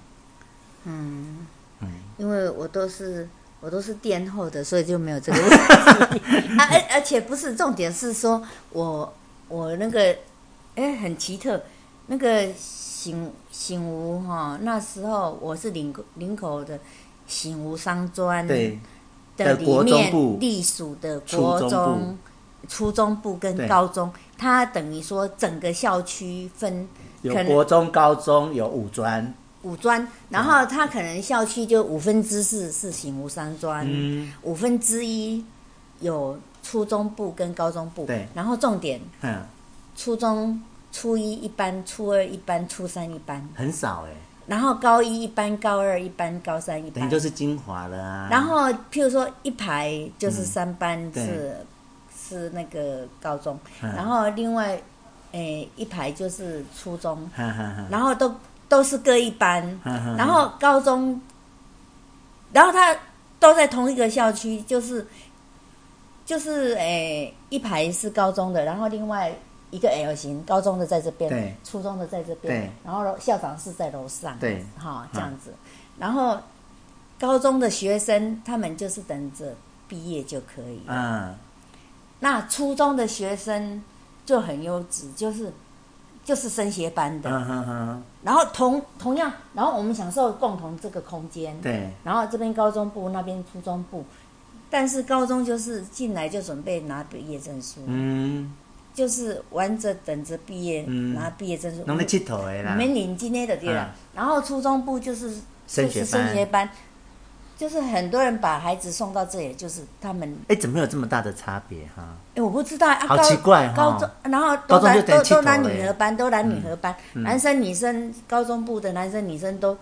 B: 嗯，
A: 嗯
B: 因为我都是我都是垫后的，所以就没有这个问题。 啊，而而且不是重点是说我我那个哎很奇特，那个醒醒吾哈，那时候我是领领口的醒吾商专
A: 对，
B: 的
A: 的
B: 里
A: 国中部
B: 面隶属的
A: 初
B: 国
A: 中
B: 中。初中部
A: 对
B: 跟高中，它等于说整个校区分，
A: 有
B: 可能
A: 国中、高中，有五专，
B: 五专，然后它可能校区就五分之四是醒吾商专，
A: 嗯
B: 五分之一有初中部跟高中部，
A: 对
B: 然后重点
A: 嗯，
B: 初中初一一班，初二一班，初三一班，
A: 很少哎、
B: 然后高一一班，高二一班，高三一
A: 等于
B: 班，
A: 就是精华了啊。
B: 然后譬如说一排就是三班
A: 嗯对
B: 是、是那个高中，
A: 嗯
B: 然后另外诶一排就是初中，
A: 哈哈哈，
B: 然后都都是各一班，
A: 嗯嗯
B: 然后高中，然后他都在同一个校区，就是就是诶、一排是高中的，然后另外一个 L 型，高中的在这
A: 对
B: 边，初中的在这
A: 对
B: 边，然后校长是在楼上，
A: 对
B: 哈这样子，然后高中的学生他们就是等着毕业就可以，
A: 嗯。
B: 那初中的学生就很优质，就是就是升学班的，
A: 嗯哼哼，
B: 然后同同样，然后我们享受共同这个空间，
A: 对，
B: 然后这边高中部，那边初中部，但是高中就是进来就准备拿毕业证书，
A: 嗯，
B: 就是玩着等着毕业，
A: 嗯
B: 拿毕业证书。
A: 拢咧佚佗的啦，
B: 没领今天的对了。
A: 嗯
B: 然后初中部就是
A: 升学
B: 就是升学
A: 班。
B: 班，就是很多人把孩子送到这里，就是他们，
A: 哎，怎么有这么大的差别哈？
B: 哎，我不知道啊，
A: 好
B: 高
A: 奇怪哈
B: 高中，然后
A: 高
B: 都
A: 中就等
B: 男
A: 于
B: 都
A: 气
B: 都
A: 头嗯
B: 男
A: 了
B: 女
A: 耶
B: 合班，都男女合班，男生女生高中部的男生女生都，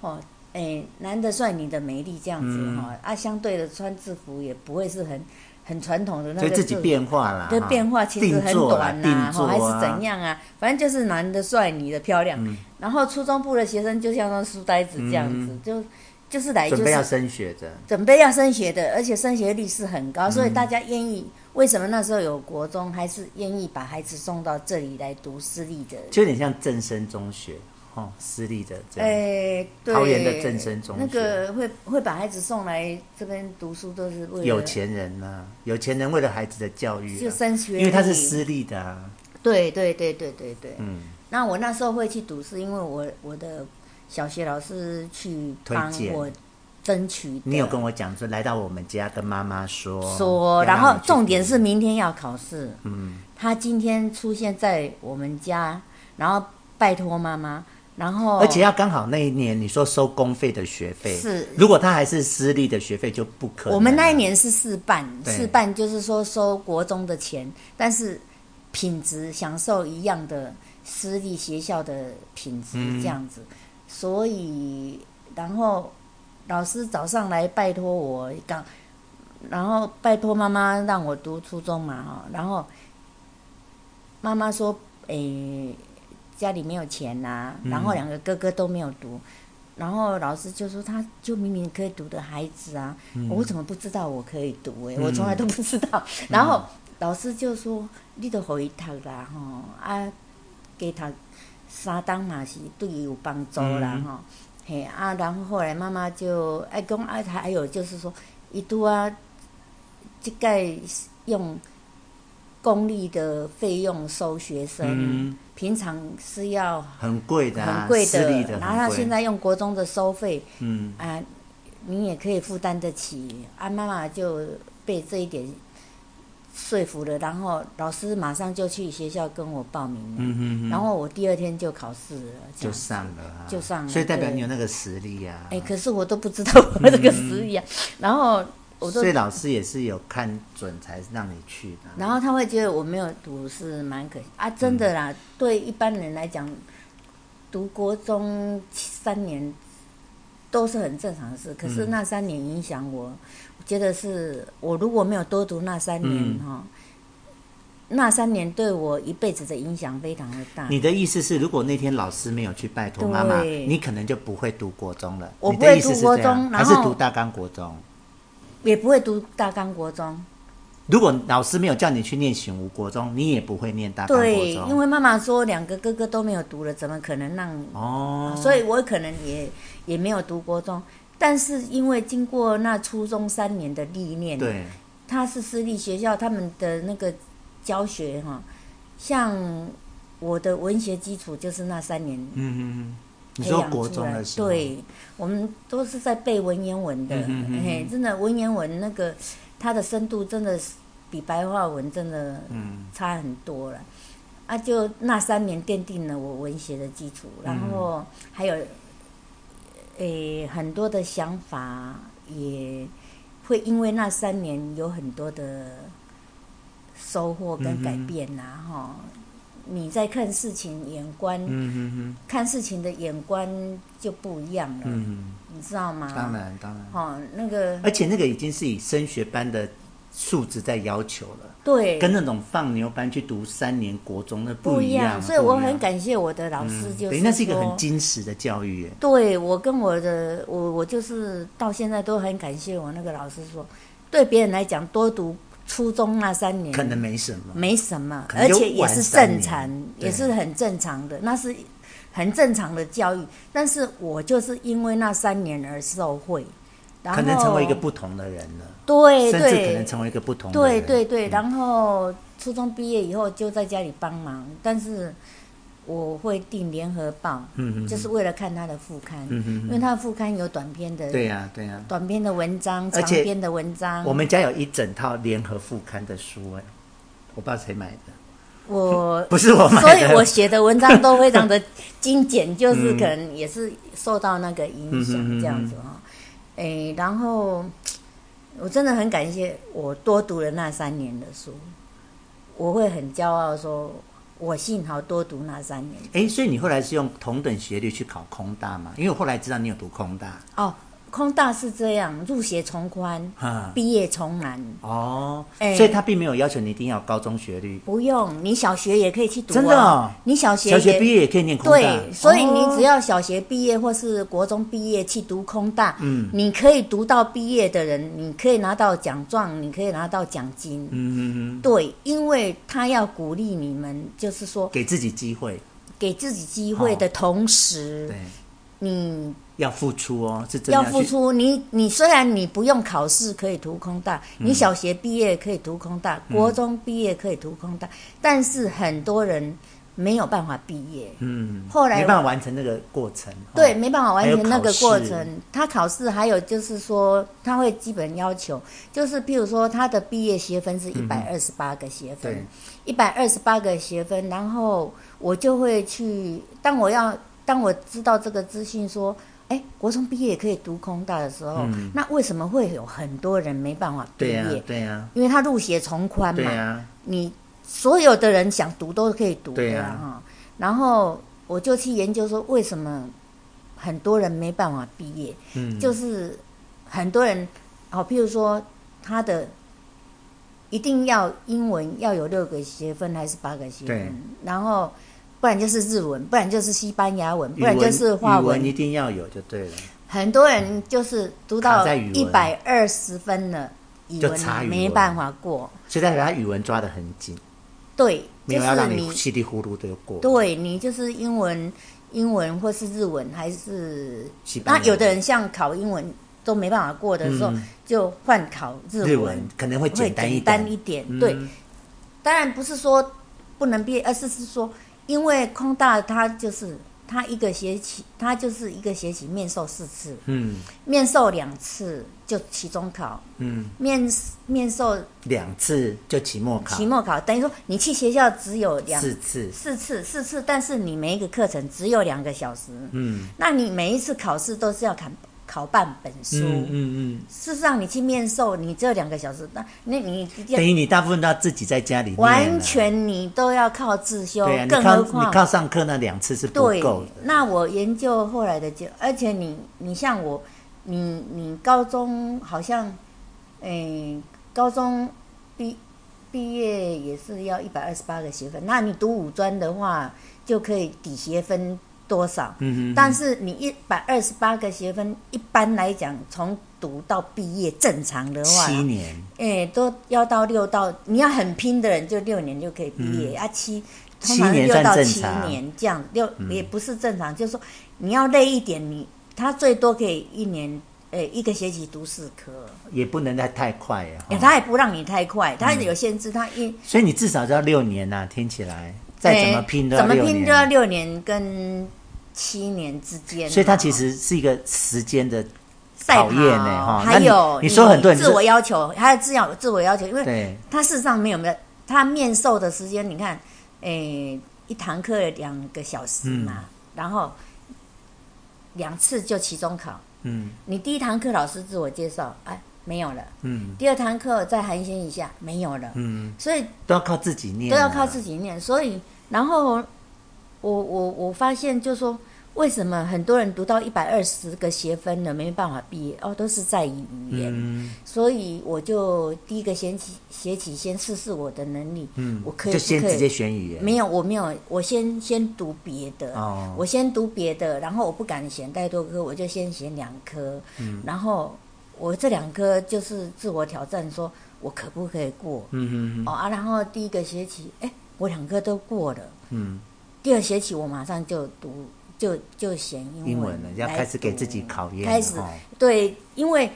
B: 哦，哎，男的帅，女的美丽这样子
A: 嗯
B: 哈、啊，相对的穿制服也不会是很很传统的那
A: 所
B: 个
A: 以
B: 制服，
A: 自己变化啦，
B: 的
A: 哈
B: 变化其实很短
A: 定
B: 呐、
A: 做
B: 吼还
A: 啊
B: 是怎样啊？反正就是男的帅，女的漂
A: 嗯
B: 亮。然后初中部的学生就像那书呆子这样子，就就是来
A: 嗯
B: 就
A: 准备要
B: 是
A: 升学的，
B: 准备要升学的，而且升学率是很
A: 嗯
B: 高，所以大家愿意。为什么那时候有国中，还是愿意把孩子送到这里来读私立的？
A: 就有点像正升中学，哦，私立的这样。
B: 哎，对，
A: 桃园的正声中学
B: 那个会会把孩子送来这边读书，都是为了
A: 有，钱人呐、有钱人为了孩子的教育、
B: 就
A: 啊，
B: 升学率，
A: 因为他是私立的啊，
B: 对对对对对对，
A: 嗯，
B: 那我那时候会去读，是因为我我的小学老师去帮
A: 推荐
B: 我争取的。
A: 你有跟我讲说来到我们家跟妈妈说
B: 说，
A: 要
B: 然
A: 让
B: 后
A: 你去
B: 重点
A: 读
B: 是明天要考试，
A: 嗯，
B: 他今天出现在我们家，然后拜托妈妈，然后
A: 而且要刚好那一年你说收公费的学费
B: 是
A: 如果他还是私立的学费就不可能了。
B: 我们那一年是四办，
A: 对
B: 四办就是说收国中的钱，但是品质享受一样的私立学校的品质
A: 嗯
B: 这样子，所以然后老师早上来拜托我刚，然后拜托妈妈让我读初中嘛哈，然后妈妈说诶、家里没有钱呐、
A: 嗯
B: 然后两个哥哥都没有读。然后老师就说，他就明明可以读的孩子啊，
A: 嗯
B: 我怎么不知道我可以读、欸？我从来都不知道。然后老师就说，你都回读啦，吼，啊，给读三档嘛是对伊有帮助啦
A: 嗯，
B: 吼、嘿啊。然后后来妈妈就哎讲啊，还有就是说，伊拄啊，即个用公立的费用收学生，
A: 嗯
B: 平常是要
A: 很贵的、啊，
B: 很贵
A: 私立
B: 然
A: 很
B: 后他
A: 贵。
B: 现在用国中的收费
A: 嗯，
B: 啊，你也可以负担得起啊。妈妈就被这一点说服了，然后老师马上就去学校跟我报名了，
A: 嗯嗯嗯
B: 然后我第二天就考试了，
A: 就
B: 这样子
A: 上了、啊，
B: 就上了
A: 所以代表
B: 对
A: 你有那个实力啊。
B: 哎、可是我都不知道我
A: 嗯
B: 这个实力啊，然后我都
A: 所以老师也是有看准才让你去的啊。
B: 然后他会觉得我没有读是蛮可惜啊，真的啦，对一般人来讲，读国中三年都是很正常的事。可是那三年影响我，我觉得是我如果没有多读那三年
A: 嗯
B: 哈、那三年对我一辈子的影响非常的大。
A: 你的意思是，如果那天老师没有去拜托妈妈，
B: 对
A: 你可能就不会读国中了。
B: 我
A: 你
B: 不会
A: 的意思
B: 读
A: 是
B: 国
A: 这样
B: 中
A: 还
B: 然
A: 是
B: 后
A: 读大纲国中？
B: 也不会读大纲国中，
A: 如果老师没有叫你去念醒吾国中，你也不会念大纲
B: 对，
A: 国中。
B: 因为妈妈说两个哥哥都没有读了，怎么可能让
A: 哦，
B: 所以我可能也也没有读国中，但是因为经过那初中三年的历练，，
A: 对，
B: 他是私立学校，他们的那个教学哈，像我的文学基础就是那三年
A: 嗯嗯嗯，你
B: 培
A: 说
B: 养
A: 国
B: 出
A: 中
B: 来
A: 的，时候，，
B: 对，我们都是在背文言文的，
A: 嗯哼嗯哼
B: 嘿，真的文言文那个它的深度真的是比白话文真的
A: 嗯
B: 差很多了。啊，就那三年奠定了我文学的基础，然后还有，诶、很多的想法也会因为那三年有很多的收获跟改变呐、啊，哈、你在看事情眼观，
A: 嗯嗯
B: 看事情的眼观就不一样了，
A: 嗯嗯，
B: 你知道吗？
A: 当，然当然，
B: 哦，那个
A: 而且那个已经是以升学班的素质在要求了，
B: 对，
A: 跟那种放牛班去读三年国中那
B: 不
A: 一样，啊
B: 所以我很
A: 不
B: 感谢我的老
A: 一
B: 师，
A: 样
B: 就
A: 对
B: 是、
A: 那是一个很矜持的教育耶。
B: 对我跟我的我我就是到现在都很感谢我那个老师说，对别人来讲多读初中那三年
A: 可能没什么，
B: 没什么，
A: 可能
B: 而
A: 就
B: 且也是正
A: 晚
B: 常
A: 三年，对
B: 也是很正常的，那是很正常的教育。但是我就是因为那三年而受惠，然后
A: 可能成为一个不同的人了，
B: 对
A: 甚至可
B: 对
A: 能成为一个不同的
B: 对
A: 人。嗯
B: 对对，然后初中毕业以后就在家里帮忙，但是我会订联合报，
A: 嗯嗯，
B: 就是为了看他的副刊，
A: 嗯嗯嗯
B: 因为他的副刊有短篇的，
A: 对呀对呀。
B: 短篇的文章、
A: 而
B: 长
A: 且
B: 篇的文章，
A: 我们家有一整套联合副刊的书哎，我不知道谁买的，
B: 我
A: 不是 我买
B: 所以
A: 的，
B: 我写的文章都非常的精简，就是
A: 嗯
B: 可能也是受到那个影响这样子哈、诶，然后我真的很感谢我多读了那三年的书，我会很骄傲说，我幸好多读那三年。
A: 哎，所以你后来是用同等学历去考空大 吗？因
B: 嗯
A: 为我后来知道你有读空大，
B: 哦，空大是这样，入学从宽，
A: 哈，
B: 毕业从难，
A: 哦，
B: 哎
A: 所以他并没有要求你一定要有高中学历，
B: 不用你小学也可以去读、啊，
A: 真的哦
B: 你小学
A: 小学
B: 也
A: 毕业也可以念空大，
B: 对，所以你只
A: 要
B: 要小学毕业或是国中毕业去读空大，嗯，你可以读到毕业的人，你可以拿到奖状，你可以拿到奖金，
A: 嗯嗯嗯，
B: 对，因为他要鼓励你们，就是说
A: 给自己机会，
B: 给自己机会的同时，
A: 对，
B: 你
A: 要付出哦，是真的
B: 要
A: 去
B: 付出。你你虽然你不用考试可以读空大，
A: 嗯
B: 你小学毕业可以读空大，国中毕业可以读空大，但是很多人没有办法毕业，
A: 嗯，
B: 后来
A: 没
B: 我
A: 办法完成那个过程。哦
B: 对，，没办法完
A: 还有
B: 成那
A: 考
B: 个过
A: 试
B: 程。他考试还有就是说，他会基本要求，就是譬如说他的毕业学分是一百二十八个学
A: 嗯对
B: 分，一百二十八个学分，然后我就会去，当我要当我知道这个资讯说。哎，国中毕业也可以读空大的时候，那为什么会有很多人没办法毕
A: 嗯对
B: 业？
A: 呀、对呀、
B: 因为他入学从宽嘛。
A: 对呀、
B: 你所有的人想读都可以读
A: 对
B: 的
A: 啊
B: 哈、然后我就去研究说，为什么很多人没办法毕业？
A: 嗯，
B: 就是很多人，哦，譬如说他的一定要英文要有六个学分还是八个学
A: 对
B: 分，然后不然就是日文，不然就是西班牙文，
A: 语
B: 不
A: 文
B: 然就是化
A: 语一定要有就对了，
B: 很多人就是读
A: 卡
B: 到
A: 在语
B: 一
A: 文
B: 百二十分了，语
A: 就
B: 文
A: 差
B: 还
A: 语
B: 没
A: 文
B: 办法过。
A: 所以代表他语文抓得很紧，
B: 对，
A: 没
B: 就
A: 有要
B: 是
A: 让
B: 你
A: 你稀里糊涂的过。，
B: 对你就是英文、英文或是日文，还是
A: 西班牙
B: 那
A: 文
B: 有的人像考英文都没办法过的时候，
A: 嗯
B: 就换考日文，
A: 日文可能会
B: 会
A: 简单一点。
B: 简单一点。
A: 嗯
B: 对，当然不是说不能毕业，而是是说，因为空大它就是它一个学期，它就是一个学期面授四次，
A: 嗯
B: 面授两次就期中考，
A: 嗯，
B: 面面授
A: 两次就期末考，
B: 期末考，等于说你去学校只有两
A: 四次，
B: 四次，四次，但是你每一个课程只有两个小时，
A: 嗯
B: 那你每一次考试都是要考考半本书。
A: 嗯嗯嗯，
B: 事实上，你去面授，你只有两个小时，那那你
A: 等于你大部分都要自己在家里念了啊
B: 完全你都要靠自修，
A: 对啊，你
B: 更何
A: 靠
B: 况
A: 你靠上课那两次是不
B: 对
A: 够的，。
B: 那我研究后来的结，而且你你像我，你你高中好像，诶、高中毕毕业也是要一百二十八个学分，那你读五专的话就可以抵学分多少？
A: 嗯嗯嗯
B: 但是你一百二十八个学分，一般来讲，从读到毕业正常的话，
A: 七年，
B: 哎、都要到六到，你要很拼的人就六年就可以毕业、啊，七通
A: 嗯
B: 常
A: 七年
B: 六到
A: 算
B: 七
A: 正常嗯
B: 年这样，六、也不是正常，就是说你要累一点，你他最多可以一年，呃、一个学期读四科，
A: 也不能再太快呀、
B: 哎
A: 哦
B: 他也不让你太快，他有限制，他一
A: 所以你至少就要六年呐、听起来嗯再怎么拼都
B: 哎
A: 要
B: 怎么
A: 六
B: 拼都要
A: 年。
B: 六年跟七年之间，
A: 所以它
B: 哦
A: 其实是一个时间的
B: 赛跑
A: 讨厌呢哈
B: 还有
A: 那你你说很多人
B: 自我要求，还有自要自我要求，因为
A: 对，
B: 他事实上没有没有，他面授的时间，你看，诶、一堂课两个小时嘛，然后两次就期中考。
A: 嗯
B: 你第一堂课老师自我介绍，哎，没有了；
A: 嗯
B: 第二堂课再寒暄一下，没有了。
A: 嗯，
B: 所以
A: 都要靠自己念，啊
B: 都要靠自
A: 己。
B: 己念。所以，然后我我我发现，就说为什么很多人读到一百二十个学分了，没办法毕业哦，都是在于语言。
A: 嗯
B: 所以我就第一个先起写起，先试试我的能力。
A: 嗯，
B: 我可以
A: 就先
B: 不可以
A: 直接选语言，
B: 没有，我没有，我先先读别的，
A: 哦
B: 我先读别的，然后我不敢选太多科，我就先选两科，
A: 嗯
B: 然后我这两科就是自我挑战，说我可不可以过？
A: 嗯嗯
B: 哦啊，然后第一个学期，哎，我两科都过了，
A: 嗯，
B: 第二学期我马上就读，就就选英文
A: 嗯英文了，要
B: 来
A: 开始给
B: 读
A: 自己考验了，
B: 开始
A: 哦
B: 对，因为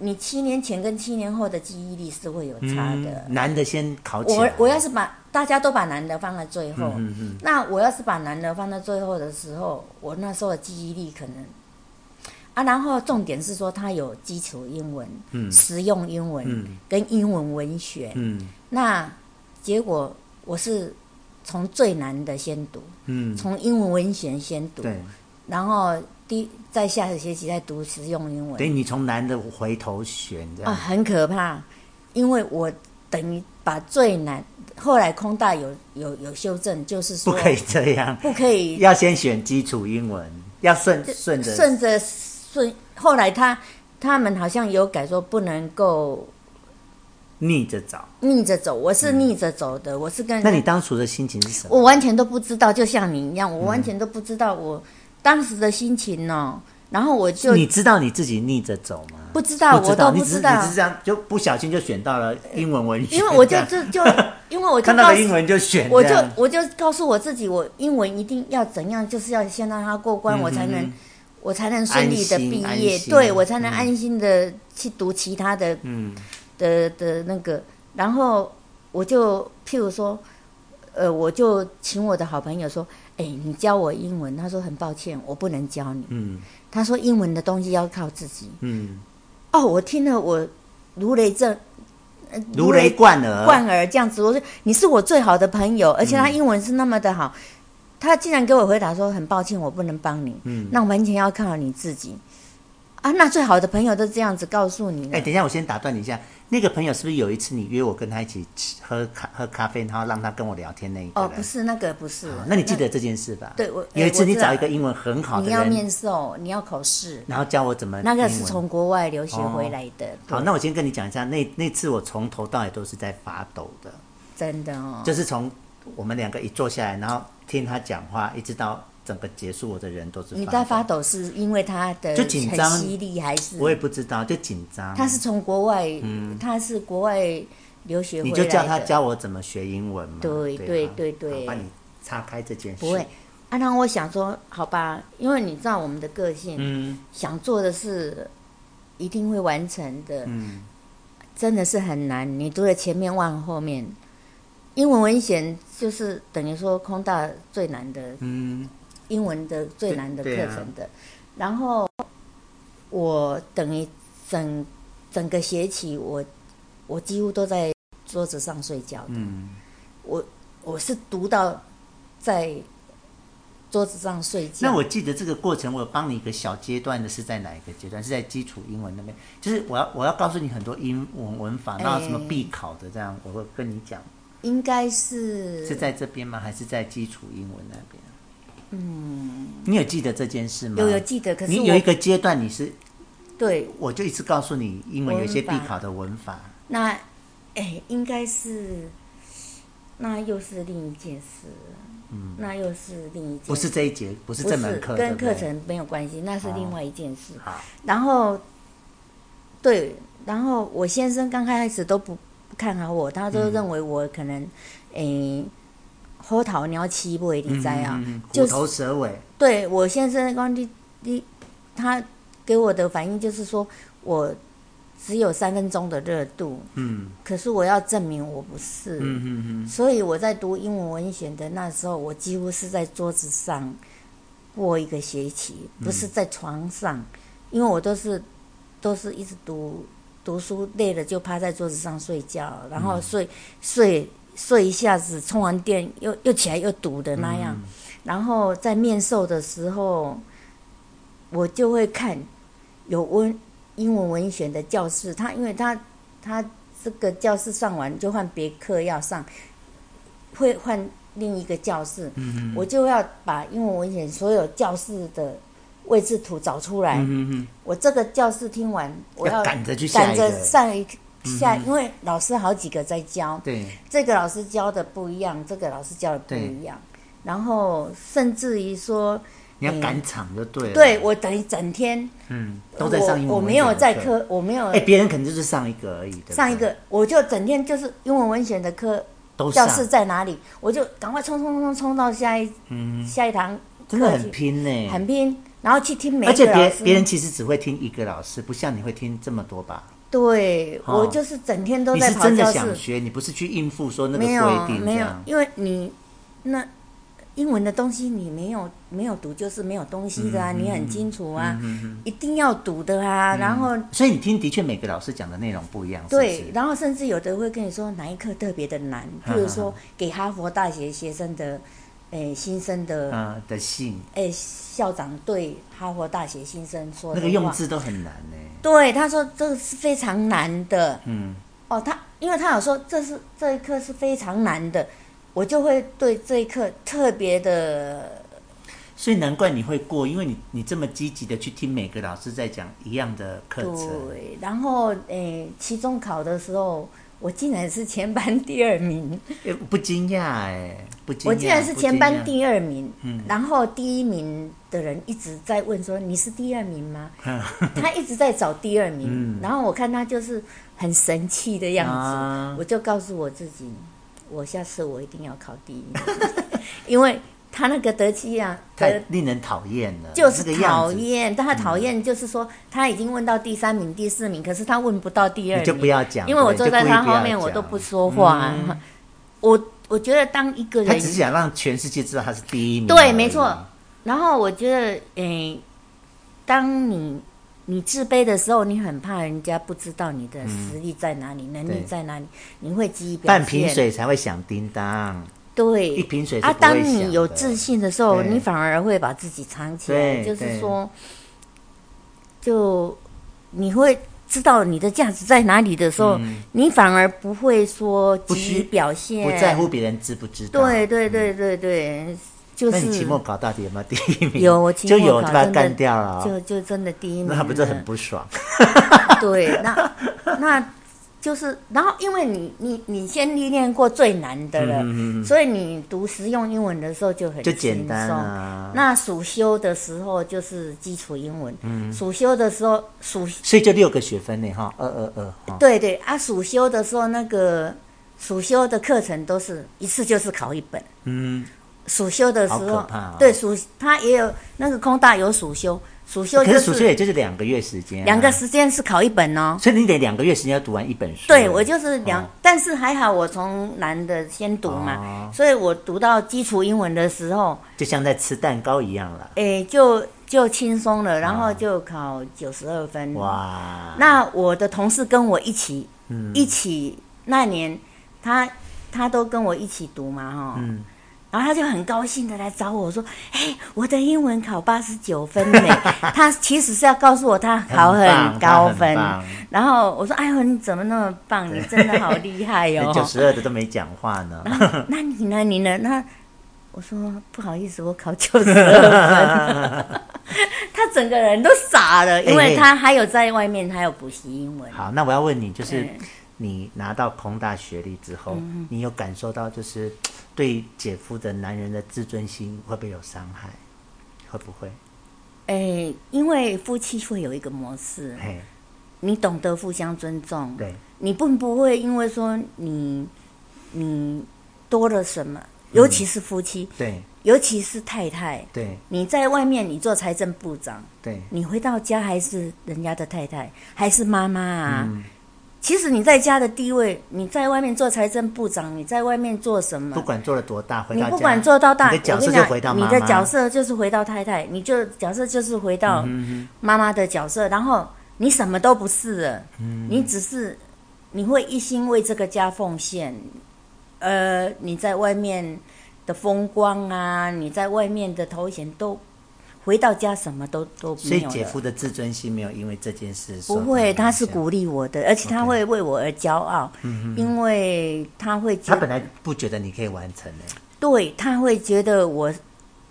B: 你七年前跟七年后的记忆力是会有差的。
A: 嗯，难的先考起
B: 我
A: 来。
B: 我要是把大家都把男的放在最后，
A: 嗯嗯
B: 那我要是把男的放在最后的时候，我那时候的记忆力可能啊，然后重点是说他有基础英文、
A: 嗯
B: 实用英文、
A: 嗯
B: 跟英文文学。
A: 嗯
B: 那结果我是从最难的先读，
A: 嗯，
B: 从英文文选先读，
A: 对，
B: 然后第在下个学期再读实用英
A: 等于
B: 文。
A: 你从难的回头选这
B: 啊，
A: 样，
B: 很可怕，因为我等于把最难，后来空大有有有修正，就是啊
A: 不
B: 说
A: 可以这样，
B: 不可以
A: 要先选基础英文，要顺顺着
B: 顺着顺。后来他他们好像有改说不能够
A: 逆着找。
B: 逆着走，我是逆着走的，我是跟
A: 嗯那你嗯当初的心情是什么？
B: 我完全都不知道，就像你一样，我完全都不知道我当时的心情呢、然后我就
A: 你知道你自己逆着走吗？
B: 不知道，
A: 不知
B: 我
A: 道，
B: 都
A: 你
B: 不
A: 只是
B: 知
A: 你
B: 道
A: 只是，这样就不小心就选到了英文文学，
B: 因为我就
A: 这样
B: 就就因为我就
A: 看到
B: 告
A: 了英
B: 诉
A: 文就选，
B: 我就
A: 这样
B: 我就告诉我自己，我英文一定要怎样，就是要先让它过关，我才能我才能顺利
A: 嗯
B: 的
A: 安心
B: 毕
A: 安
B: 业，
A: 心
B: 对我才能安心的去读其他的
A: 嗯
B: 的的那个，然后我就譬如说，呃，我就请我的好朋友说，哎，你教我英文。他说很抱歉，我不能教你。
A: 嗯
B: 他说英文的东西要靠自己。
A: 嗯，
B: 哦，我听了我如雷震，呃
A: 如雷贯耳，
B: 贯耳这样子，我说你是我最好的朋友，而且他英文是那么的好，
A: 嗯
B: 他竟然给我回答说很抱歉，我不能帮你，
A: 嗯。
B: 那完全要靠你自己。啊，那最好的朋友都这样子告诉你了。
A: 哎，等一下，我先打断你一下。那个朋友是不是有一次你约我跟他一起吃喝咖喝咖啡，然后让他跟我聊天那一个
B: 哦，
A: 人？
B: 不是那个，不是
A: 啊，。那你记得这件事吧？
B: 对我
A: 有一次
B: 哎我
A: 你
B: 知道
A: 找一个英文很好的
B: 你要
A: 人，
B: 面授，你要口试，
A: 然后教我怎么
B: 那个
A: 英
B: 是
A: 文
B: 从国外留学回来的，
A: 好，那我先跟你讲一下，那那次我从头到尾都是在发抖的，
B: 真的哦，
A: 就是从我们两个一坐下来，然后听他讲话，一直到整个结束，我的人都是
B: 你在发
A: 抖，
B: 抖是因为他的
A: 就紧张
B: 很犀利还是？
A: 我也不知道，就紧张。
B: 他是从国外，他是国外留学回
A: 你
B: 来
A: 就
B: 的，
A: 叫他教我怎么学英文嘛？
B: 对
A: 对啊
B: 对对对
A: 好帮你岔开这件事。
B: 不会。啊，然后我想说，好吧，因为你知道我们的个性，
A: 嗯
B: 想做的事一定会完成的，
A: 嗯，
B: 真的是很难。你读了前面忘了后面，英文文选就是等于说空大最难的
A: 嗯
B: 英文的最难的课
A: 对对啊
B: 程的。然后我等于整整个学期我，我几乎都在桌子上睡觉的。
A: 嗯，
B: 我我是读到在桌子上睡觉。
A: 那我记得这个过程，我有帮你一个小阶段的是在哪一个阶段？是在基础英文那边，就是我要我要告诉你很多英文文法，然后什么
B: 哎
A: 必考的这样，我会跟你讲。
B: 应该是
A: 是在这边吗？还是在基础英文那边？嗯，你有记得这件事吗？
B: 有有记得，可是
A: 你有一
B: 我
A: 个阶段，你是
B: 对
A: 我就一直告诉你，英文有一些必考的文法，
B: 那哎应该是。那又是另一件事，嗯，那又是另一件事，
A: 不是这一节，不是
B: 不
A: 这
B: 是
A: 门课，对
B: 跟
A: 不对哦
B: 课。程没有关系，那是另外一件事。
A: 好，
B: 然后，对，然后我先生刚开始都不不看好我，他
A: 嗯
B: 都认为我可能，诶、后头鸟七不会理在啊
A: 嗯，嗯嗯
B: 就
A: 虎
B: 是
A: 头蛇尾，
B: 对我先生刚你你他给我的反应就是说我只有三分钟的热度，
A: 嗯
B: 可是我要证明我不
A: 嗯
B: 是，
A: 嗯嗯，
B: 所以我在读英文文选的那时候，我几乎是在桌子上过一个学期，
A: 嗯
B: 不是在床上，因为我都是都是一直读读书，累了就趴在桌子上睡觉，然
A: 嗯
B: 后睡、睡睡一下子，充完电又又起来又读的那样。然后在面授的时候，我就会看有文英文文选的教室，他因为他他这个教室上完就换别课要上，会换另一个教室，
A: 嗯
B: 我就要把英文文选所有教室的位置图找出来。
A: 嗯嗯
B: 我这个教室听完，我
A: 要
B: 要
A: 赶着去下
B: 赶
A: 一
B: 着
A: 个，嗯
B: 上一下，因为老师好几个在教，
A: 对，
B: 这个老师教的不一样，这个老师教的不一样，然后甚至于说，
A: 你要赶场就对了。
B: 对，我等于整天
A: 嗯，都在上英文
B: 我，我没有在。科，我没有
A: 哎，别人可能就是上一个而已，对不对
B: 上一个，我就整天就是英文文选的课
A: 都
B: 教
A: 上，
B: 室在哪里，我就赶快冲冲冲冲到下一
A: 嗯，
B: 下一堂
A: 真的
B: 课
A: 很
B: 去，
A: 拼呢，
B: 很拼，然后去听每
A: 而
B: 一
A: 且
B: 个老
A: 别别人
B: 师。
A: 其实只会听一个老师，不像你会听这么多吧？
B: 对，
A: 哦
B: 我就是整天都
A: 你
B: 在
A: 是
B: 跑
A: 真的
B: 教
A: 想
B: 室，啊
A: 学，你不是去应付说那个
B: 没有
A: 规定这
B: 没有
A: 样，。
B: 因为你那英文的东西你没有没有读就是没有东西的啊，
A: 嗯嗯
B: 你
A: 嗯
B: 很清楚啊，
A: 嗯嗯
B: 一定要读的啊。然后
A: 嗯所以你听，的确每个老师讲的内容不一样，是不是
B: 对，然后甚至有的会跟你说哪一科特别的难，譬如说给哈佛大学学生的，诶新生的，
A: 嗯的信，
B: 诶校长对哈佛大学新生说
A: 那
B: 的
A: 个用
B: 话
A: 字都很难呢。
B: 对，他说这个是非常难的
A: 嗯，
B: 哦。他因为他有说这是这一课是非常难的，我就会对这一课特别的
A: 所以难怪你会过，因为你你这么积极的去听每个老师在讲一样的课程，
B: 对。然后诶，期中考的时候，我竟然是全班第二名，
A: 诶呃不惊讶哎，不惊讶。
B: 我竟然是
A: 不
B: 全
A: 惊
B: 班
A: 讶
B: 第二名。
A: 嗯
B: 然后第一名的人一直在问说：“你是第二名吗？” 他一直在找第二名。
A: 嗯
B: 然后我看他就是很神气的样子，
A: 啊
B: 我就告诉我自己，我下次我一定要考第一名， 因为他那个德基啊，
A: 太
B: 德
A: 令人讨厌了，
B: 就
A: 那
B: 是
A: 个样
B: 讨
A: 子，
B: 厌，但他讨厌就是说他已经问到第三名、第四名，可是他问不到第二名，
A: 你就不要讲，
B: 因为我坐在他后
A: 对
B: 面，
A: 就故意不要讲嗯
B: 我都不说话。啊我我觉得当一个
A: 他
B: 人
A: 只是想让全世界知道他是第一名。
B: 对，没错。。然后我觉得，诶、当你你自卑的时候，你很怕人家不知道你的实力在哪里、能
A: 对
B: 力在哪里，你会急于表现。
A: 嗯半瓶水才会响叮当，
B: 对，
A: 一瓶水是
B: 啊，
A: 不会响
B: 当你有
A: 的
B: 自信的时候，
A: 对
B: 你反而会把自己藏起来，
A: 对
B: 就是
A: 对
B: 说，就你会知道你的价值在哪里的时候，你反而不会说
A: 嗯不需
B: 急于表现，
A: 不在乎。别人知不知道。
B: 对对对对对，就
A: 那
B: 是
A: 你期末考到底有没有第一名？
B: 有我期末
A: 就有
B: 考
A: 就把他
B: 真的
A: 干掉了哦，
B: 就就真的第一名了，
A: 那他不是很不爽？
B: 对， 那那就是，然后因为你你你先历练过最难的了，
A: 嗯嗯嗯
B: 所以你读实用英文的时候就很
A: 就
B: 轻
A: 简单
B: 松
A: 啊。
B: 那暑修的时候就是基础英文，
A: 嗯
B: 暑修的时候暑
A: 所以就六个学分呢，哈，二二二哈。
B: 对对啊，暑修的时候那个暑修的课程都是一次就是考一本，
A: 嗯，
B: 暑修的时
A: 好
B: 候、
A: 可怕哦
B: 对暑他也有那个空大有暑修，暑修
A: 可
B: 就是
A: 暑修也就是两个月时间啊，
B: 两个时间是考一本哦。
A: 所以你得两个月时间要读完一本书。
B: 对，我就是两，
A: 哦
B: 但是还好我从难的先读嘛，
A: 哦
B: 所以我读到基础英文的时候，
A: 就像在吃蛋糕一样了。
B: 诶，就就轻松了，然后就考九十二分。！
A: 啊哇，嗯
B: 那我的同事跟我一起，一起那年他他都跟我一起读嘛，哈、
A: 嗯
B: 然后他就很高兴的来找我说：“哎，我的英文考八十九分呢。” 他其实是要告诉我他考
A: 很棒
B: 很高分
A: 他很棒。
B: 然后我说：“哎呦，你怎么那么棒？你真的好厉害 哟、
A: 九十二的都没讲话呢。
B: 那你呢？你呢？那我说不好意思，我考九十 二分。他整个人都傻了，因
A: 哎哎
B: 为他还有在外面，还有补习英文。
A: 好，那我要问你，就是
B: 嗯
A: 你拿到空大学历之后，你有感受到就是对姐夫的男人的自尊心会不会有伤害？会不会？
B: 哎，因为夫妻会有一个模式，
A: 嘿，
B: 你懂得互相尊重，
A: 对，
B: 你并不会因为说你你多了什么，尤其是夫妻，
A: 对，
B: 尤其是太太，
A: 对，
B: 你在外面你做财政部长，
A: 对，
B: 你回到家还是人家的太太，还是妈妈啊？
A: 嗯
B: 其实你在家的地位，你在外面做财政部长，你在外面做什么
A: 不？管做了多大，回
B: 你
A: 到家
B: 不管做到大，
A: 你的角
B: 我跟
A: 色
B: 你
A: 就
B: 讲，
A: 回到妈
B: 你
A: 妈
B: 的角色就是回到太太，你就角色就是回
A: 嗯
B: 到妈妈的角色，然后你什么都不是了，
A: 嗯
B: 你只是你会一心为这个家奉献，呃，你在外面的风光啊，你在外面的头衔都回到家什么都都
A: 所
B: 没
A: 以
B: 有
A: 姐
B: 了。
A: 夫的自尊心没有因为这件事受
B: 不
A: 到
B: 会，
A: 影
B: 他是
A: 响
B: 鼓励我的，而且他
A: OK 嗯
B: 会为我而骄傲，因为他会觉
A: 他
B: 得
A: 本来不觉得你可以完成呢。
B: 对他会觉得我，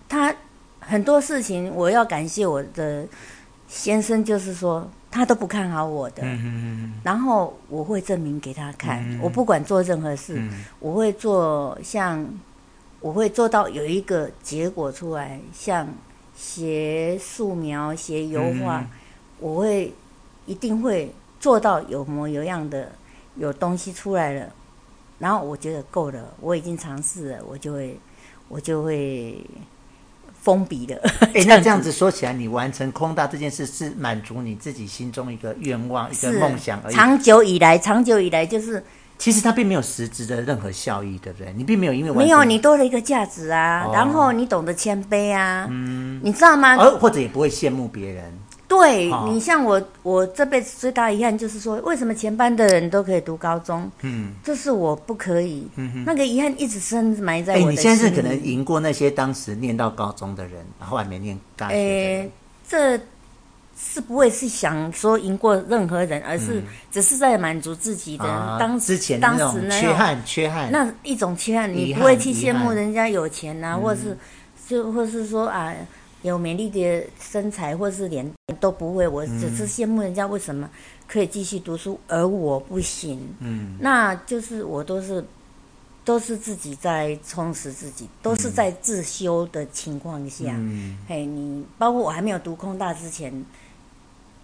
B: 他很多事情我要感谢我的先生，就是说他都不看好我的，
A: 嗯
B: 然后我会证明给他看，
A: 嗯
B: 我不管做任何事，
A: 嗯
B: 我会做像，我会做到有一个结果出来，像学素描、学油画，
A: 嗯
B: 我会一定会做到有模有样的，有东西出来了，然后我觉得够了，我已经尝试了，我就会我就会封笔了。
A: 哎，那这样子说起来，你完成空大这件事是满足你自己心中一个愿望、一个
B: 是
A: 梦想而已。
B: 长久以来，长久以来就是
A: 其实它并没有实质的任何效益，对不对？你并没有因为完
B: 没有，
A: 成
B: 你多了一个价值啊，
A: 哦嗯
B: 然后你懂得谦卑啊，你知道吗？
A: 而哦或者也不会羡慕别人，
B: 对
A: 哦
B: 你像我，我这辈子最大遗憾就是说，为什么前班的人都可以读高中，
A: 嗯。
B: 这是我不可以，那个遗憾一直深埋在
A: 哎，
B: 我的
A: 你现在是
B: 心
A: 可
B: 里
A: 能赢过那些当时念到高中的人，然后还没念大学的人。
B: 诶，这是不会是想说赢过任何人，而是只是在满足自己的、
A: 嗯啊
B: 当
A: 之前的
B: 当
A: 那
B: 时
A: 种
B: 那
A: 缺
B: 样
A: 憾，缺憾。
B: 那一种缺憾，
A: 遗
B: 你
A: 憾
B: 不会去羡
A: 遗
B: 慕
A: 憾嗯
B: 人家有钱呐、或者是就或是说啊有美丽的身材或是脸都不会，我
A: 嗯
B: 只是羡慕人家为什么可以继续读书，而我不行。
A: 嗯，
B: 那就是我都是都是自己在充实自己，都是在自修的情况下。
A: 嗯
B: 嘿，你包括我还没有读空大之前，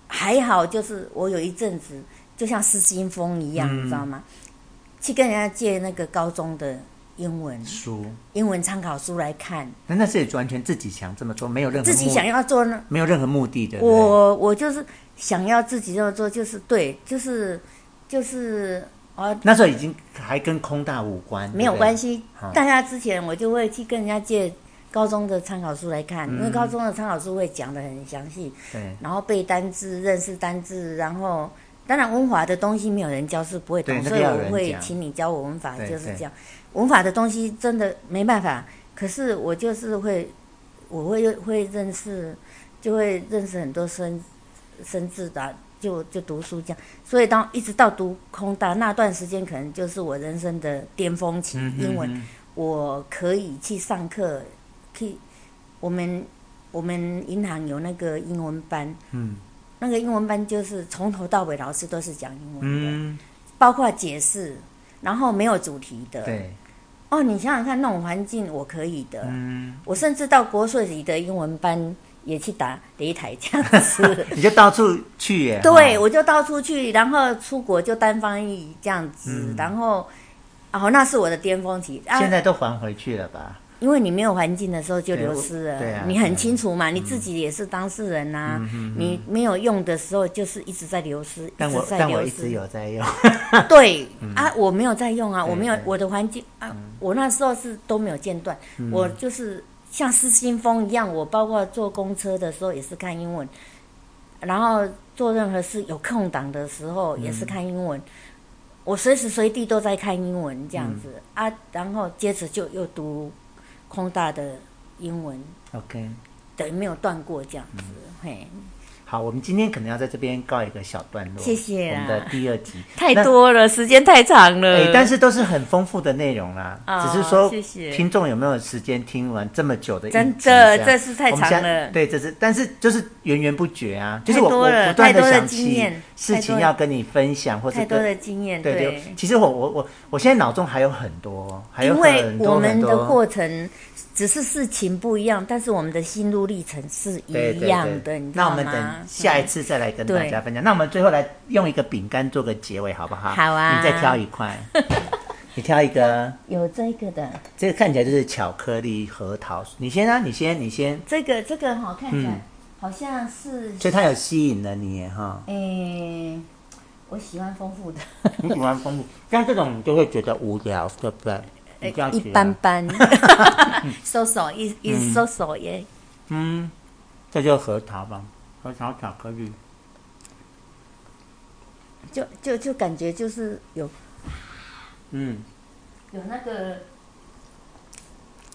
B: 还好，就是我有一阵子就像失心疯一样，
A: 嗯
B: 你知道吗？去跟人家借那个高中的英文
A: 书，
B: 英文参考书来看，
A: 那那是也完全自己想这么做，没有任何
B: 自己
A: 目
B: 想要做呢，
A: 没有任何目的的。对不对
B: 我我就是想要自己这么做，就是对，就是就是啊，
A: 那时候已经还跟空大无关，
B: 没有关
A: 系。
B: 系
A: 好。
B: 大家之前我就会去跟人家借高中的参考书来看，因为
A: 嗯
B: 高中的参考书会讲的很详细。
A: 对，
B: 然后背单字、认识单字，然后当然文法的东西没有人教是不会
A: 对
B: 懂，
A: 那个
B: 所以
A: 要有人
B: 我会
A: 讲
B: 请你教我文法，
A: 对
B: 就是
A: 对
B: 这样。文法的东西真的没办法，可是我就是会，我会会认识，就会认识很多生生字的啊、就就读书这样。所以当一直到读空大那段时间，可能就是我人生的巅峰
A: 嗯
B: 期，英文。我可以去上课，去我们我们银行有那个英文班，
A: 嗯
B: 那个英文班就是从头到尾老师都是讲英文的，
A: 嗯，
B: 包括解释，然后没有主题的。
A: 对，
B: 哦，你想想看，那种环境我可以的，
A: 嗯，
B: 我甚至到国税里的英文班也去打擂台这样 子。
A: 你就到处去耶。
B: 对，
A: 哈
B: 我就到处去，然后出国就单翻译这样子，然后，哦，那是我的巅峰期。啊
A: 嗯现在都还回去了吧？
B: 因为你没有环境的时候就流失了，
A: 对我对啊嗯
B: 你很清楚嘛，你自己也是当事人呐、你没有用的时候就是一直在流失，
A: 但
B: 一
A: 我
B: 直在
A: 但我
B: 流
A: 一直
B: 失。
A: 有在用。
B: 对、啊，我没有在用啊，
A: 嗯对
B: 我没有
A: 对嗯
B: 我的环境啊、我那时候是都没有间断，我就是像失心疯一样，我包括坐公车的时候也是看英文，然后做任何事有空档的时候也是看英文。我随时随地都在看英文这样子、
A: 嗯
B: 啊，然后接着就又读空大的英文，
A: OK，
B: 对，没有断过这样
A: 嗯
B: 子，嘿，
A: 好，我们今天可能要在这边告一个小段落。
B: 谢谢
A: 我
B: 啊
A: 们的第二集
B: 太。多了，时间太长了。
A: 那哎，但是都是很丰富的内容啦，
B: 哦
A: 只是说
B: 谢谢
A: 听众有没有时间听完这么久的一集
B: 真的
A: 这样
B: 这是太
A: 我们现在
B: 长了
A: 对，这是，但是就是源源不绝啊，就是我
B: 太
A: 我
B: 多了
A: 不断地
B: 太多的
A: 想
B: 经
A: 起
B: 验
A: 事
B: 太多
A: 情
B: 了
A: 要跟你分享，或是
B: 太多
A: 跟
B: 的经验，
A: 对对，其实我我我我现在脑中还有很多，还有
B: 因为
A: 很多
B: 我们
A: 很
B: 的
A: 多
B: 过程只是事情不一样，但是我们的心路历程是
A: 对对
B: 一
A: 对
B: 样的，你知
A: 那我
B: 道吗？
A: 们等下一次再来跟
B: 嗯
A: 大家分享。那我们最后来用一个饼干做个结尾，好不好？
B: 好啊
A: 你再挑一块， 你挑一个，
B: 有嗯这个的，
A: 这个看起来就是巧克力核桃。你先啊，你先，你先，
B: 这个这个好看起来、
A: 嗯
B: 好像是，。
A: 所以它有吸引了你耶哈
B: 诶、我喜欢丰富的，
A: 你喜欢丰富，像这种你就会觉得无聊，对不对？你就要
B: 呃一
A: 觉得
B: 般 般，收手一一收手耶。
A: 嗯，这就核桃吧，核桃巧克力。
B: 就就就感觉就是有
A: 嗯
B: 有那个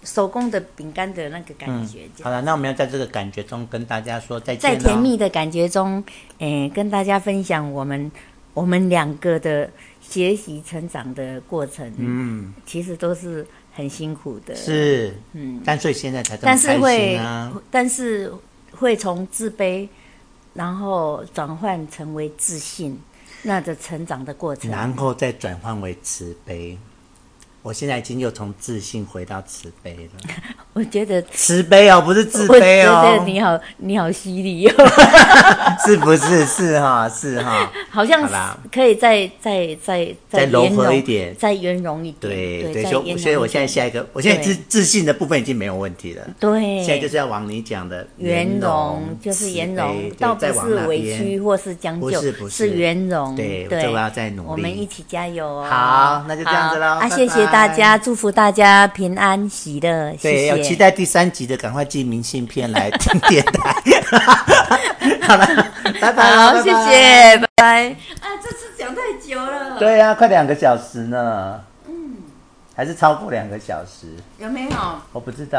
B: 手工的饼干的那个感
A: 嗯
B: 觉，这，样
A: 好了，那我们要在这个感觉中跟大家说再见咯
B: 在甜蜜的感觉中，诶、跟大家分享我们我们两个的学习成长的过程，
A: 嗯，
B: 其实都是很辛苦的，，
A: 是，
B: 嗯，
A: 但所以现在才这么
B: 但是
A: 开
B: 会
A: 心啊。，
B: 但是会从自卑，然后转换成为自信，那的成长的过程，
A: 嗯然后再转 换为慈悲。我现在已经又从自信回到慈悲了，
B: 我觉得，
A: 慈悲哦，不是自
B: 我
A: 卑
B: 觉得
A: 哦，
B: 你好，你好犀利哦，
A: 是不是？是哈，是哈，
B: 好像
A: 好啦
B: 可以再再再
A: 再柔
B: 圆
A: 和
B: 融
A: 一点
B: 再圆融一点。
A: 对
B: 对，
A: 对，
B: 再
A: 所
B: 圆
A: 以
B: 融
A: 所以我
B: 一
A: 现在
B: 点
A: 下一个，我现在
B: 对
A: 自自信的部分已经没有问题了。
B: 对，
A: 现在就是要往你讲的
B: 圆融
A: 融，，
B: 就是
A: 慈
B: 圆
A: 悲
B: 融，
A: 对
B: 倒不
A: 再往
B: 是
A: 那
B: 委
A: 边
B: 屈或是将
A: 不，
B: 就是
A: 不
B: 是
A: 是
B: 圆融。
A: 对
B: 对，
A: 这我要再努力
B: 我们一起加油哦！
A: 好那就这样子咯
B: 好啊，
A: 拜拜
B: 谢谢大家，祝福大家平安喜乐，
A: 对，
B: 谢
A: 要期
B: 谢。
A: 待第三集的，赶快寄明信片来听电 台。好了，拜拜啦，
B: 好，
A: 拜
B: 谢
A: 拜。
B: 谢，拜拜。
C: 啊，这次讲太久了，
A: 对呀、啊，快两个小时呢。嗯，还是超过两个小时，
C: 有没有？
A: 我不知道。